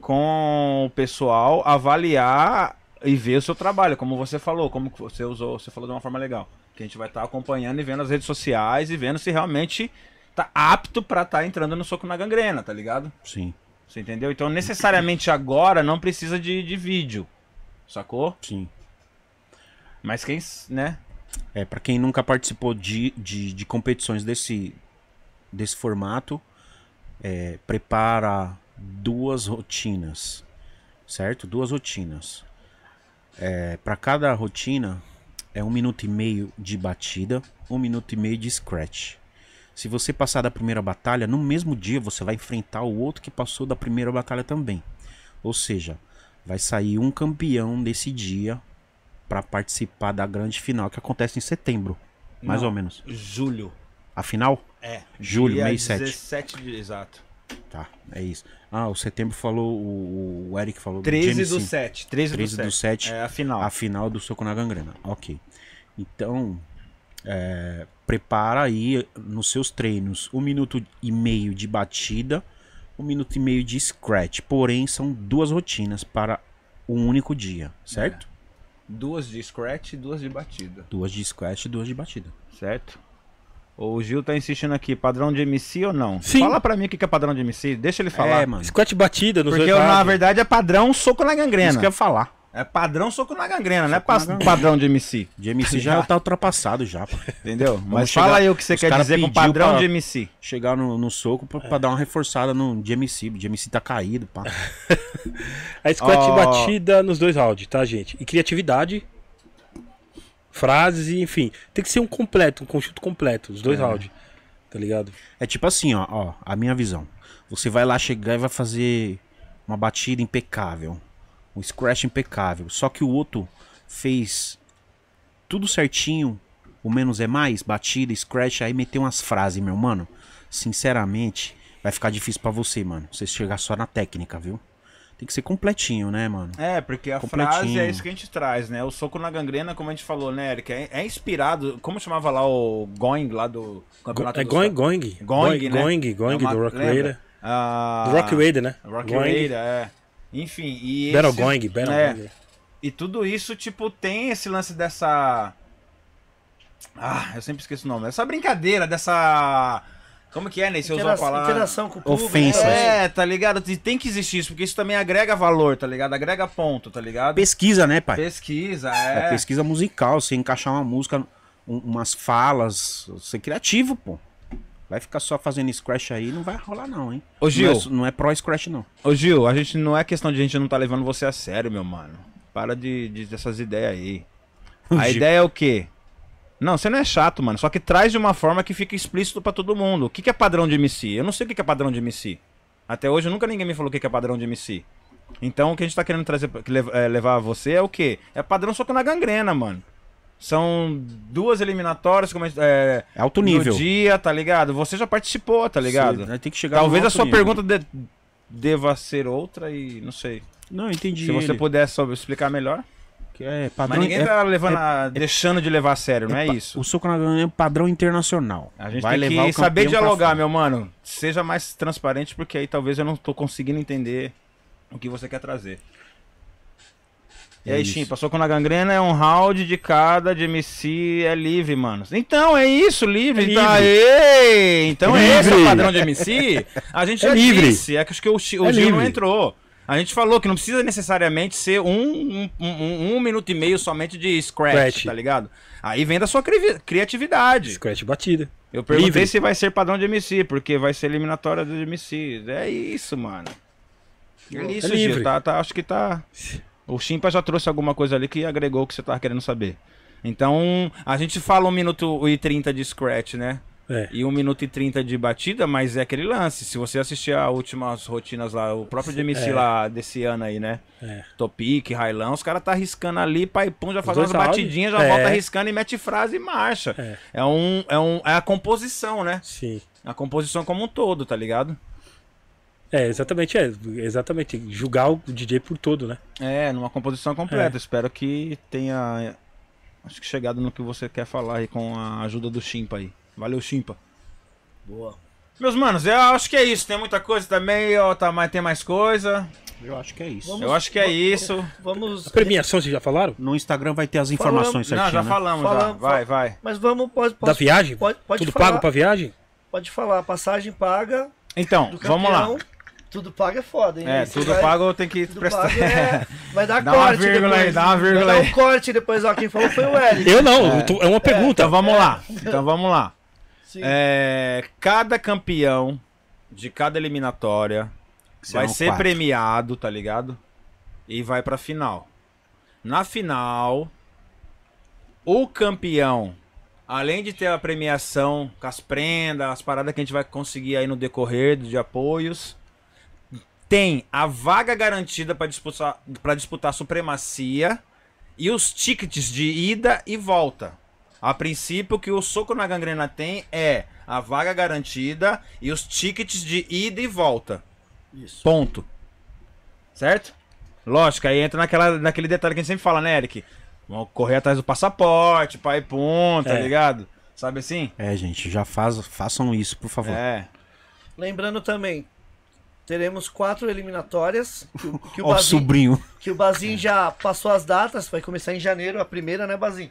Speaker 4: com o pessoal avaliar e ver o seu trabalho, como você falou, como que você usou, você falou de uma forma legal. Que a gente vai estar acompanhando e vendo as redes sociais e vendo se realmente tá apto pra estar entrando no soco na gangrena, tá ligado?
Speaker 3: Sim,
Speaker 4: Você entendeu? Então, (coughs) necessariamente agora não precisa de, de vídeo, sacou?
Speaker 3: sim.
Speaker 4: Mas quem, s- né?
Speaker 3: É, pra quem nunca participou de, de, de competições desse, desse formato, é, prepara duas rotinas, certo? Duas rotinas. É, para cada rotina, é um minuto e meio de batida, um minuto e meio de scratch. Se você passar da primeira batalha, no mesmo dia você vai enfrentar o outro que passou da primeira batalha também. Ou seja, vai sair um campeão desse dia para participar da grande final que acontece em setembro, mais
Speaker 4: Não.
Speaker 3: ou menos.
Speaker 4: Julho.
Speaker 3: A final?
Speaker 4: É.
Speaker 3: Julho,
Speaker 4: dia
Speaker 3: mês 7.
Speaker 4: 17 de, exato.
Speaker 3: Tá, é isso. Ah, o setembro falou, o, o Eric falou
Speaker 4: 13
Speaker 3: James
Speaker 4: do
Speaker 3: Sim.
Speaker 4: 7. 13,
Speaker 3: 13
Speaker 4: do
Speaker 3: do
Speaker 4: 7.
Speaker 3: 7,
Speaker 4: É a final.
Speaker 3: a final do Soco na Gangrena. Ok. Então, é, prepara aí nos seus treinos um minuto e meio de batida, um minuto e meio de scratch. Porém, são duas rotinas para um único dia, certo?
Speaker 4: É. Duas de scratch e duas de batida.
Speaker 3: Duas de scratch e duas de batida.
Speaker 4: Certo? O Gil tá insistindo aqui, padrão de MC ou não?
Speaker 2: Sim.
Speaker 4: Fala pra mim o que que é padrão de MC, deixa ele falar.
Speaker 3: É, mano.
Speaker 2: Scratch batida nos
Speaker 4: Porque
Speaker 2: dois
Speaker 4: na
Speaker 2: lados.
Speaker 4: verdade é padrão soco na gangrena.
Speaker 3: Isso que eu ia falar.
Speaker 4: É padrão soco na gangrena, não é
Speaker 3: Soco na
Speaker 4: pas-
Speaker 3: gangrena.
Speaker 4: padrão de MC.
Speaker 3: De MC já tá ultrapassado já. pô.
Speaker 4: Entendeu? Mas
Speaker 3: chegar-
Speaker 4: fala aí o que você
Speaker 3: os
Speaker 4: quer
Speaker 3: cara
Speaker 4: dizer com
Speaker 3: pediu
Speaker 4: padrão
Speaker 3: pra-
Speaker 4: de MC.
Speaker 3: Chegar no, no soco pra, pra dar uma reforçada no de MC. De MC tá caído, pá.
Speaker 2: A Scratch
Speaker 4: Ó.
Speaker 2: batida nos dois rounds, tá, gente? E criatividade, frases, e, enfim. Tem que ser um completo, um conjunto completo, os
Speaker 4: É.
Speaker 2: dois rounds. Tá ligado?
Speaker 3: É tipo assim, ó, ó, a minha visão. Você vai lá chegar e vai fazer uma batida impecável, um scratch impecável. Só que o outro fez tudo certinho, o menos é mais, batida, scratch, aí meteu umas frases, meu mano. Sinceramente, vai ficar difícil pra você, mano. Você chegar só na técnica, viu? Tem que ser completinho, né, mano?
Speaker 4: É, porque a frase
Speaker 3: Completinho.
Speaker 4: é isso que a gente traz, né? O soco na gangrena, como a gente falou, né, Eric? É, é inspirado. Como chamava lá o Going lá do campeonato
Speaker 2: é
Speaker 4: dos-
Speaker 2: Going, Going.
Speaker 4: Going, né?
Speaker 2: Going, Going
Speaker 4: É uma-
Speaker 2: do Rock
Speaker 4: lembra?
Speaker 2: Raider.
Speaker 4: Ah,
Speaker 2: Do Rock Raider, né?
Speaker 4: Rock
Speaker 2: Going,
Speaker 4: Raider, é. Enfim, e
Speaker 2: Battle
Speaker 4: esse-
Speaker 2: Going, Battle
Speaker 4: é,
Speaker 2: Going.
Speaker 4: E tudo isso, tipo, tem esse lance dessa. Ah, eu sempre esqueço o nome. Essa brincadeira, dessa. Como que é, Ney? Você usou a
Speaker 1: Intera-
Speaker 4: palavra.
Speaker 1: Interação com o público.
Speaker 3: Ofensas.
Speaker 1: né?
Speaker 4: É, tá ligado? E Tem que existir isso, porque isso também agrega valor, tá ligado? Agrega ponto, tá ligado?
Speaker 3: Pesquisa, né, pai?
Speaker 4: Pesquisa,
Speaker 3: É
Speaker 4: é.
Speaker 3: pesquisa musical, você encaixar uma música, um- umas falas, ser criativo, pô. Vai ficar só fazendo scratch aí, não vai rolar não, hein?
Speaker 4: Ô, Gil.
Speaker 3: Não é, não é pro scratch não.
Speaker 4: Ô Gil, a gente não é questão de a gente não tá levando você a sério, meu mano. Para de, de- dessas ideias aí. (laughs) A
Speaker 3: Gil.
Speaker 4: ideia é o quê? Não, você não é chato, mano. Só que traz de uma forma que fica explícito pra todo mundo. O que, que é padrão de MC? Eu não sei o que, que é padrão de MC. Até hoje nunca ninguém me falou o que, que é padrão de MC. Então o que a gente tá querendo trazer, pra- que lev- eh, levar a você é o quê? É padrão só que na gangrena, mano. São duas eliminatórias, como a gente- é,
Speaker 3: É alto
Speaker 4: no
Speaker 3: nível.
Speaker 4: dia, tá ligado? Você já participou, tá ligado?
Speaker 3: Você tem que chegar
Speaker 4: Talvez
Speaker 3: no
Speaker 4: a
Speaker 3: alto
Speaker 4: sua
Speaker 3: nível.
Speaker 4: pergunta de- deva ser outra e não sei.
Speaker 3: Não, eu entendi.
Speaker 4: Se você
Speaker 3: ele.
Speaker 4: puder sobre- explicar melhor.
Speaker 3: Que é
Speaker 4: Mas
Speaker 3: padrão.
Speaker 4: ninguém
Speaker 3: é-
Speaker 4: tá levando a- deixando de levar a sério, não é,
Speaker 3: pa-
Speaker 4: isso.
Speaker 3: O soco na ganha é padrão internacional.
Speaker 4: A gente
Speaker 3: vai
Speaker 4: tem
Speaker 3: levar
Speaker 4: que
Speaker 3: o
Speaker 4: saber
Speaker 3: campeão pra
Speaker 4: dialogar,
Speaker 3: fora.
Speaker 4: meu mano. Seja mais transparente, porque aí talvez eu não tô conseguindo entender o que você quer trazer. E
Speaker 3: É
Speaker 4: aí,
Speaker 3: isso.
Speaker 4: Shin, passou com a gangrena, é um round de cada, de MC é livre, mano. Então, é isso, livre.
Speaker 2: É
Speaker 4: então,
Speaker 2: livre.
Speaker 4: aê! então é esse o
Speaker 2: Livre.
Speaker 4: padrão de MC. A gente
Speaker 2: É
Speaker 4: já
Speaker 2: livre.
Speaker 4: disse, é que acho que o, Chi- o
Speaker 2: É
Speaker 4: Gil não
Speaker 2: livre.
Speaker 4: entrou. A gente falou que não precisa necessariamente ser um, um, um- um minuto e meio somente de scratch,
Speaker 2: Scratch.
Speaker 4: tá ligado? Aí vem da sua crivi- criatividade.
Speaker 2: Scratch batida.
Speaker 4: Eu perguntei
Speaker 2: Livre.
Speaker 4: se vai ser padrão de MC, porque vai ser eliminatória do MC. É isso, mano. É isso, Gil.
Speaker 2: livre.
Speaker 4: Tá, tá- acho que tá. O Chimpa já trouxe alguma coisa ali que agregou o que você tava querendo saber. Então, a gente fala 1 minuto e 30 de scratch, né?
Speaker 2: É.
Speaker 4: E 1 minuto e 30 de batida, mas é aquele lance. Se você assistir as últimas rotinas lá, o próprio DMC
Speaker 2: É.
Speaker 4: lá desse ano aí, né?
Speaker 2: É.
Speaker 4: Topic, Railão, os caras tá arriscando ali, pai pum, já faz
Speaker 2: dois
Speaker 4: umas
Speaker 2: áudios.
Speaker 4: batidinhas, já
Speaker 2: É.
Speaker 4: volta arriscando e mete frase e marcha.
Speaker 2: É.
Speaker 4: É, um, é, um, é a composição, né?
Speaker 2: Sim.
Speaker 4: A composição como um todo, tá ligado?
Speaker 2: É, exatamente, é. Exatamente. Julgar o DJ por todo, né?
Speaker 4: É, numa composição completa. Espero que tenha acho que chegado no que você quer falar aí com a ajuda do Chimpa aí. Valeu, Chimpa.
Speaker 1: Boa.
Speaker 4: Meus manos, eu acho que é isso. Tem muita coisa também, ó, tá, mas tem mais coisa.
Speaker 3: Eu acho que é isso.
Speaker 1: Vamos-
Speaker 4: Eu acho que é isso.
Speaker 1: Vamos.
Speaker 2: As premiações, vocês já falaram?
Speaker 3: No Instagram vai ter as informações
Speaker 4: Não, já
Speaker 3: certinho, né?
Speaker 4: falamos, já.
Speaker 1: Falamos,
Speaker 4: Vai, vai.
Speaker 1: Mas vamos, pode,
Speaker 2: Da
Speaker 1: posso-
Speaker 2: viagem?
Speaker 1: Pode, pode
Speaker 2: Tudo
Speaker 1: falar.
Speaker 2: pago pra viagem?
Speaker 1: Pode falar. Passagem paga
Speaker 4: Então,
Speaker 1: do campeão.
Speaker 4: vamos lá.
Speaker 1: Tudo paga é foda, hein?
Speaker 4: É,
Speaker 1: Esse
Speaker 4: tudo
Speaker 1: vai-
Speaker 4: pago tem que
Speaker 1: Tudo
Speaker 4: prestar.
Speaker 1: pago é... Vai dar
Speaker 4: Dá uma
Speaker 1: corte
Speaker 4: vírgula
Speaker 1: depois.
Speaker 4: aí, dá uma vírgula
Speaker 1: Vai dar
Speaker 4: aí.
Speaker 1: um corte depois, ó. Quem falou foi o
Speaker 4: (laughs)
Speaker 1: Eric.
Speaker 2: Eu não, eu tô- é uma pergunta.
Speaker 4: (laughs) Então vamos lá.
Speaker 1: (laughs)
Speaker 4: Então vamos lá.
Speaker 1: Sim.
Speaker 4: É, cada campeão de cada eliminatória vai
Speaker 3: Serão
Speaker 4: ser
Speaker 3: quatro.
Speaker 4: premiado, tá ligado? E vai pra final. Na final, o campeão, além de ter a premiação com as prendas, as paradas que a gente vai conseguir aí no decorrer de apoios, tem a vaga garantida pra disputar, pra disputar a supremacia e os tickets de ida e volta. A princípio, o que o Soco na Gangrena tem é a vaga garantida e os tickets de ida e volta.
Speaker 1: Isso.
Speaker 4: Ponto. Certo? Lógico, aí entra naquela, naquele detalhe que a gente sempre fala, né, Eric? Vamos correr atrás do passaporte, pai pum, tá
Speaker 2: É.
Speaker 4: ligado? Sabe assim?
Speaker 3: É, gente, já faz, façam isso, por favor.
Speaker 4: É.
Speaker 1: Lembrando também, teremos quatro eliminatórias. Que,
Speaker 4: (laughs)
Speaker 1: o- que o
Speaker 3: Ó, o
Speaker 1: Bazin,
Speaker 3: sobrinho.
Speaker 1: que o Bazin já passou as datas, vai começar em janeiro a primeira, né, Bazin?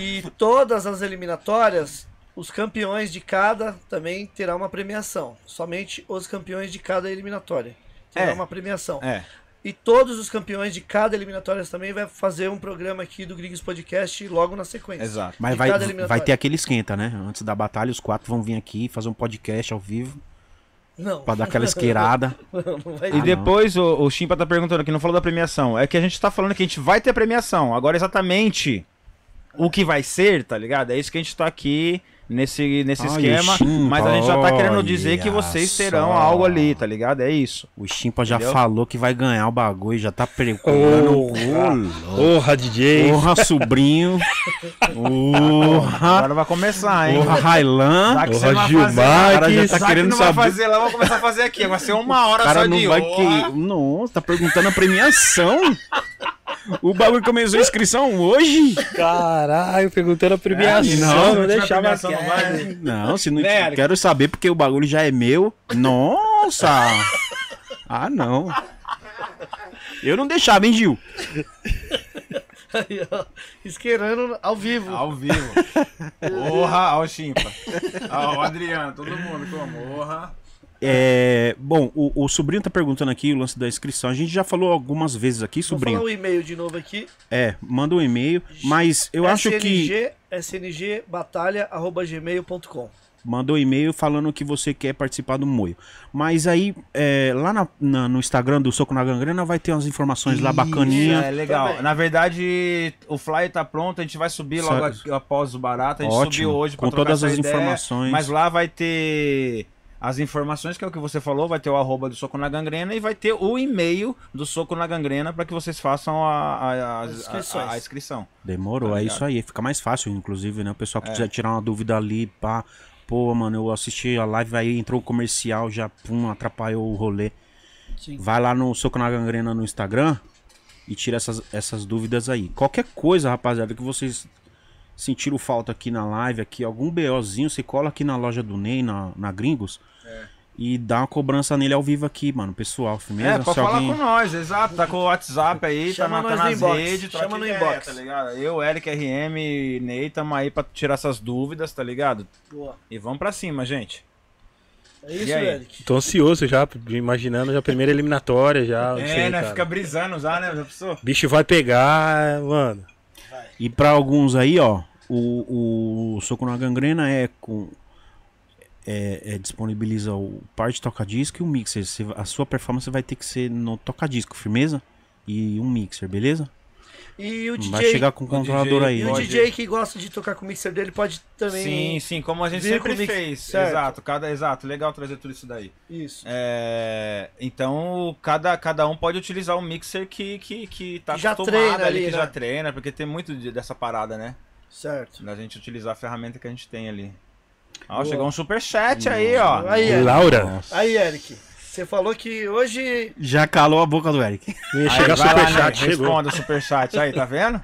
Speaker 1: E todas as eliminatórias, os campeões de cada também terá uma premiação. Somente os campeões de cada eliminatória terá
Speaker 4: É.
Speaker 1: uma premiação.
Speaker 4: É.
Speaker 3: Ah,
Speaker 1: E todos os campeões de cada eliminatória também vai fazer um programa aqui do Gringos Podcast logo na sequência.
Speaker 4: Exato.
Speaker 3: Mas
Speaker 1: De
Speaker 3: vai,
Speaker 1: cada
Speaker 3: vai
Speaker 1: eliminatória.
Speaker 3: ter aquele esquenta, né? Antes da batalha, os quatro vão vir aqui fazer um podcast ao vivo
Speaker 1: Não.
Speaker 3: pra
Speaker 1: (laughs)
Speaker 3: dar aquela esqueirada.
Speaker 1: Não, não vai
Speaker 4: E
Speaker 1: ter.
Speaker 4: depois o, o Chimpa tá perguntando aqui, não falou da premiação. É que a gente tá falando que a gente vai ter premiação. Agora exatamente o que vai ser, tá ligado? É isso que a gente tá aqui nesse, nesse
Speaker 3: Olha o
Speaker 4: esquema.
Speaker 3: Chimpa,
Speaker 4: mas a gente já tá querendo dizer que
Speaker 3: olha
Speaker 4: vocês terão
Speaker 3: só.
Speaker 4: algo ali, tá ligado? É isso.
Speaker 3: O Chimpa já
Speaker 4: Entendeu?
Speaker 3: falou que vai ganhar o bagulho, já tá
Speaker 2: Ô,
Speaker 3: preocupando.
Speaker 2: Porra, DJ.
Speaker 3: Porra, sobrinho. Porra.
Speaker 4: Agora vai começar, hein?
Speaker 3: Ah. Porra, Railan.
Speaker 4: Dá que você não vai
Speaker 2: Gilmar,
Speaker 4: fazer, lá,
Speaker 2: que
Speaker 4: o cara já
Speaker 2: sabe
Speaker 4: tá querendo
Speaker 3: não
Speaker 4: não
Speaker 3: vai
Speaker 4: vai fazer lá, vou começar a fazer aqui. Vai ser uma hora
Speaker 3: O
Speaker 4: só
Speaker 3: cara não
Speaker 4: de
Speaker 3: vai que. Nossa, tá perguntando a premiação. O bagulho começou a inscrição hoje?
Speaker 2: Caralho, perguntando a premiação.
Speaker 3: não,
Speaker 2: não,
Speaker 4: É, não tinha
Speaker 2: deixava
Speaker 4: premiação, não
Speaker 2: quieto.
Speaker 4: vai, né?
Speaker 3: Não, se não
Speaker 4: Né, Eric?
Speaker 3: quero saber porque o bagulho já é meu. Nossa! Ah, não. Eu não deixava, hein, Gil?
Speaker 1: Aí, ó, Isqueirando ao vivo.
Speaker 4: Ao vivo. Porra, ao Chimpa. Ao Adriano, todo mundo, como? Porra.
Speaker 3: É, bom, o, o sobrinho tá perguntando aqui o lance da inscrição. A gente já falou algumas vezes aqui,
Speaker 1: Vou
Speaker 3: sobrinho.
Speaker 1: falar o e-mail de novo aqui.
Speaker 3: É, manda um e-mail, mas eu acho que
Speaker 1: SNG, sngbatalha.gmail.com.
Speaker 3: mandou um e-mail falando que você quer participar do moio. Mas aí, é, lá na- na- no Instagram do Soco na Gangrena vai ter umas informações lá bacaninha.
Speaker 4: É, legal.
Speaker 1: Também.
Speaker 4: Na verdade, o flyer tá pronto, a gente vai subir logo
Speaker 3: Sa-
Speaker 4: aqui após o barato. A gente
Speaker 3: Ótimo,
Speaker 4: subiu hoje pra
Speaker 3: com
Speaker 4: trocar
Speaker 3: todas
Speaker 4: essa
Speaker 3: as
Speaker 4: ideia,
Speaker 3: informações.
Speaker 4: Mas lá vai ter as informações, que é o que você falou, vai ter o arroba do Soco na Gangrena e vai ter o e-mail do Soco na Gangrena pra que vocês façam a, a- a-
Speaker 1: As inscrições.
Speaker 4: a- a inscrição.
Speaker 3: Demorou,
Speaker 4: Tá
Speaker 3: é
Speaker 4: ligado? É.
Speaker 3: isso aí. Fica mais fácil, inclusive, né? O pessoal que quiser tirar uma dúvida ali, pá. Pô, mano, eu assisti a live, aí entrou o comercial, já pum, atrapalhou o rolê.
Speaker 1: Sim.
Speaker 3: Vai lá no Soco na Gangrena no Instagram e tira essas, essas dúvidas aí. Qualquer coisa, rapaziada, que vocês sentiram falta aqui na live, aqui, algum BOzinho, você cola aqui na loja do Ney, na, na Gringos, e dá uma cobrança nele ao vivo aqui, mano, pessoal, firmeza.
Speaker 4: É. É, pode
Speaker 3: Se
Speaker 4: falar
Speaker 3: alguém-
Speaker 4: com nós, exato. Tá com o WhatsApp aí,
Speaker 1: Chama
Speaker 4: tá, na,
Speaker 1: nós
Speaker 4: tá
Speaker 1: no
Speaker 4: nas
Speaker 1: inbox,
Speaker 4: redes, troca
Speaker 1: chama no
Speaker 4: ideia,
Speaker 1: inbox.
Speaker 4: tá ligado? Eu, Eric, RM, e Ney, tamo aí pra tirar essas dúvidas, tá ligado?
Speaker 1: Boa.
Speaker 4: E vamos pra cima, gente.
Speaker 1: É isso,
Speaker 4: E aí?
Speaker 1: Eric?
Speaker 2: Tô ansioso já, imaginando já a primeira eliminatória já. não
Speaker 4: É,
Speaker 2: sei,
Speaker 4: né?
Speaker 2: cara.
Speaker 4: Fica brisando já, né? Já pensou?
Speaker 2: Bicho vai pegar, mano.
Speaker 3: E pra alguns aí, ó, o, o soco na gangrena é com. É, é, disponibiliza o par de toca-disco e o mixer. Você- a sua performance vai ter que ser no toca-disco, firmeza? E um mixer, beleza?
Speaker 1: E o
Speaker 3: Vai
Speaker 1: DJ,
Speaker 3: chegar com o controlador
Speaker 4: DJ,
Speaker 3: aí.
Speaker 1: e o
Speaker 4: Pode.
Speaker 1: DJ que gosta de tocar com o mixer dele pode também.
Speaker 4: Sim, sim, como a gente
Speaker 1: Vira com
Speaker 4: sempre
Speaker 1: mix-
Speaker 4: fez.
Speaker 1: certo.
Speaker 4: Exato, cada, exato. Legal trazer tudo isso daí.
Speaker 1: Isso.
Speaker 4: É, então, cada, cada um pode utilizar o mixer que, que, que tá
Speaker 1: Que já
Speaker 4: acostumado
Speaker 1: treina
Speaker 4: ali,
Speaker 1: ali,
Speaker 4: que
Speaker 1: né?
Speaker 4: já treina, porque tem muito de- dessa parada, né?
Speaker 1: Certo.
Speaker 4: Da gente utilizar a ferramenta que a gente tem ali. Ó,
Speaker 1: Boa.
Speaker 4: chegou um superchat aí, ó.
Speaker 1: Aí, Eric.
Speaker 2: Laura.
Speaker 1: Aí, Eric. Você falou que hoje.
Speaker 3: Já calou a boca do Eric.
Speaker 2: Não ia
Speaker 4: Aí,
Speaker 2: chegar
Speaker 4: vai lá,
Speaker 2: superchat,
Speaker 4: né?
Speaker 2: chegou.
Speaker 4: Responda o superchat aí, tá vendo?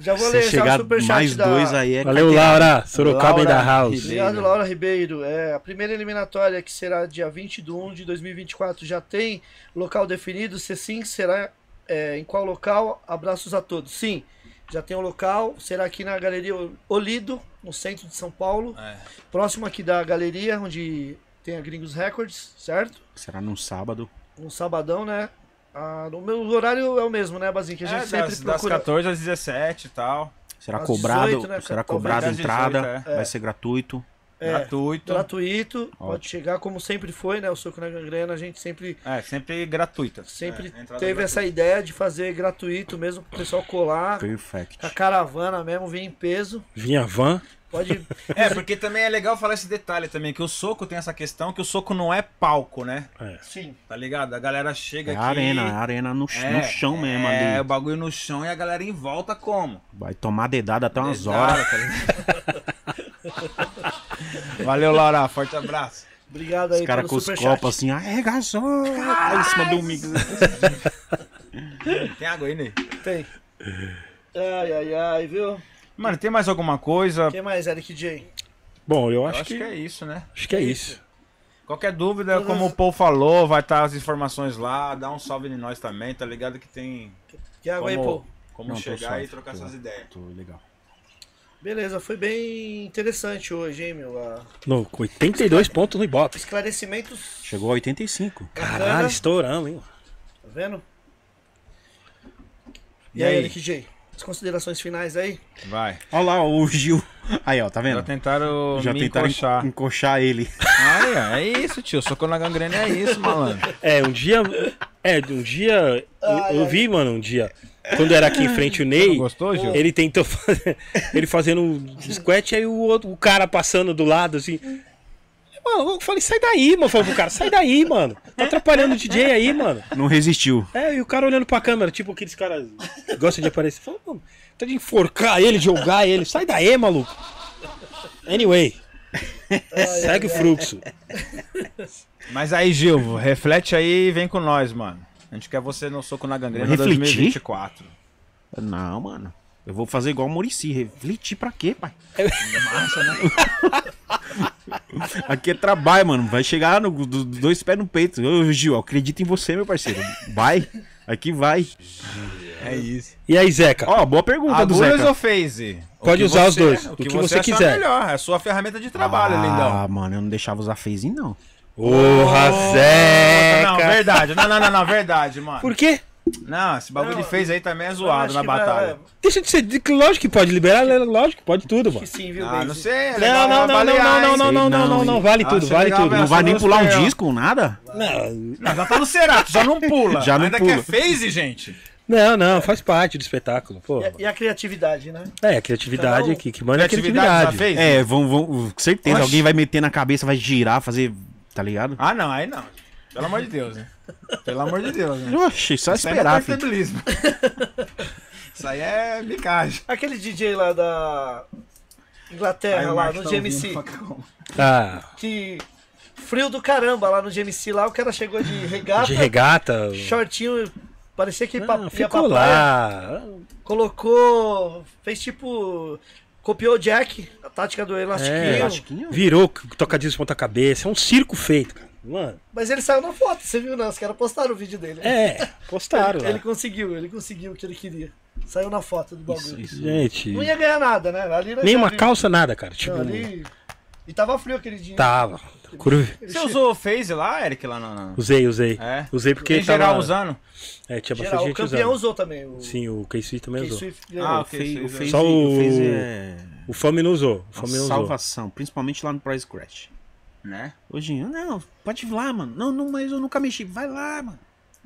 Speaker 1: Já vou
Speaker 3: Se
Speaker 1: ler já
Speaker 3: chegar
Speaker 1: o superchat
Speaker 3: mais
Speaker 1: da.
Speaker 3: dois aí é
Speaker 2: Valeu,
Speaker 3: carteirada.
Speaker 2: Laura. Sorocaba
Speaker 4: Laura
Speaker 2: ainda house.
Speaker 4: Ribeiro.
Speaker 1: Obrigado, Laura Ribeiro. É, a primeira eliminatória, que será dia 20 de 1 de 2024, já tem local definido? Se sim, será é, em qual local? Abraços a todos. Sim, já tem o local, será aqui na Galeria Olido, no centro de São Paulo,
Speaker 4: É.
Speaker 1: próximo aqui da galeria, onde tem a Gringos Records, certo?
Speaker 3: Será num sábado.
Speaker 1: Um sabadão, né? Ah, o meu horário é o mesmo, né, Bazinho? Que (laughs) a gente
Speaker 4: É,
Speaker 1: sempre
Speaker 4: das, das
Speaker 1: procura.
Speaker 4: 14 às 17 e tal.
Speaker 3: Será
Speaker 1: Às
Speaker 3: cobrado,
Speaker 1: 18, né?
Speaker 3: será
Speaker 1: Talvez
Speaker 3: cobrado
Speaker 4: às 18,
Speaker 3: entrada,
Speaker 4: é.
Speaker 3: vai ser gratuito.
Speaker 1: É.
Speaker 4: Gratuito.
Speaker 1: Gratuito, pode chegar como sempre foi, né? O Soco na Gangrena, a gente sempre
Speaker 4: É, sempre gratuita.
Speaker 1: Sempre
Speaker 4: É, entrada
Speaker 1: teve
Speaker 4: gratuita.
Speaker 1: essa ideia de fazer gratuito mesmo pro pessoal colar, com
Speaker 3: Perfect.
Speaker 1: a caravana mesmo, vir em peso.
Speaker 2: Vinha van.
Speaker 4: (laughs)
Speaker 1: Pode.
Speaker 4: É, porque também é legal falar esse detalhe também, que o soco tem essa questão que o soco não é palco, né?
Speaker 1: Sim.
Speaker 4: Tá ligado? A galera chega
Speaker 3: É
Speaker 4: aqui.
Speaker 3: arena, é arena no, ch- no chão mesmo
Speaker 4: É, o
Speaker 3: ali.
Speaker 4: bagulho no chão e a galera em volta como?
Speaker 3: Vai tomar dedada até umas
Speaker 4: Exato,
Speaker 3: horas.
Speaker 4: tá ligado? (laughs) Valeu, Laura. Forte abraço.
Speaker 1: Obrigado aí
Speaker 3: Os caras
Speaker 1: pelo
Speaker 3: com os
Speaker 1: superchat.
Speaker 3: copos assim, arregaçou. Aí em cima do mix.
Speaker 4: Tem água aí, Ney?
Speaker 1: Tem. Ai, ai, ai, viu?
Speaker 4: Mano, tem mais alguma coisa?
Speaker 1: Quem mais, Eric J?
Speaker 2: Bom, eu
Speaker 4: Eu
Speaker 2: acho,
Speaker 4: acho,
Speaker 2: que,
Speaker 4: que... é isso, né?
Speaker 2: acho que é isso.
Speaker 4: Qualquer dúvida,
Speaker 1: Todas-
Speaker 4: como o Paul falou, vai estar as informações lá. Dá um salve em nós também, tá ligado? Que tem
Speaker 1: Que água aí, pô.
Speaker 4: como, como
Speaker 3: Não, tô
Speaker 4: chegar
Speaker 3: suave,
Speaker 4: e trocar
Speaker 3: tô-
Speaker 4: suas ideias.
Speaker 3: Tô legal.
Speaker 1: Beleza, foi bem interessante hoje, hein, meu? Ah,
Speaker 2: No, com 82 pontos no Ibope.
Speaker 1: Esclarecimentos.
Speaker 3: Chegou a 85.
Speaker 2: Caralho,
Speaker 1: Bacana.
Speaker 2: estouramos, hein?
Speaker 1: Tá vendo? E,
Speaker 4: E
Speaker 1: aí,
Speaker 4: aí?
Speaker 1: Eric J? As considerações finais aí?
Speaker 4: Vai.
Speaker 3: Olha lá o Gil. Aí, ó, tá
Speaker 4: Já
Speaker 3: vendo?
Speaker 4: tentaram
Speaker 3: Já
Speaker 4: me
Speaker 3: tentaram
Speaker 4: encoxar.
Speaker 3: encoxar. encoxar ele.
Speaker 4: (laughs)
Speaker 3: (laughs)
Speaker 4: Ah, é, é isso, tio. Soco na gangrena é isso, malandro.
Speaker 2: É, um dia. É, um dia. eu, eu vi, mano, um dia. Quando era aqui em frente o Ney,
Speaker 4: Gostou, Gil?
Speaker 2: ele tentou fazer. (laughs) Ele fazendo um squat, aí o outro, o cara passando do lado, assim. Mano, eu falei, sai daí, mano. Eu Falei pro cara, sai daí, mano. Tá atrapalhando o DJ aí, mano.
Speaker 3: Não resistiu.
Speaker 2: É, e o cara olhando pra câmera, tipo aqueles caras que gostam de aparecer. Falou, mano, tá de enforcar ele, jogar ele. Sai daí, maluco. (laughs) Anyway. Segue o fluxo.
Speaker 4: Mas aí, Gil, reflete aí e vem com nós, mano. A gente quer você no soco na gangrena
Speaker 3: Refletir?
Speaker 4: 2024.
Speaker 3: Não, mano. Eu vou fazer igual o Murici. Refletir pra quê, pai? (laughs) Aqui é trabalho, mano. Vai chegar no, do- do- dois pés no peito. Ô, Gil, eu acredito em você, meu parceiro. Vai. Aqui vai.
Speaker 4: É isso.
Speaker 2: E aí, Zeca?
Speaker 3: Ó, boa pergunta do
Speaker 4: Agulhas
Speaker 3: Zeca.
Speaker 4: ou phase? O
Speaker 2: Pode
Speaker 4: que
Speaker 2: usar os
Speaker 4: você-
Speaker 2: dois,
Speaker 4: O que, você, achar
Speaker 2: quiser.
Speaker 4: melhor. É a sua ferramenta de trabalho, lindão.
Speaker 3: Ah, mano, eu não deixava usar phase, não.
Speaker 2: Porra,
Speaker 4: Não,
Speaker 2: Zeca!
Speaker 4: verdade. Não, não, não, não, verdade, mano.
Speaker 2: Por quê?
Speaker 4: Não, esse bagulho
Speaker 1: Não,
Speaker 4: de phase aí também é
Speaker 1: Eu
Speaker 4: zoado
Speaker 1: acho
Speaker 4: na
Speaker 1: que vai-
Speaker 4: batalha.
Speaker 2: Deixa de ser. Lógico que pode liberar, lógico que pode tudo,
Speaker 1: é, Que
Speaker 2: mano.
Speaker 1: sim, viu,
Speaker 4: Ah, não
Speaker 1: Benzi?
Speaker 4: sei. é
Speaker 2: Não,
Speaker 4: legal
Speaker 2: não, não, não,
Speaker 4: avaliar,
Speaker 2: não, não,
Speaker 4: hein?
Speaker 2: não, não, não, não, não, vale tudo,
Speaker 4: Achei
Speaker 2: vale
Speaker 4: legal,
Speaker 2: tudo.
Speaker 4: velho.
Speaker 3: Não vai nem
Speaker 4: dos
Speaker 3: pular
Speaker 4: peão.
Speaker 3: um disco, nada?
Speaker 2: Não,
Speaker 4: Não, já tá no Cerato, já não pula.
Speaker 3: Já não
Speaker 4: Ainda
Speaker 3: pula.
Speaker 4: quer phase, gente.
Speaker 2: não, não, faz parte do espetáculo, pô.
Speaker 1: E a- E a criatividade, né?
Speaker 2: É, a criatividade
Speaker 1: Cada um-
Speaker 2: aqui, que manda é a
Speaker 4: Criatividade
Speaker 2: criatividade.
Speaker 4: da phase?
Speaker 3: É, vão, vão, com certeza.
Speaker 4: Oxi.
Speaker 3: Alguém vai meter na cabeça, vai girar, fazer. Tá ligado?
Speaker 4: Ah, não, aí não. Pelo amor de Deus, né? Pelo amor de Deus, né?
Speaker 3: Oxi, (laughs) só
Speaker 4: Isso aí
Speaker 3: esperar,
Speaker 4: não é
Speaker 3: filho.
Speaker 4: perfectibilismo. (laughs) Isso aí é bicagem.
Speaker 1: Aquele DJ lá da Inglaterra, lá no GMC,
Speaker 2: Ah,
Speaker 1: que frio do caramba lá no GMC, lá o cara chegou de regata,
Speaker 2: de regata.
Speaker 1: shortinho, parecia que
Speaker 2: Não,
Speaker 1: pa- ia
Speaker 2: ficou
Speaker 1: pra praia,
Speaker 2: lá.
Speaker 1: colocou, fez tipo, copiou o Jack, a tática do elastiquinho,
Speaker 2: É, Virou tocadinho de ponta cabeça. É um circo feito, cara. Mano,
Speaker 1: mas ele saiu na foto, você viu, não, os caras postaram o vídeo dele.
Speaker 2: é, postaram
Speaker 1: ele, ele
Speaker 2: lá.
Speaker 1: conseguiu, ele conseguiu o que ele queria, saiu na foto do bagulho.
Speaker 2: Gente,
Speaker 1: Não ia ganhar nada, né? Ali não
Speaker 2: nenhuma
Speaker 1: ali-
Speaker 2: calça, nada, cara. Tipo,
Speaker 1: não, ali E tava frio aquele dia.
Speaker 2: Tava. Curva.
Speaker 4: Você usou o Phase lá, Eric, lá na. na...
Speaker 2: Usei, usei.
Speaker 4: É?
Speaker 2: Usei porque
Speaker 4: Em geral
Speaker 2: tava...
Speaker 4: usando?
Speaker 2: É, tinha bastante
Speaker 1: Geral, o
Speaker 2: gente
Speaker 1: campeão
Speaker 2: usando.
Speaker 1: usou também. O
Speaker 2: Sim, o Casey também
Speaker 1: Key
Speaker 2: usou.
Speaker 1: Swift ganhou.
Speaker 4: Ah,
Speaker 3: o
Speaker 4: ok,
Speaker 3: Phase-
Speaker 4: sei,
Speaker 3: o
Speaker 4: sei.
Speaker 3: Phase-
Speaker 2: Só
Speaker 3: o
Speaker 2: o-
Speaker 3: Phase é
Speaker 2: O Fome não usou. O
Speaker 3: uma
Speaker 2: Fome não usou.
Speaker 3: salvação, principalmente lá no Price Crash.
Speaker 4: Né?
Speaker 3: Hoje, em- não, pode ir lá, mano. Não, não, mas eu nunca mexi. Vai lá, mano.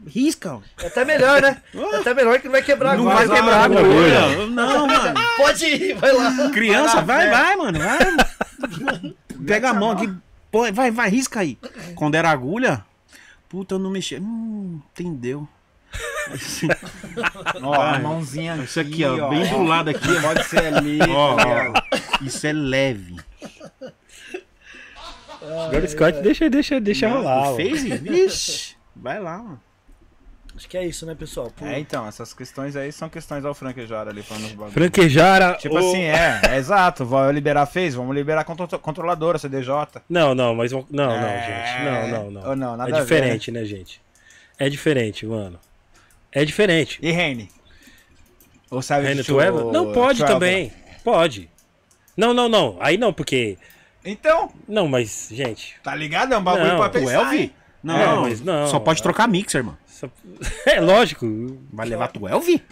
Speaker 3: Risca. ó.
Speaker 1: É até melhor, né? É até melhor que não vai quebrar
Speaker 3: Não
Speaker 1: agora. Ah,
Speaker 3: vai quebrar
Speaker 2: agora.
Speaker 3: agulha. Não, mano.
Speaker 1: Pode ir, vai lá.
Speaker 3: Criança, vai,
Speaker 4: Vai
Speaker 3: vai, mano. Vai. Pega a mão aqui. põe, vai, vai, risca aí. Quando era agulha, puta, eu não mexia. Hum, entendeu.
Speaker 4: Ó, a mãozinha aqui.
Speaker 3: Isso aqui, ó, bem do lado aqui, ó.
Speaker 4: Pode ser ali.
Speaker 3: (laughs) Ó,
Speaker 4: tá ligado?
Speaker 3: ó, isso é leve.
Speaker 2: Agora o Scott deixa, deixa, deixa rolar. ó.
Speaker 3: Fez? Vixe. Vai lá, mano.
Speaker 1: Acho que é isso, né, pessoal? Pô,
Speaker 4: É, então, essas questões aí são questões ao franquejar ali falando os bagulhos.
Speaker 2: Franquejara.
Speaker 4: Tipo
Speaker 2: o-
Speaker 4: assim, é, é exato, vou liberar fez, vamos liberar contro- controladora, CDJ.
Speaker 2: Não, não, mas. vão- Não, não,
Speaker 4: É.
Speaker 2: gente. Não, não, não.
Speaker 4: Ou não, nada a
Speaker 2: é
Speaker 4: ver,
Speaker 2: diferente, né, gente? É diferente, mano. É diferente.
Speaker 4: E Rene? Ou sabe
Speaker 2: Renan
Speaker 3: é,
Speaker 2: Tueva? Não pode também. Pode. Não, não, não. Aí não, porque.
Speaker 4: Então,
Speaker 2: Não, mas, gente.
Speaker 4: tá ligado? É um bagulho
Speaker 2: Não,
Speaker 4: pra
Speaker 2: tu
Speaker 4: pensar.
Speaker 3: Twelve?
Speaker 4: hein?
Speaker 3: Não,
Speaker 2: É,
Speaker 3: não,
Speaker 2: mas não.
Speaker 3: Só pode trocar mixer, mano.
Speaker 2: só- (laughs) É lógico.
Speaker 3: Vai levar 12?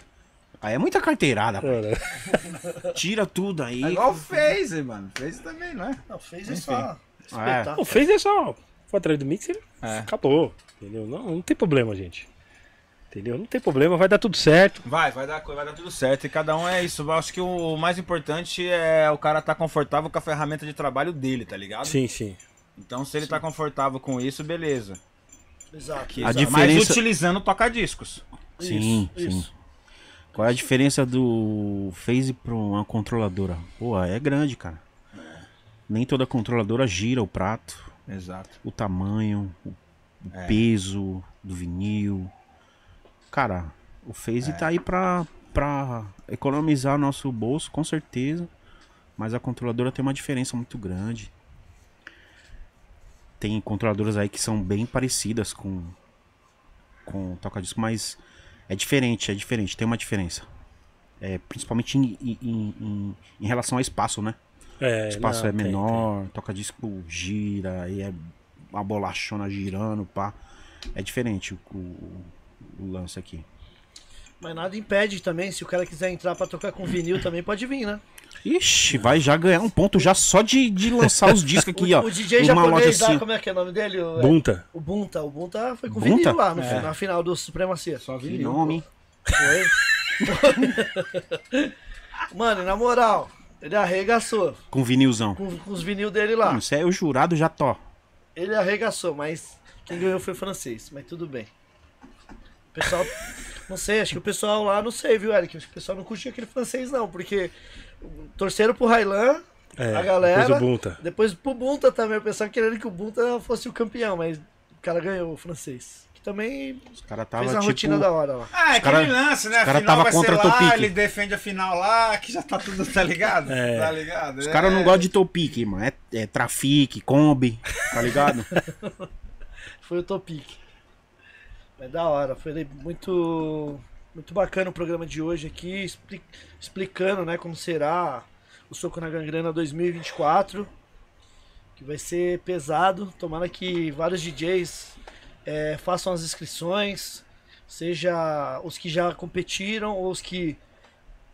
Speaker 3: Aí é muita carteirada, pô.
Speaker 2: Cara,
Speaker 3: Tira tudo aí.
Speaker 4: É igual fez, mano. Fez também, não é?
Speaker 1: Não, fez é só
Speaker 2: Não,
Speaker 1: espetáculo.
Speaker 2: fez é só. Foi atrás do mixer,
Speaker 4: É.
Speaker 2: acabou. Entendeu? Não, não tem problema, gente. Entendeu? Não tem problema, vai dar tudo certo.
Speaker 4: Vai, vai dar, co- vai dar tudo certo. E cada um é isso. Eu acho que o mais importante é o cara tá confortável com a ferramenta de trabalho dele, tá ligado?
Speaker 2: Sim, sim.
Speaker 4: Então, se ele tá confortável com isso, beleza.
Speaker 1: Exato.
Speaker 4: Que-
Speaker 3: A
Speaker 1: exato.
Speaker 3: dif-
Speaker 4: Mas
Speaker 3: diferença-
Speaker 4: utilizando toca-discos.
Speaker 3: Sim,
Speaker 1: Isso,
Speaker 3: sim.
Speaker 1: isso.
Speaker 3: Qual é a diferença do Phase para uma controladora? Pô, é grande, cara. Nem toda controladora gira o prato,
Speaker 4: Exato.
Speaker 3: o tamanho, o o peso do vinil. Cara, o Phase tá aí pra, pra economizar nosso bolso, com certeza. Mas a controladora tem uma diferença muito grande. Tem controladoras aí que são bem parecidas com com o toca-disco, mas é diferente, é diferente, tem uma diferença. É, principalmente em, em- em- em- em relação ao espaço, né?
Speaker 2: É,
Speaker 3: O espaço
Speaker 2: não,
Speaker 3: é
Speaker 2: tem,
Speaker 3: menor, toca-disco gira, e é uma bolachona girando, pá. É diferente o, o- o lance aqui.
Speaker 1: Mas nada impede também, se o cara quiser entrar pra tocar com vinil também, pode vir, né?
Speaker 3: Ixi, vai já ganhar um ponto já só de, de lançar os discos aqui,
Speaker 1: (laughs) o,
Speaker 3: ó.
Speaker 1: o DJ
Speaker 3: numa loja
Speaker 1: japonês, lá,
Speaker 3: assim.
Speaker 1: como é que é o nome dele? O,
Speaker 2: tem. Bunta.
Speaker 1: o Bunta. O Bunta foi com
Speaker 3: Bunta? É.
Speaker 1: vinil lá no, na final do Supremacia.
Speaker 4: Só
Speaker 3: Que nome, hein?
Speaker 1: Foi. Mano, na moral, ele arregaçou
Speaker 3: Com vinilzão.
Speaker 1: com, com os vinil dele lá.
Speaker 3: Mano, isso é o jurado já tó.
Speaker 1: Ele arregaçou, mas quem ganhou foi o francês, mas tudo bem. O pessoal. Não sei, acho que o pessoal lá, não sei, viu, Eric? Acho que o pessoal não curtiu aquele francês, não, porque torceram pro Railan,
Speaker 2: É,
Speaker 1: a galera.
Speaker 2: Depois o Bunta.
Speaker 1: Depois pro Bunta também, o pessoal querendo que o Bunta fosse o campeão, mas o cara ganhou o francês. Que também
Speaker 3: Os caras
Speaker 1: fez
Speaker 3: tava
Speaker 1: uma
Speaker 3: tipo...
Speaker 1: rotina da hora lá.
Speaker 4: Ah, é
Speaker 3: cara-
Speaker 4: aquele lance, né?
Speaker 3: os cara
Speaker 4: a final
Speaker 3: tava
Speaker 4: vai
Speaker 3: contra
Speaker 4: ser lá,
Speaker 3: Topic.
Speaker 4: ele defende a final lá, que já tá tudo, tá ligado?
Speaker 2: É.
Speaker 4: Tá ligado?
Speaker 3: Os caras não gostam de topique, mano. É, é trafique, combi, tá ligado?
Speaker 1: (laughs) Foi o Topic. Mas da hora, foi muito muito bacana o programa de hoje aqui, expli- explicando, né, como será o Soco na Gangrena 2024, que vai ser pesado, tomara que vários DJs eh, façam as inscrições, seja os que já competiram ou os que,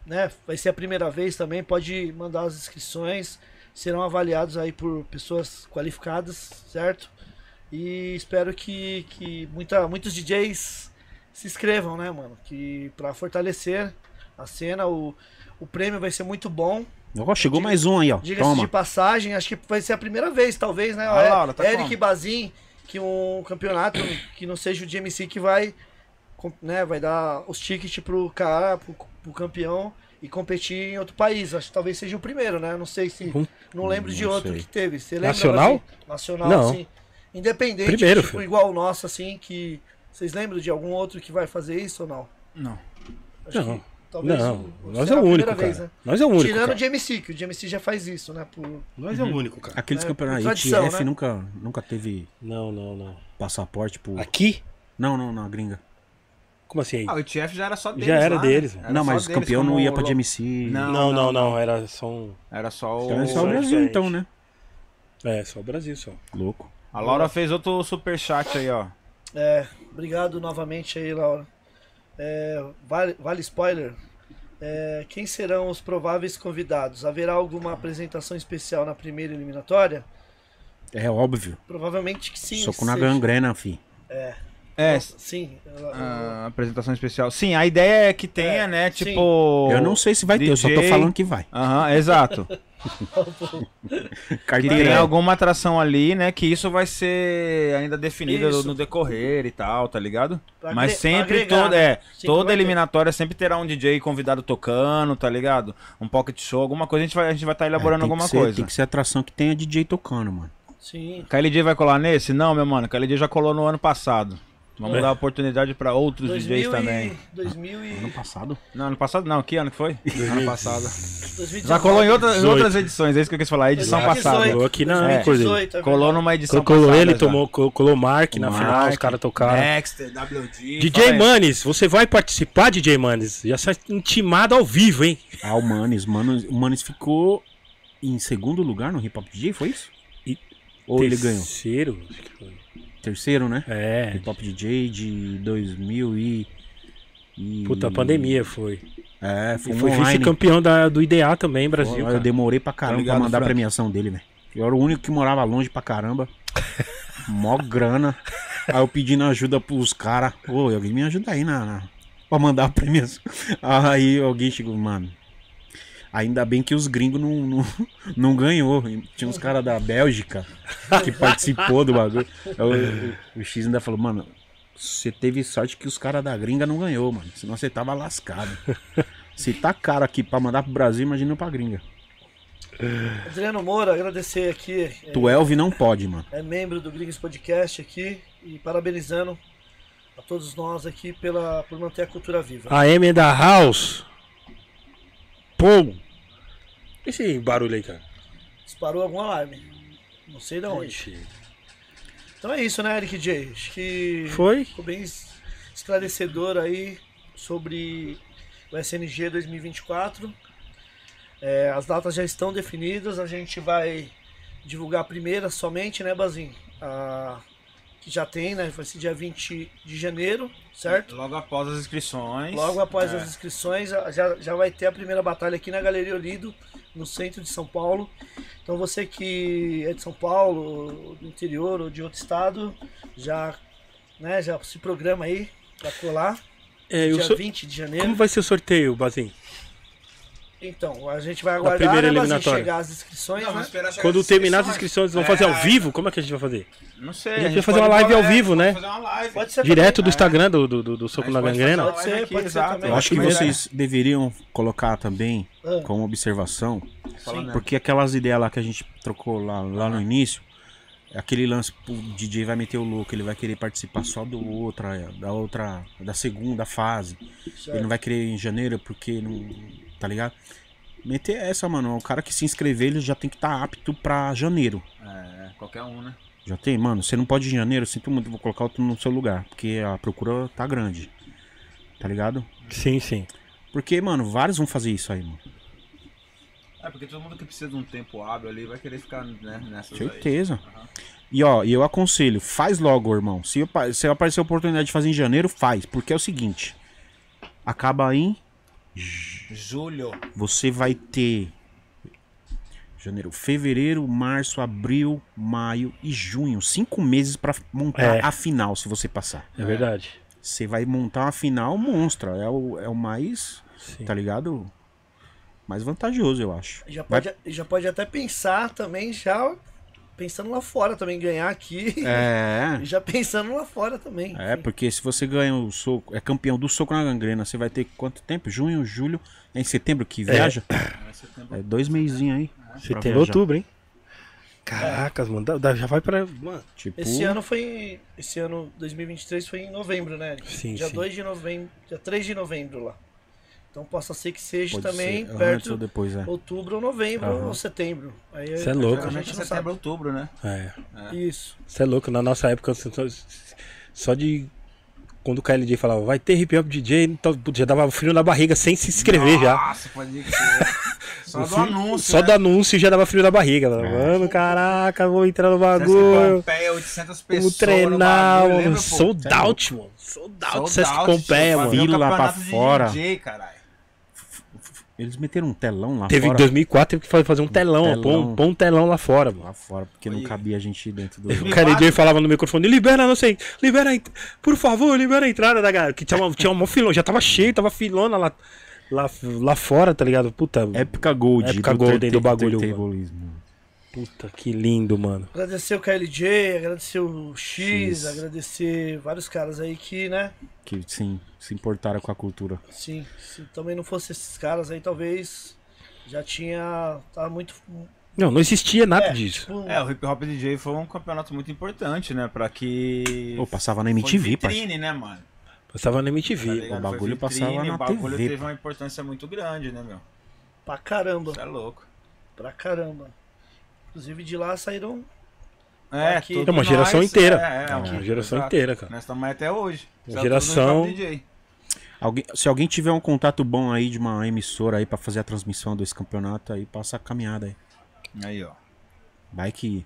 Speaker 1: né, vai ser a primeira vez também, pode mandar as inscrições, serão avaliados aí por pessoas qualificadas, certo? E espero que, que muita, muitos DJs se inscrevam, né, mano? Que para fortalecer a cena, o, o prêmio vai ser muito bom.
Speaker 3: Ó, chegou mais um aí, ó.
Speaker 1: Diga-se
Speaker 3: Toma.
Speaker 1: de passagem, acho que vai ser a primeira vez, talvez, né?
Speaker 4: Ah,
Speaker 1: É-
Speaker 4: Laura, tá
Speaker 1: Eric
Speaker 4: como?
Speaker 1: Bazin, que um campeonato que não seja o GMC que vai, com- né, vai dar os tickets pro cara, pro, pro campeão e competir em outro país. Acho que talvez seja o primeiro, né? Não sei se.
Speaker 2: Hum.
Speaker 1: Não lembro de
Speaker 3: Não
Speaker 1: outro
Speaker 3: sei.
Speaker 1: que teve. Você lembra,
Speaker 2: Nacional?
Speaker 1: Bazin? Nacional,
Speaker 2: Não.
Speaker 1: sim. Independente,
Speaker 2: Primeiro,
Speaker 1: tipo,
Speaker 2: filho.
Speaker 1: igual o nosso, assim, que. Vocês lembram de algum outro que vai fazer isso ou não?
Speaker 4: Não.
Speaker 1: Acho
Speaker 2: Não.
Speaker 1: que
Speaker 2: Não,
Speaker 1: o-
Speaker 2: nós é
Speaker 1: será
Speaker 2: o
Speaker 1: a primeira
Speaker 2: único,
Speaker 1: vez,
Speaker 2: cara.
Speaker 1: né?
Speaker 2: Nós é o único.
Speaker 1: Tirando
Speaker 2: cara.
Speaker 1: o GMC, que o GMC já faz isso, né? Por,
Speaker 2: Nós é o único, cara.
Speaker 3: Aqueles
Speaker 1: É,
Speaker 3: campeonatos.
Speaker 1: tradição,
Speaker 3: ETF
Speaker 1: né?
Speaker 3: nunca, nunca teve
Speaker 2: Não, não, não.
Speaker 3: passaporte pro.
Speaker 2: Aqui?
Speaker 3: Não, não, na gringa.
Speaker 2: Como assim aí?
Speaker 4: Ah, o TF já era só deles.
Speaker 2: Já era
Speaker 4: lá,
Speaker 2: deles,
Speaker 4: Né?
Speaker 2: mano.
Speaker 4: Era
Speaker 3: não,
Speaker 4: só
Speaker 3: mas o
Speaker 4: deles
Speaker 3: campeão
Speaker 4: como
Speaker 3: não ia pra
Speaker 4: lo-
Speaker 3: GMC.
Speaker 4: Não.
Speaker 2: não, não, não, Era só um.
Speaker 4: Era só o.
Speaker 3: Então é só o
Speaker 2: Só
Speaker 3: Brasil,
Speaker 2: diferente.
Speaker 3: então, né?
Speaker 2: É, só o Brasil só.
Speaker 3: Louco.
Speaker 4: A Laura fez outro superchat aí, ó.
Speaker 1: É, obrigado novamente aí, Laura. É, vale, vale spoiler? É, quem serão os prováveis convidados? Haverá alguma apresentação especial na primeira eliminatória?
Speaker 3: É óbvio.
Speaker 1: Provavelmente que sim.
Speaker 3: Soco
Speaker 1: que
Speaker 3: na
Speaker 1: seja.
Speaker 3: gangrena, fi.
Speaker 4: É,
Speaker 1: Sim. ela-
Speaker 4: ah, apresentação especial. Sim, a ideia é que tenha,
Speaker 1: É,
Speaker 4: né?
Speaker 1: sim.
Speaker 4: Tipo.
Speaker 3: Eu não sei se vai ter, eu só tô
Speaker 4: DJ.
Speaker 3: falando que vai. (laughs)
Speaker 4: Aham, exato. Que tem
Speaker 3: Carteira.
Speaker 4: alguma atração ali, né? Que isso vai ser ainda definido
Speaker 1: Isso.
Speaker 4: no decorrer e tal, tá ligado?
Speaker 1: Pra
Speaker 4: Mas
Speaker 1: agre-
Speaker 4: sempre
Speaker 1: pra agregar,
Speaker 4: toda,
Speaker 1: né?
Speaker 4: é,
Speaker 1: Sim,
Speaker 4: toda
Speaker 1: vai ter.
Speaker 4: eliminatória sempre terá um DJ convidado tocando, tá ligado? Um pocket show, alguma coisa, a gente vai estar a gente vai tá elaborando
Speaker 3: É, tem que
Speaker 4: alguma
Speaker 3: ser-
Speaker 4: coisa.
Speaker 3: Tem que ser atração que tenha DJ tocando, mano.
Speaker 1: Sim.
Speaker 4: KLJ vai colar nesse? Não, meu mano, KLJ já colou no ano passado. Vamos
Speaker 2: É.
Speaker 4: dar oportunidade pra outros DJs
Speaker 1: 2000
Speaker 4: também.
Speaker 1: E, 2000 e,
Speaker 3: Ano passado?
Speaker 4: Não, ano passado não, que ano que foi?
Speaker 5: Ano
Speaker 1: (laughs)
Speaker 5: passado.
Speaker 1: 2019.
Speaker 4: Já colou em, outra- em
Speaker 2: 18.
Speaker 4: outras edições, é isso que eu quis falar, edição passada.
Speaker 1: 2018,
Speaker 2: Colou aqui na-
Speaker 1: 2018, é
Speaker 4: Colou numa edição
Speaker 2: Colou
Speaker 4: passada
Speaker 2: ele,
Speaker 4: já.
Speaker 2: tomou, col- colou o Mark na
Speaker 3: Mark.
Speaker 2: final, os caras tocaram.
Speaker 4: Dexter, WD.
Speaker 2: DJ
Speaker 4: É, fala aí.
Speaker 2: Manes, você vai participar, DJ Manes? Já está intimado ao vivo, hein?
Speaker 3: Ah, o Manes. Manes- O Manes ficou em segundo lugar no Hip Hop DJ, foi isso?
Speaker 2: E-
Speaker 3: Ou ele ganhou?
Speaker 2: Terceiro, acho que foi.
Speaker 3: Terceiro, né?
Speaker 2: É.
Speaker 3: Hip Hop DJ de 2000 e... e-
Speaker 2: Puta, a pandemia foi.
Speaker 3: É, foi,
Speaker 2: E
Speaker 3: um
Speaker 2: foi
Speaker 3: online.
Speaker 2: vice-campeão da- do IDA também, Brasil.
Speaker 3: Eu
Speaker 2: cara.
Speaker 3: demorei pra caramba
Speaker 4: Tá ligado,
Speaker 3: pra mandar a
Speaker 4: Frank?
Speaker 3: premiação dele, velho. Eu era o único que morava longe pra caramba. Mó grana. Aí eu pedindo ajuda pros caras. Ô, alguém me ajuda aí na, na... pra mandar a premiação. Aí alguém chegou, mano. Ainda bem que os gringos não, não, não ganhou. E Tinha uns caras da Bélgica que participou do bagulho. Aí o- o, o X ainda falou, mano, você teve sorte que os caras da gringa não ganhou, mano. Senão você tava lascado. Se tá caro aqui pra mandar pro Brasil, imagina pra gringa.
Speaker 1: Adriano Moura, agradecer aqui. é,
Speaker 3: Tu Elvi não pode, mano.
Speaker 1: é membro do Gringos Podcast aqui e parabenizando a todos nós aqui pela, por manter a cultura viva.
Speaker 2: A M é da House. Pum. Esse barulho aí, cara.
Speaker 1: Disparou algum alarme. Não sei de onde. Então é isso, né, Eric J? Acho que
Speaker 2: Foi?
Speaker 1: ficou bem es- esclarecedor aí sobre o SNG 2024. É, as datas já estão definidas, a gente vai divulgar a primeira somente, né, Bazin? A, que já tem, né? Vai ser dia 20 de janeiro, certo?
Speaker 4: Logo após as inscrições.
Speaker 1: Logo após
Speaker 4: É.
Speaker 1: as inscrições, já, já vai ter a primeira batalha aqui na Galeria Olido, no centro de São Paulo. Então você que é de São Paulo, do interior ou de outro estado, já, né, já se programa aí pra colar.
Speaker 2: É, eu
Speaker 1: dia
Speaker 2: sou-
Speaker 1: 20 de janeiro.
Speaker 2: Como vai ser o sorteio, Bazin?
Speaker 1: Então, a gente vai aguardar
Speaker 2: primeira
Speaker 1: né, mas em
Speaker 2: eliminatória.
Speaker 1: chegar as inscrições,
Speaker 4: Não,
Speaker 1: né?
Speaker 4: vamos esperar chegar
Speaker 2: Quando terminar as
Speaker 4: inscrições.
Speaker 2: inscrições, vão
Speaker 4: É,
Speaker 2: fazer ao
Speaker 4: é.
Speaker 2: vivo? Como é que a gente vai fazer?
Speaker 4: Não sei.
Speaker 2: A gente
Speaker 4: vai
Speaker 2: podia fazer uma live ao vivo, né?
Speaker 4: Fazer uma live.
Speaker 1: Pode ser
Speaker 2: Direto do
Speaker 1: também.
Speaker 2: Instagram do, do, do, do Soco
Speaker 4: Mas
Speaker 2: na
Speaker 4: pode
Speaker 2: Gangrena?
Speaker 4: falar.
Speaker 1: Pode ser,
Speaker 4: Aqui,
Speaker 1: pode ser
Speaker 4: exato.
Speaker 1: também.
Speaker 3: Eu acho que
Speaker 4: Mas é.
Speaker 3: vocês deveriam colocar também
Speaker 1: né? Ah.
Speaker 3: como observação,
Speaker 1: Sim. né?
Speaker 3: porque aquelas ideias lá que a gente trocou lá, lá no início, aquele lance, pô, o DJ vai meter o louco, ele vai querer participar só do outra, é, da outra, da segunda fase. Ele não vai querer em janeiro porque não, tá ligado? Meter essa, mano, o cara que se inscrever, ele já tem que estar apto pra janeiro.
Speaker 4: É, qualquer um, né?
Speaker 3: Já tem, mano. Você não pode ir em janeiro, sinto muito, vou colocar outro no seu lugar, porque a procura tá grande. Tá ligado?
Speaker 2: Sim, sim.
Speaker 3: Porque, mano, vários vão fazer isso aí, mano.
Speaker 4: É, porque todo mundo que precisa de um tempo hábil ali vai querer ficar né, nessa.
Speaker 3: Certeza. E ó, e eu aconselho, faz logo, irmão. Se, apa- se aparecer a oportunidade de fazer em janeiro, faz. Porque é o seguinte: acaba em.
Speaker 4: Julho.
Speaker 3: Você vai ter. Janeiro, fevereiro, março, abril, maio e junho. Cinco meses pra montar
Speaker 2: É.
Speaker 3: a final, se você passar.
Speaker 2: É verdade.
Speaker 3: Você vai montar uma final monstra. É o, é o mais.
Speaker 2: Sim.
Speaker 3: Tá ligado? Mais vantajoso, eu acho.
Speaker 1: Já
Speaker 3: Vai-
Speaker 1: pode, já pode até pensar também, já pensando lá fora também, ganhar aqui.
Speaker 3: É.
Speaker 1: (laughs) E já pensando lá fora também.
Speaker 3: É, porque se você ganha o soco, é campeão do soco na gangrena, você vai ter quanto tempo? Junho, julho, é em setembro que viaja? É, dois meizinhos aí.
Speaker 2: Você
Speaker 3: pra
Speaker 2: tem
Speaker 3: viajar.
Speaker 2: outubro, hein? Caracas, mano. dá- dá- Já vai pra. Mano.
Speaker 3: Tipo,
Speaker 1: Esse ano foi. Esse ano 2023 foi em novembro, né? Eric?
Speaker 2: Sim,
Speaker 1: dia
Speaker 2: sim.
Speaker 1: 2 de novembro. Dia 3 de novembro lá. Então possa ser que seja
Speaker 3: pode
Speaker 1: também
Speaker 3: ser antes
Speaker 1: perto
Speaker 3: ou depois, é.
Speaker 1: outubro ou novembro
Speaker 3: Aham.
Speaker 1: ou setembro. Aí
Speaker 2: Cê é louco.
Speaker 1: A gente
Speaker 4: Geralmente é
Speaker 1: não sabe.
Speaker 4: setembro, outubro, né?
Speaker 2: É.
Speaker 1: Isso.
Speaker 2: Você é louco, na nossa época só- só- só de. Quando o KLJ falava, vai ter hip hop DJ, então, putz, já dava frio na barriga sem se inscrever já.
Speaker 4: Nossa, pode crer.
Speaker 3: (laughs)
Speaker 4: Só
Speaker 2: O
Speaker 4: do
Speaker 2: fi-
Speaker 4: anúncio.
Speaker 2: Só
Speaker 4: né?
Speaker 2: do anúncio já dava frio na barriga. Mano, Mano, caraca, vou entrar no bagulho.
Speaker 4: Pompeia, 800
Speaker 2: Vamos
Speaker 4: pessoas.
Speaker 2: treinar, mano. Sold
Speaker 3: Tá
Speaker 2: out, mano. Sold out,
Speaker 4: Sold
Speaker 2: Sesc
Speaker 4: out,
Speaker 2: Pompeia,
Speaker 4: fazer
Speaker 2: mano.
Speaker 4: um
Speaker 3: Vila pra
Speaker 4: campeonato de
Speaker 3: fora.
Speaker 4: DJ, caralho.
Speaker 3: Eles meteram um telão lá
Speaker 2: Teve em
Speaker 3: fora.
Speaker 2: 2004, teve que fa- fazer um telão, ó,
Speaker 3: telão.
Speaker 2: pôr um- pôr um telão lá fora, mano.
Speaker 3: Lá fora, porque não
Speaker 4: Foi.
Speaker 3: cabia gente dentro do.
Speaker 1: (laughs)
Speaker 2: O cara DJ falava no microfone, libera, não sei, libera, a en- por favor, libera a entrada da galera. Que tinha uma, tinha uma filona, já tava cheio, tava filona lá, lá, lá fora, tá ligado? Puta,
Speaker 3: Épica Gold.
Speaker 2: Épica
Speaker 3: do
Speaker 2: Golden
Speaker 3: Turnta-
Speaker 2: do bagulho,
Speaker 3: Turntablismo.
Speaker 2: puta que lindo, mano.
Speaker 1: Agradecer o KLJ, agradecer o X,
Speaker 3: X.
Speaker 1: agradecer vários caras aí que, né?
Speaker 3: Que sim, se importaram com a cultura.
Speaker 1: Sim, se também não fosse esses caras aí, talvez já tinha. Tava muito.
Speaker 2: Não, não existia nada
Speaker 1: é,
Speaker 2: disso.
Speaker 1: tipo,
Speaker 4: É, o Hip Hop DJ foi um campeonato muito importante, né? Pra que.
Speaker 3: Eu passava na
Speaker 4: Foi
Speaker 3: MTV, parceiro.
Speaker 4: vitrine, né, mano?
Speaker 2: Passava na MTV.
Speaker 4: ligado?
Speaker 3: o
Speaker 4: Foi
Speaker 3: bagulho
Speaker 4: vitrine,
Speaker 3: passava na
Speaker 4: O bagulho
Speaker 3: TV,
Speaker 4: teve uma importância muito grande, né, meu?
Speaker 1: pra caramba.
Speaker 4: Isso é louco.
Speaker 1: Pra caramba. Inclusive de lá saíram.
Speaker 4: É,
Speaker 1: Aqui-
Speaker 4: tudo
Speaker 2: É uma geração
Speaker 4: nós,
Speaker 2: inteira.
Speaker 4: É,
Speaker 2: É uma geração inteira, cara.
Speaker 4: Nós estamos aí até hoje.
Speaker 2: Uma
Speaker 4: Isso é
Speaker 2: geração-
Speaker 4: tudo hip hop DJ.
Speaker 3: Alguém- se alguém tiver um contato bom aí de uma emissora aí pra fazer a transmissão desse campeonato aí, passa a caminhada aí.
Speaker 4: Aí, ó.
Speaker 3: Vai que.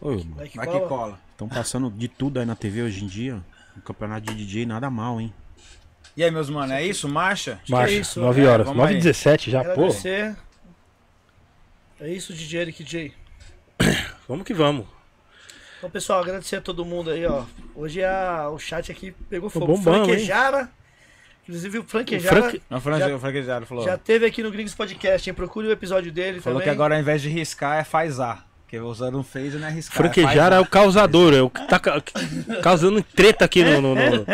Speaker 3: Oi, mano.
Speaker 1: Vai que
Speaker 4: Vai que
Speaker 1: cola.
Speaker 4: cola.
Speaker 3: Estão passando de tudo aí na TV hoje em dia. O campeonato de DJ nada mal, hein?
Speaker 4: E aí, meus mano, é isso? Marcha?
Speaker 1: é
Speaker 2: Marcha,
Speaker 1: isso,
Speaker 2: 9
Speaker 1: é,
Speaker 2: horas,
Speaker 4: vamos
Speaker 2: 9
Speaker 4: aí.
Speaker 2: h 17 já, Ah, pô.
Speaker 1: agradecer. É isso, DJ Eric J.
Speaker 2: Vamos que vamos.
Speaker 1: Então, pessoal, agradecer a todo mundo aí, ó. Hoje a, o chat aqui pegou fogo.
Speaker 2: bombando,
Speaker 1: Franquejara. Inclusive o Franquejara
Speaker 2: O Franque-
Speaker 4: Não, Franz,
Speaker 1: Já-
Speaker 4: o franquejado falou.
Speaker 1: já teve aqui no Gringos Podcast, hein? Procure o episódio dele
Speaker 4: falou
Speaker 1: também.
Speaker 4: que agora ao invés de riscar é faz A. Porque usando um phaser não é riscar.
Speaker 2: Franquejar é o causador, é o que tá ca- causando treta aqui no. no- no-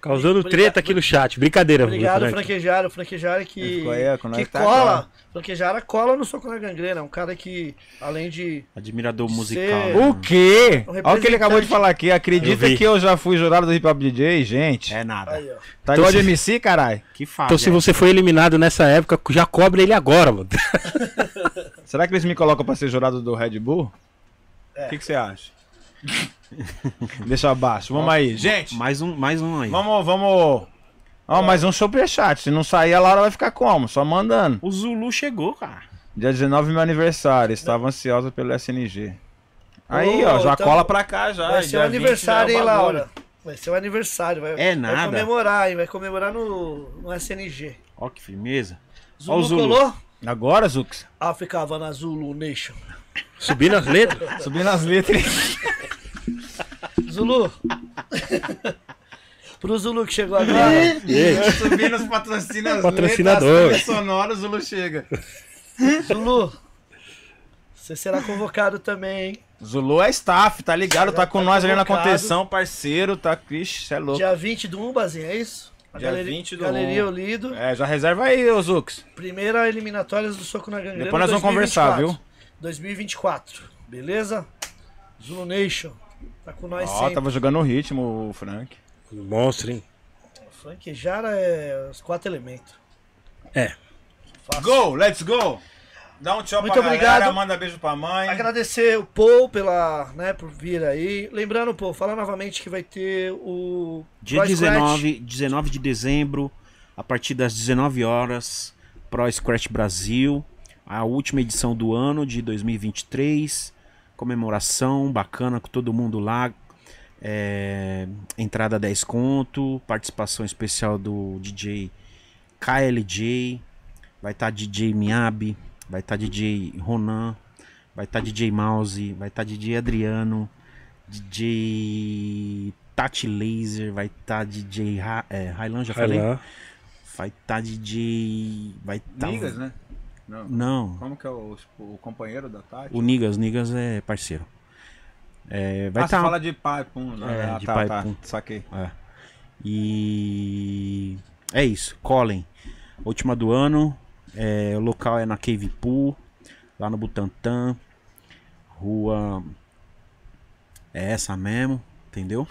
Speaker 2: causando treta aqui no chat. Brincadeira,
Speaker 1: Obrigado,
Speaker 2: Frank.
Speaker 1: Franquejara. O Franquejara
Speaker 4: é né? Ele
Speaker 1: que,
Speaker 4: ficou aí, ó, com nós
Speaker 1: que
Speaker 4: tá
Speaker 1: cola. Franquejara cola no Soco na Gangrena. Um cara que, além de...
Speaker 3: Admirador
Speaker 1: Cê-
Speaker 3: musical. né,
Speaker 5: O
Speaker 3: mano?
Speaker 5: quê?
Speaker 1: O
Speaker 5: Olha o que ele acabou de falar aqui. Acredita
Speaker 2: Eu vi.
Speaker 5: que eu já fui jurado do Hip Hop DJ, gente?
Speaker 3: É nada.
Speaker 1: Aí, ó.
Speaker 5: Tá
Speaker 2: Então
Speaker 5: igual
Speaker 2: se-
Speaker 5: de MC, caralho?
Speaker 3: Que fácil. é.
Speaker 2: Então, se você foi eliminado nessa época, já cobra ele agora, mano. (laughs)
Speaker 5: Será que eles me colocam pra ser jurado do Red Bull?
Speaker 4: O que que você acha? (laughs)
Speaker 5: Deixa abaixo. Vamos aí, gente.
Speaker 3: Mais um, mais um aí.
Speaker 5: Vamos, vamos. Ó, mais um superchat. Se não sair, a Laura vai ficar como? Só mandando.
Speaker 3: O Zulu chegou, cara.
Speaker 5: Dia 19, meu aniversário. Estava ansiosa pelo SNG. Aí,
Speaker 1: Ô,
Speaker 5: ó, já
Speaker 1: então-
Speaker 5: cola pra cá já.
Speaker 1: Vai
Speaker 4: Ai,
Speaker 1: ser
Speaker 4: Ah, dia
Speaker 1: um
Speaker 4: 20
Speaker 1: aniversário,
Speaker 4: já é
Speaker 1: hein,
Speaker 4: o bagulho.
Speaker 1: Laura? Vai ser um aniversário. Vai,
Speaker 3: É
Speaker 1: Vai
Speaker 3: nada.
Speaker 1: comemorar, hein? Vai comemorar no, no SNG.
Speaker 3: Ó que firmeza. Ó o
Speaker 1: Zulu
Speaker 3: Zulu.
Speaker 1: colou?
Speaker 5: Agora, Zux.
Speaker 1: Africava Ah, na Zulu Nation.
Speaker 2: Subindo as letras.
Speaker 5: Subindo as letras.
Speaker 1: (laughs) Zulu. (laughs) Pro Zulu que chegou agora.
Speaker 4: É.
Speaker 5: (laughs)
Speaker 2: Gente,
Speaker 4: Subindo os patrocínios,
Speaker 2: Patrocinador.
Speaker 4: letras, sonoras, o Lu chega.
Speaker 1: Zulu. Você será convocado também, hein?
Speaker 5: Zulu é staff, tá ligado? Tá com
Speaker 1: tá
Speaker 5: nós ali na
Speaker 1: convocado.
Speaker 5: contenção, parceiro, tá? Ixi, cê é louco.
Speaker 1: Dia 20 do 1, Bazinho, é isso? A
Speaker 4: Dia 20 do
Speaker 1: Galeria
Speaker 4: um.
Speaker 1: Olido.
Speaker 5: É, já reserva aí, ô Zux.
Speaker 1: Primeira eliminatórias do Soco na Gangrena.
Speaker 5: Depois nós vamos conversar, viu?
Speaker 1: 2024. Beleza? Zulu Nation. Tá com nós
Speaker 5: Ó,
Speaker 1: sempre.
Speaker 5: tava jogando o ritmo, o Frank.
Speaker 2: monstro, hein?
Speaker 1: Franquejara é os quatro elementos.
Speaker 2: É.
Speaker 1: Fácil.
Speaker 4: Go, let's go. Dá um tchau
Speaker 1: Muito
Speaker 4: pra galera,
Speaker 1: obrigado.
Speaker 4: manda beijo pra mãe.
Speaker 1: Agradecer o Paul pela, né, por vir aí. Lembrando, Paul, falar novamente que vai ter o
Speaker 3: Dia
Speaker 1: Pro Scratch.
Speaker 3: 19, 19 de dezembro, a partir das 19 horas, Pro Scratch Brasil, a última edição do ano de 2023, comemoração bacana com todo mundo lá, é, entrada 10 conto, participação especial do DJ KLJ, vai tá estar DJ Miyabi, vai estar DJ Ronan, vai estar DJ Mouse, vai estar DJ Adriano, DJ Tati Laser, vai estar DJ Ra é, Railan, já
Speaker 2: Vai
Speaker 3: falei.
Speaker 2: lá.
Speaker 3: Vai estar DJ. Vai tá...
Speaker 4: Amigas, né? Não.
Speaker 3: Não,
Speaker 4: Como que é o, o companheiro da Tati?
Speaker 3: o Nigas, Nigas é parceiro. É, vai
Speaker 4: ah, você
Speaker 3: estar.
Speaker 4: fala de pai, pum. né?
Speaker 3: É,
Speaker 4: ah,
Speaker 3: de
Speaker 4: tá,
Speaker 3: pai,
Speaker 4: tá.
Speaker 3: pum.
Speaker 4: Saquei.
Speaker 3: É. E é isso, Colin. Última do ano. É, o local é na Cave Pool, lá no Butantã. Rua. É essa mesmo, entendeu?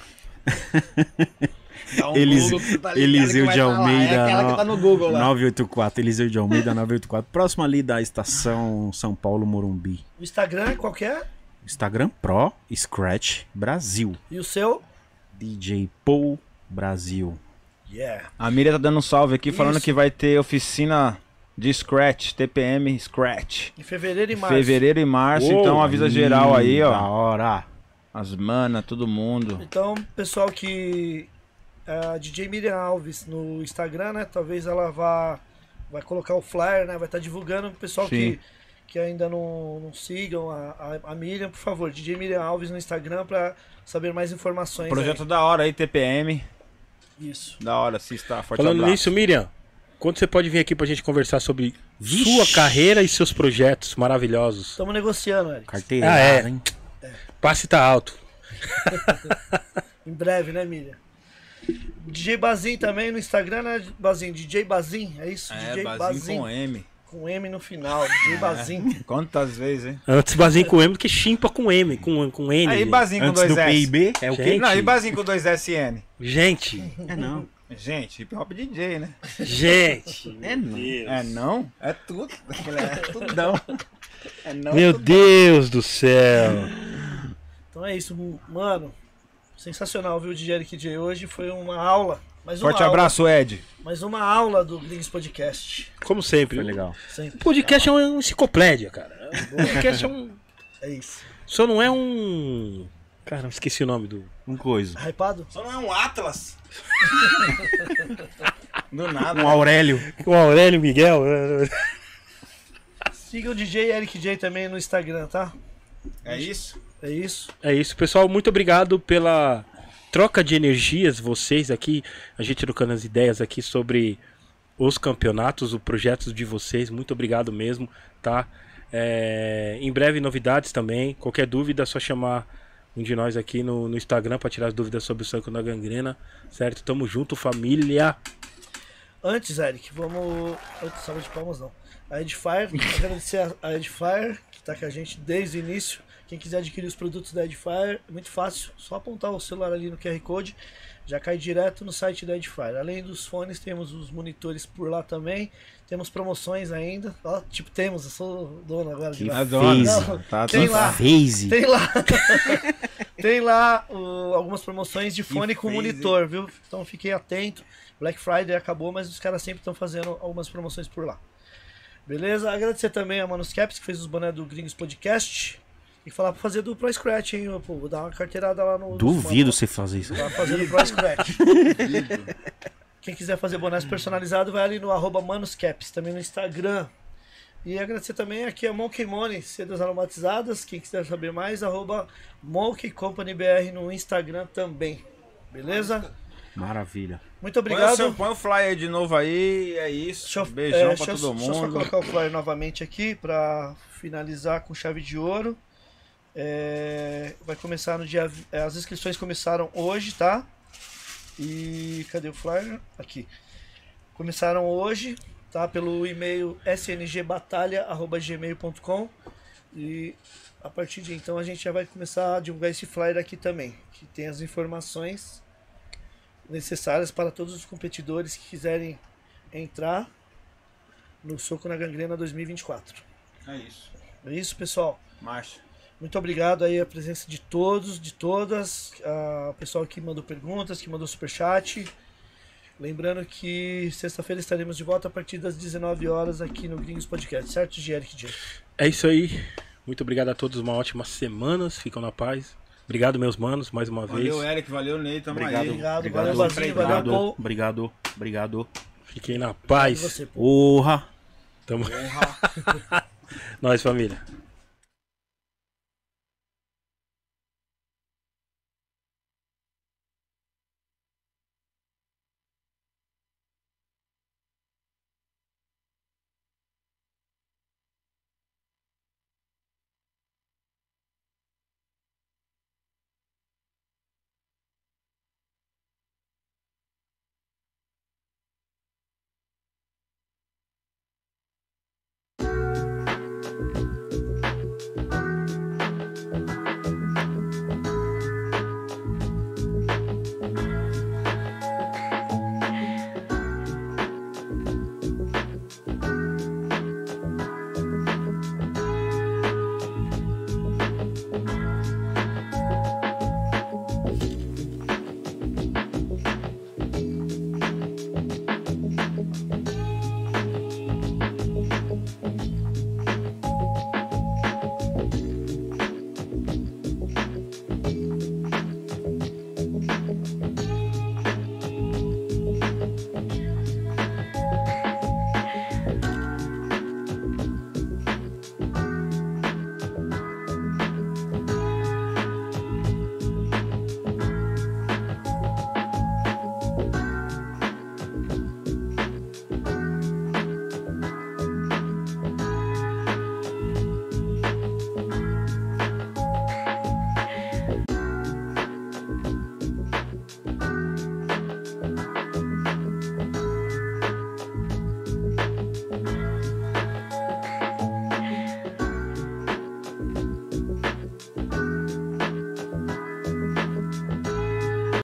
Speaker 4: Dá um
Speaker 3: Elis-
Speaker 4: Google que tu tá ligado
Speaker 3: Eliseu
Speaker 4: que vai
Speaker 3: de
Speaker 4: tá lá,
Speaker 3: Almeida,
Speaker 4: É aquela que tá no Google lá.
Speaker 3: 984, Eliseu de Almeida 984. Próximo ali da estação São Paulo Morumbi.
Speaker 1: O Instagram, é? qualquer.
Speaker 3: Instagram Pro Scratch Brasil.
Speaker 1: E o seu?
Speaker 3: DJ Paul Brasil.
Speaker 1: Yeah.
Speaker 5: A Miriam tá dando um salve aqui falando
Speaker 1: Isso.
Speaker 5: que vai ter oficina de Scratch, TPM Scratch.
Speaker 1: Em fevereiro e março.
Speaker 5: Fevereiro e março,
Speaker 2: Uou,
Speaker 5: então avisa geral aí,
Speaker 3: Hum, Da
Speaker 5: ó.
Speaker 3: hora.
Speaker 5: As manas, todo mundo.
Speaker 1: Então, pessoal que. A DJ Miriam Alves no Instagram, né? Talvez ela vá. Vai colocar o flyer, né? Vai estar divulgando. Pessoal
Speaker 5: Sim.
Speaker 1: que, que ainda não, não sigam a, a, a Miriam, por favor, DJ Miriam Alves no Instagram pra saber mais informações.
Speaker 4: é.
Speaker 5: Projeto da hora aí, TPM.
Speaker 1: aí. Isso.
Speaker 5: Da hora, se está forte
Speaker 2: Falando
Speaker 5: abraço.
Speaker 2: nisso, Miriam, quando você pode vir aqui pra gente conversar sobre sua carreira e seus projetos maravilhosos?
Speaker 1: Estamos negociando, Eric.
Speaker 3: Carteira,
Speaker 2: Ah, é.
Speaker 3: hein?
Speaker 2: Passe tá alto.
Speaker 1: Em breve, né, Miriam? DJ Bazin também no Instagram, né? Bazin, DJ Bazin, é isso?
Speaker 5: É,
Speaker 1: DJ
Speaker 5: Bazin com M. É.
Speaker 1: com M no final, DJ Bazin.
Speaker 5: Quantas vezes, hein?
Speaker 2: Antes Bazinho com M do que chimpa com M, com, com N. né?
Speaker 5: Aí, Bazin com
Speaker 3: Antes
Speaker 5: dois
Speaker 3: do
Speaker 5: S.
Speaker 3: PIB, é o quê?
Speaker 2: Gente.
Speaker 5: Não, e Bazin com dois SN.
Speaker 2: Gente,
Speaker 3: É não.
Speaker 5: Gente, hip hop DJ, né?
Speaker 2: gente.
Speaker 5: É não. É não? É tudo. (laughs) É tudão. É não.
Speaker 2: Meu Deus do céu.
Speaker 1: Então é isso, mano. Sensacional, viu, DJ Eric J hoje. Foi uma aula. Mais uma
Speaker 5: um Forte
Speaker 1: aula,
Speaker 5: abraço, Ed.
Speaker 1: Mais uma aula do Gringos Podcast.
Speaker 2: Como sempre.
Speaker 3: Foi legal.
Speaker 1: Sempre.
Speaker 2: Podcast é uma enciclopédia, cara. Podcast é um.
Speaker 1: É isso.
Speaker 2: Só não é um. Cara, esqueci o nome do.
Speaker 3: Um coisa.
Speaker 1: Tá Hypado?
Speaker 4: Só não é um Atlas.
Speaker 5: (laughs) Do nada.
Speaker 3: Um Aurélio.
Speaker 2: O Aurélio Miguel. é,
Speaker 1: Siga o DJ Eric J também no Instagram, tá?
Speaker 4: É isso?
Speaker 1: É isso.
Speaker 2: É isso, pessoal. Muito obrigado pela troca de energias, vocês aqui. A gente trocando as ideias aqui sobre os campeonatos, o projeto de vocês. Muito obrigado mesmo, tá? É, em breve, novidades também. Qualquer dúvida, é só chamar um de nós aqui no, no Instagram para tirar as dúvidas sobre o Sanco na Gangrena, certo? Tamo junto, família.
Speaker 1: Antes, Eric, vamos. Antes, salva de palmas não. A Edifier, agradecer a- a Edifier, que tá com a gente desde o início. Quem quiser adquirir os produtos da Edifier, é muito fácil, só apontar o celular ali no QR Code, já cai direto no site da Edifier. Além dos fones, temos os monitores por lá também. Temos promoções ainda. Ó, tipo, temos, eu sou dono agora de
Speaker 3: Que
Speaker 1: lá.
Speaker 3: fez,
Speaker 1: Não,
Speaker 3: mano.
Speaker 5: Tá
Speaker 1: Tem
Speaker 5: tudo-
Speaker 1: lá.
Speaker 3: Phase.
Speaker 1: Tem lá. (laughs) tem lá o- algumas promoções de fone com
Speaker 4: fez,
Speaker 1: monitor, viu? Então fiquei atento. Black Friday acabou, mas os caras sempre estão fazendo algumas promoções por lá. Beleza? Agradecer também a Manuscaps, que fez os bonés do Gringos Podcast. E falar pra fazer do Pro Scratch, hein, meu povo? Dar uma carteirada lá no. no
Speaker 3: Duvido
Speaker 1: fone,
Speaker 3: você fazer isso.
Speaker 1: ó. Tá fazendo Pro Scratch. Quem quiser fazer bonés personalizado, vai ali no arroba Manuscaps, também no Instagram. E agradecer também aqui a Monkey Money, sedas aromatizadas. Quem quiser saber mais, arroba Monkey Company BR no Instagram também. Beleza?
Speaker 3: Maravilha.
Speaker 1: Muito
Speaker 5: Põe o,
Speaker 1: obrigado.
Speaker 5: seu, põe o flyer de novo aí, é isso.
Speaker 1: Deixa eu- é,
Speaker 5: Beijão pra
Speaker 1: deixa eu-
Speaker 5: todo
Speaker 1: Deixa eu só
Speaker 5: mundo.
Speaker 1: colocar o flyer novamente aqui para finalizar com chave de ouro. É, vai começar no dia. vi- é, As inscrições começaram hoje, tá? E cadê o flyer? Aqui. Começaram hoje, tá? Pelo e-mail sngbatalha.gmail.com. E a partir de então a gente já vai começar a divulgar esse flyer aqui também, que tem as informações necessárias para todos os competidores que quiserem entrar no Soco na Gangrena 2024.
Speaker 4: É isso.
Speaker 1: É isso, pessoal.
Speaker 4: Marcha.
Speaker 1: Muito obrigado aí a presença de todos, de todas, ah, o pessoal que mandou perguntas, que mandou superchat. Lembrando que sexta-feira estaremos de volta a partir das 19 horas aqui no Gringos Podcast, certo, de Eric J?
Speaker 2: É isso aí. Muito obrigado a todos. Uma ótima semana. Ficam na paz. Obrigado, meus manos, mais uma vez.
Speaker 4: Valeu, é. Eric. Valeu, Ney. Tamo aí.
Speaker 1: Obrigado, valeu, Vazinho, valeu,
Speaker 3: obrigado,
Speaker 1: Paul.
Speaker 3: obrigado, obrigado.
Speaker 2: Fiquem na
Speaker 1: E
Speaker 2: paz.
Speaker 1: você, pô?
Speaker 3: Porra.
Speaker 2: Tamo... (laughs) Nós, família.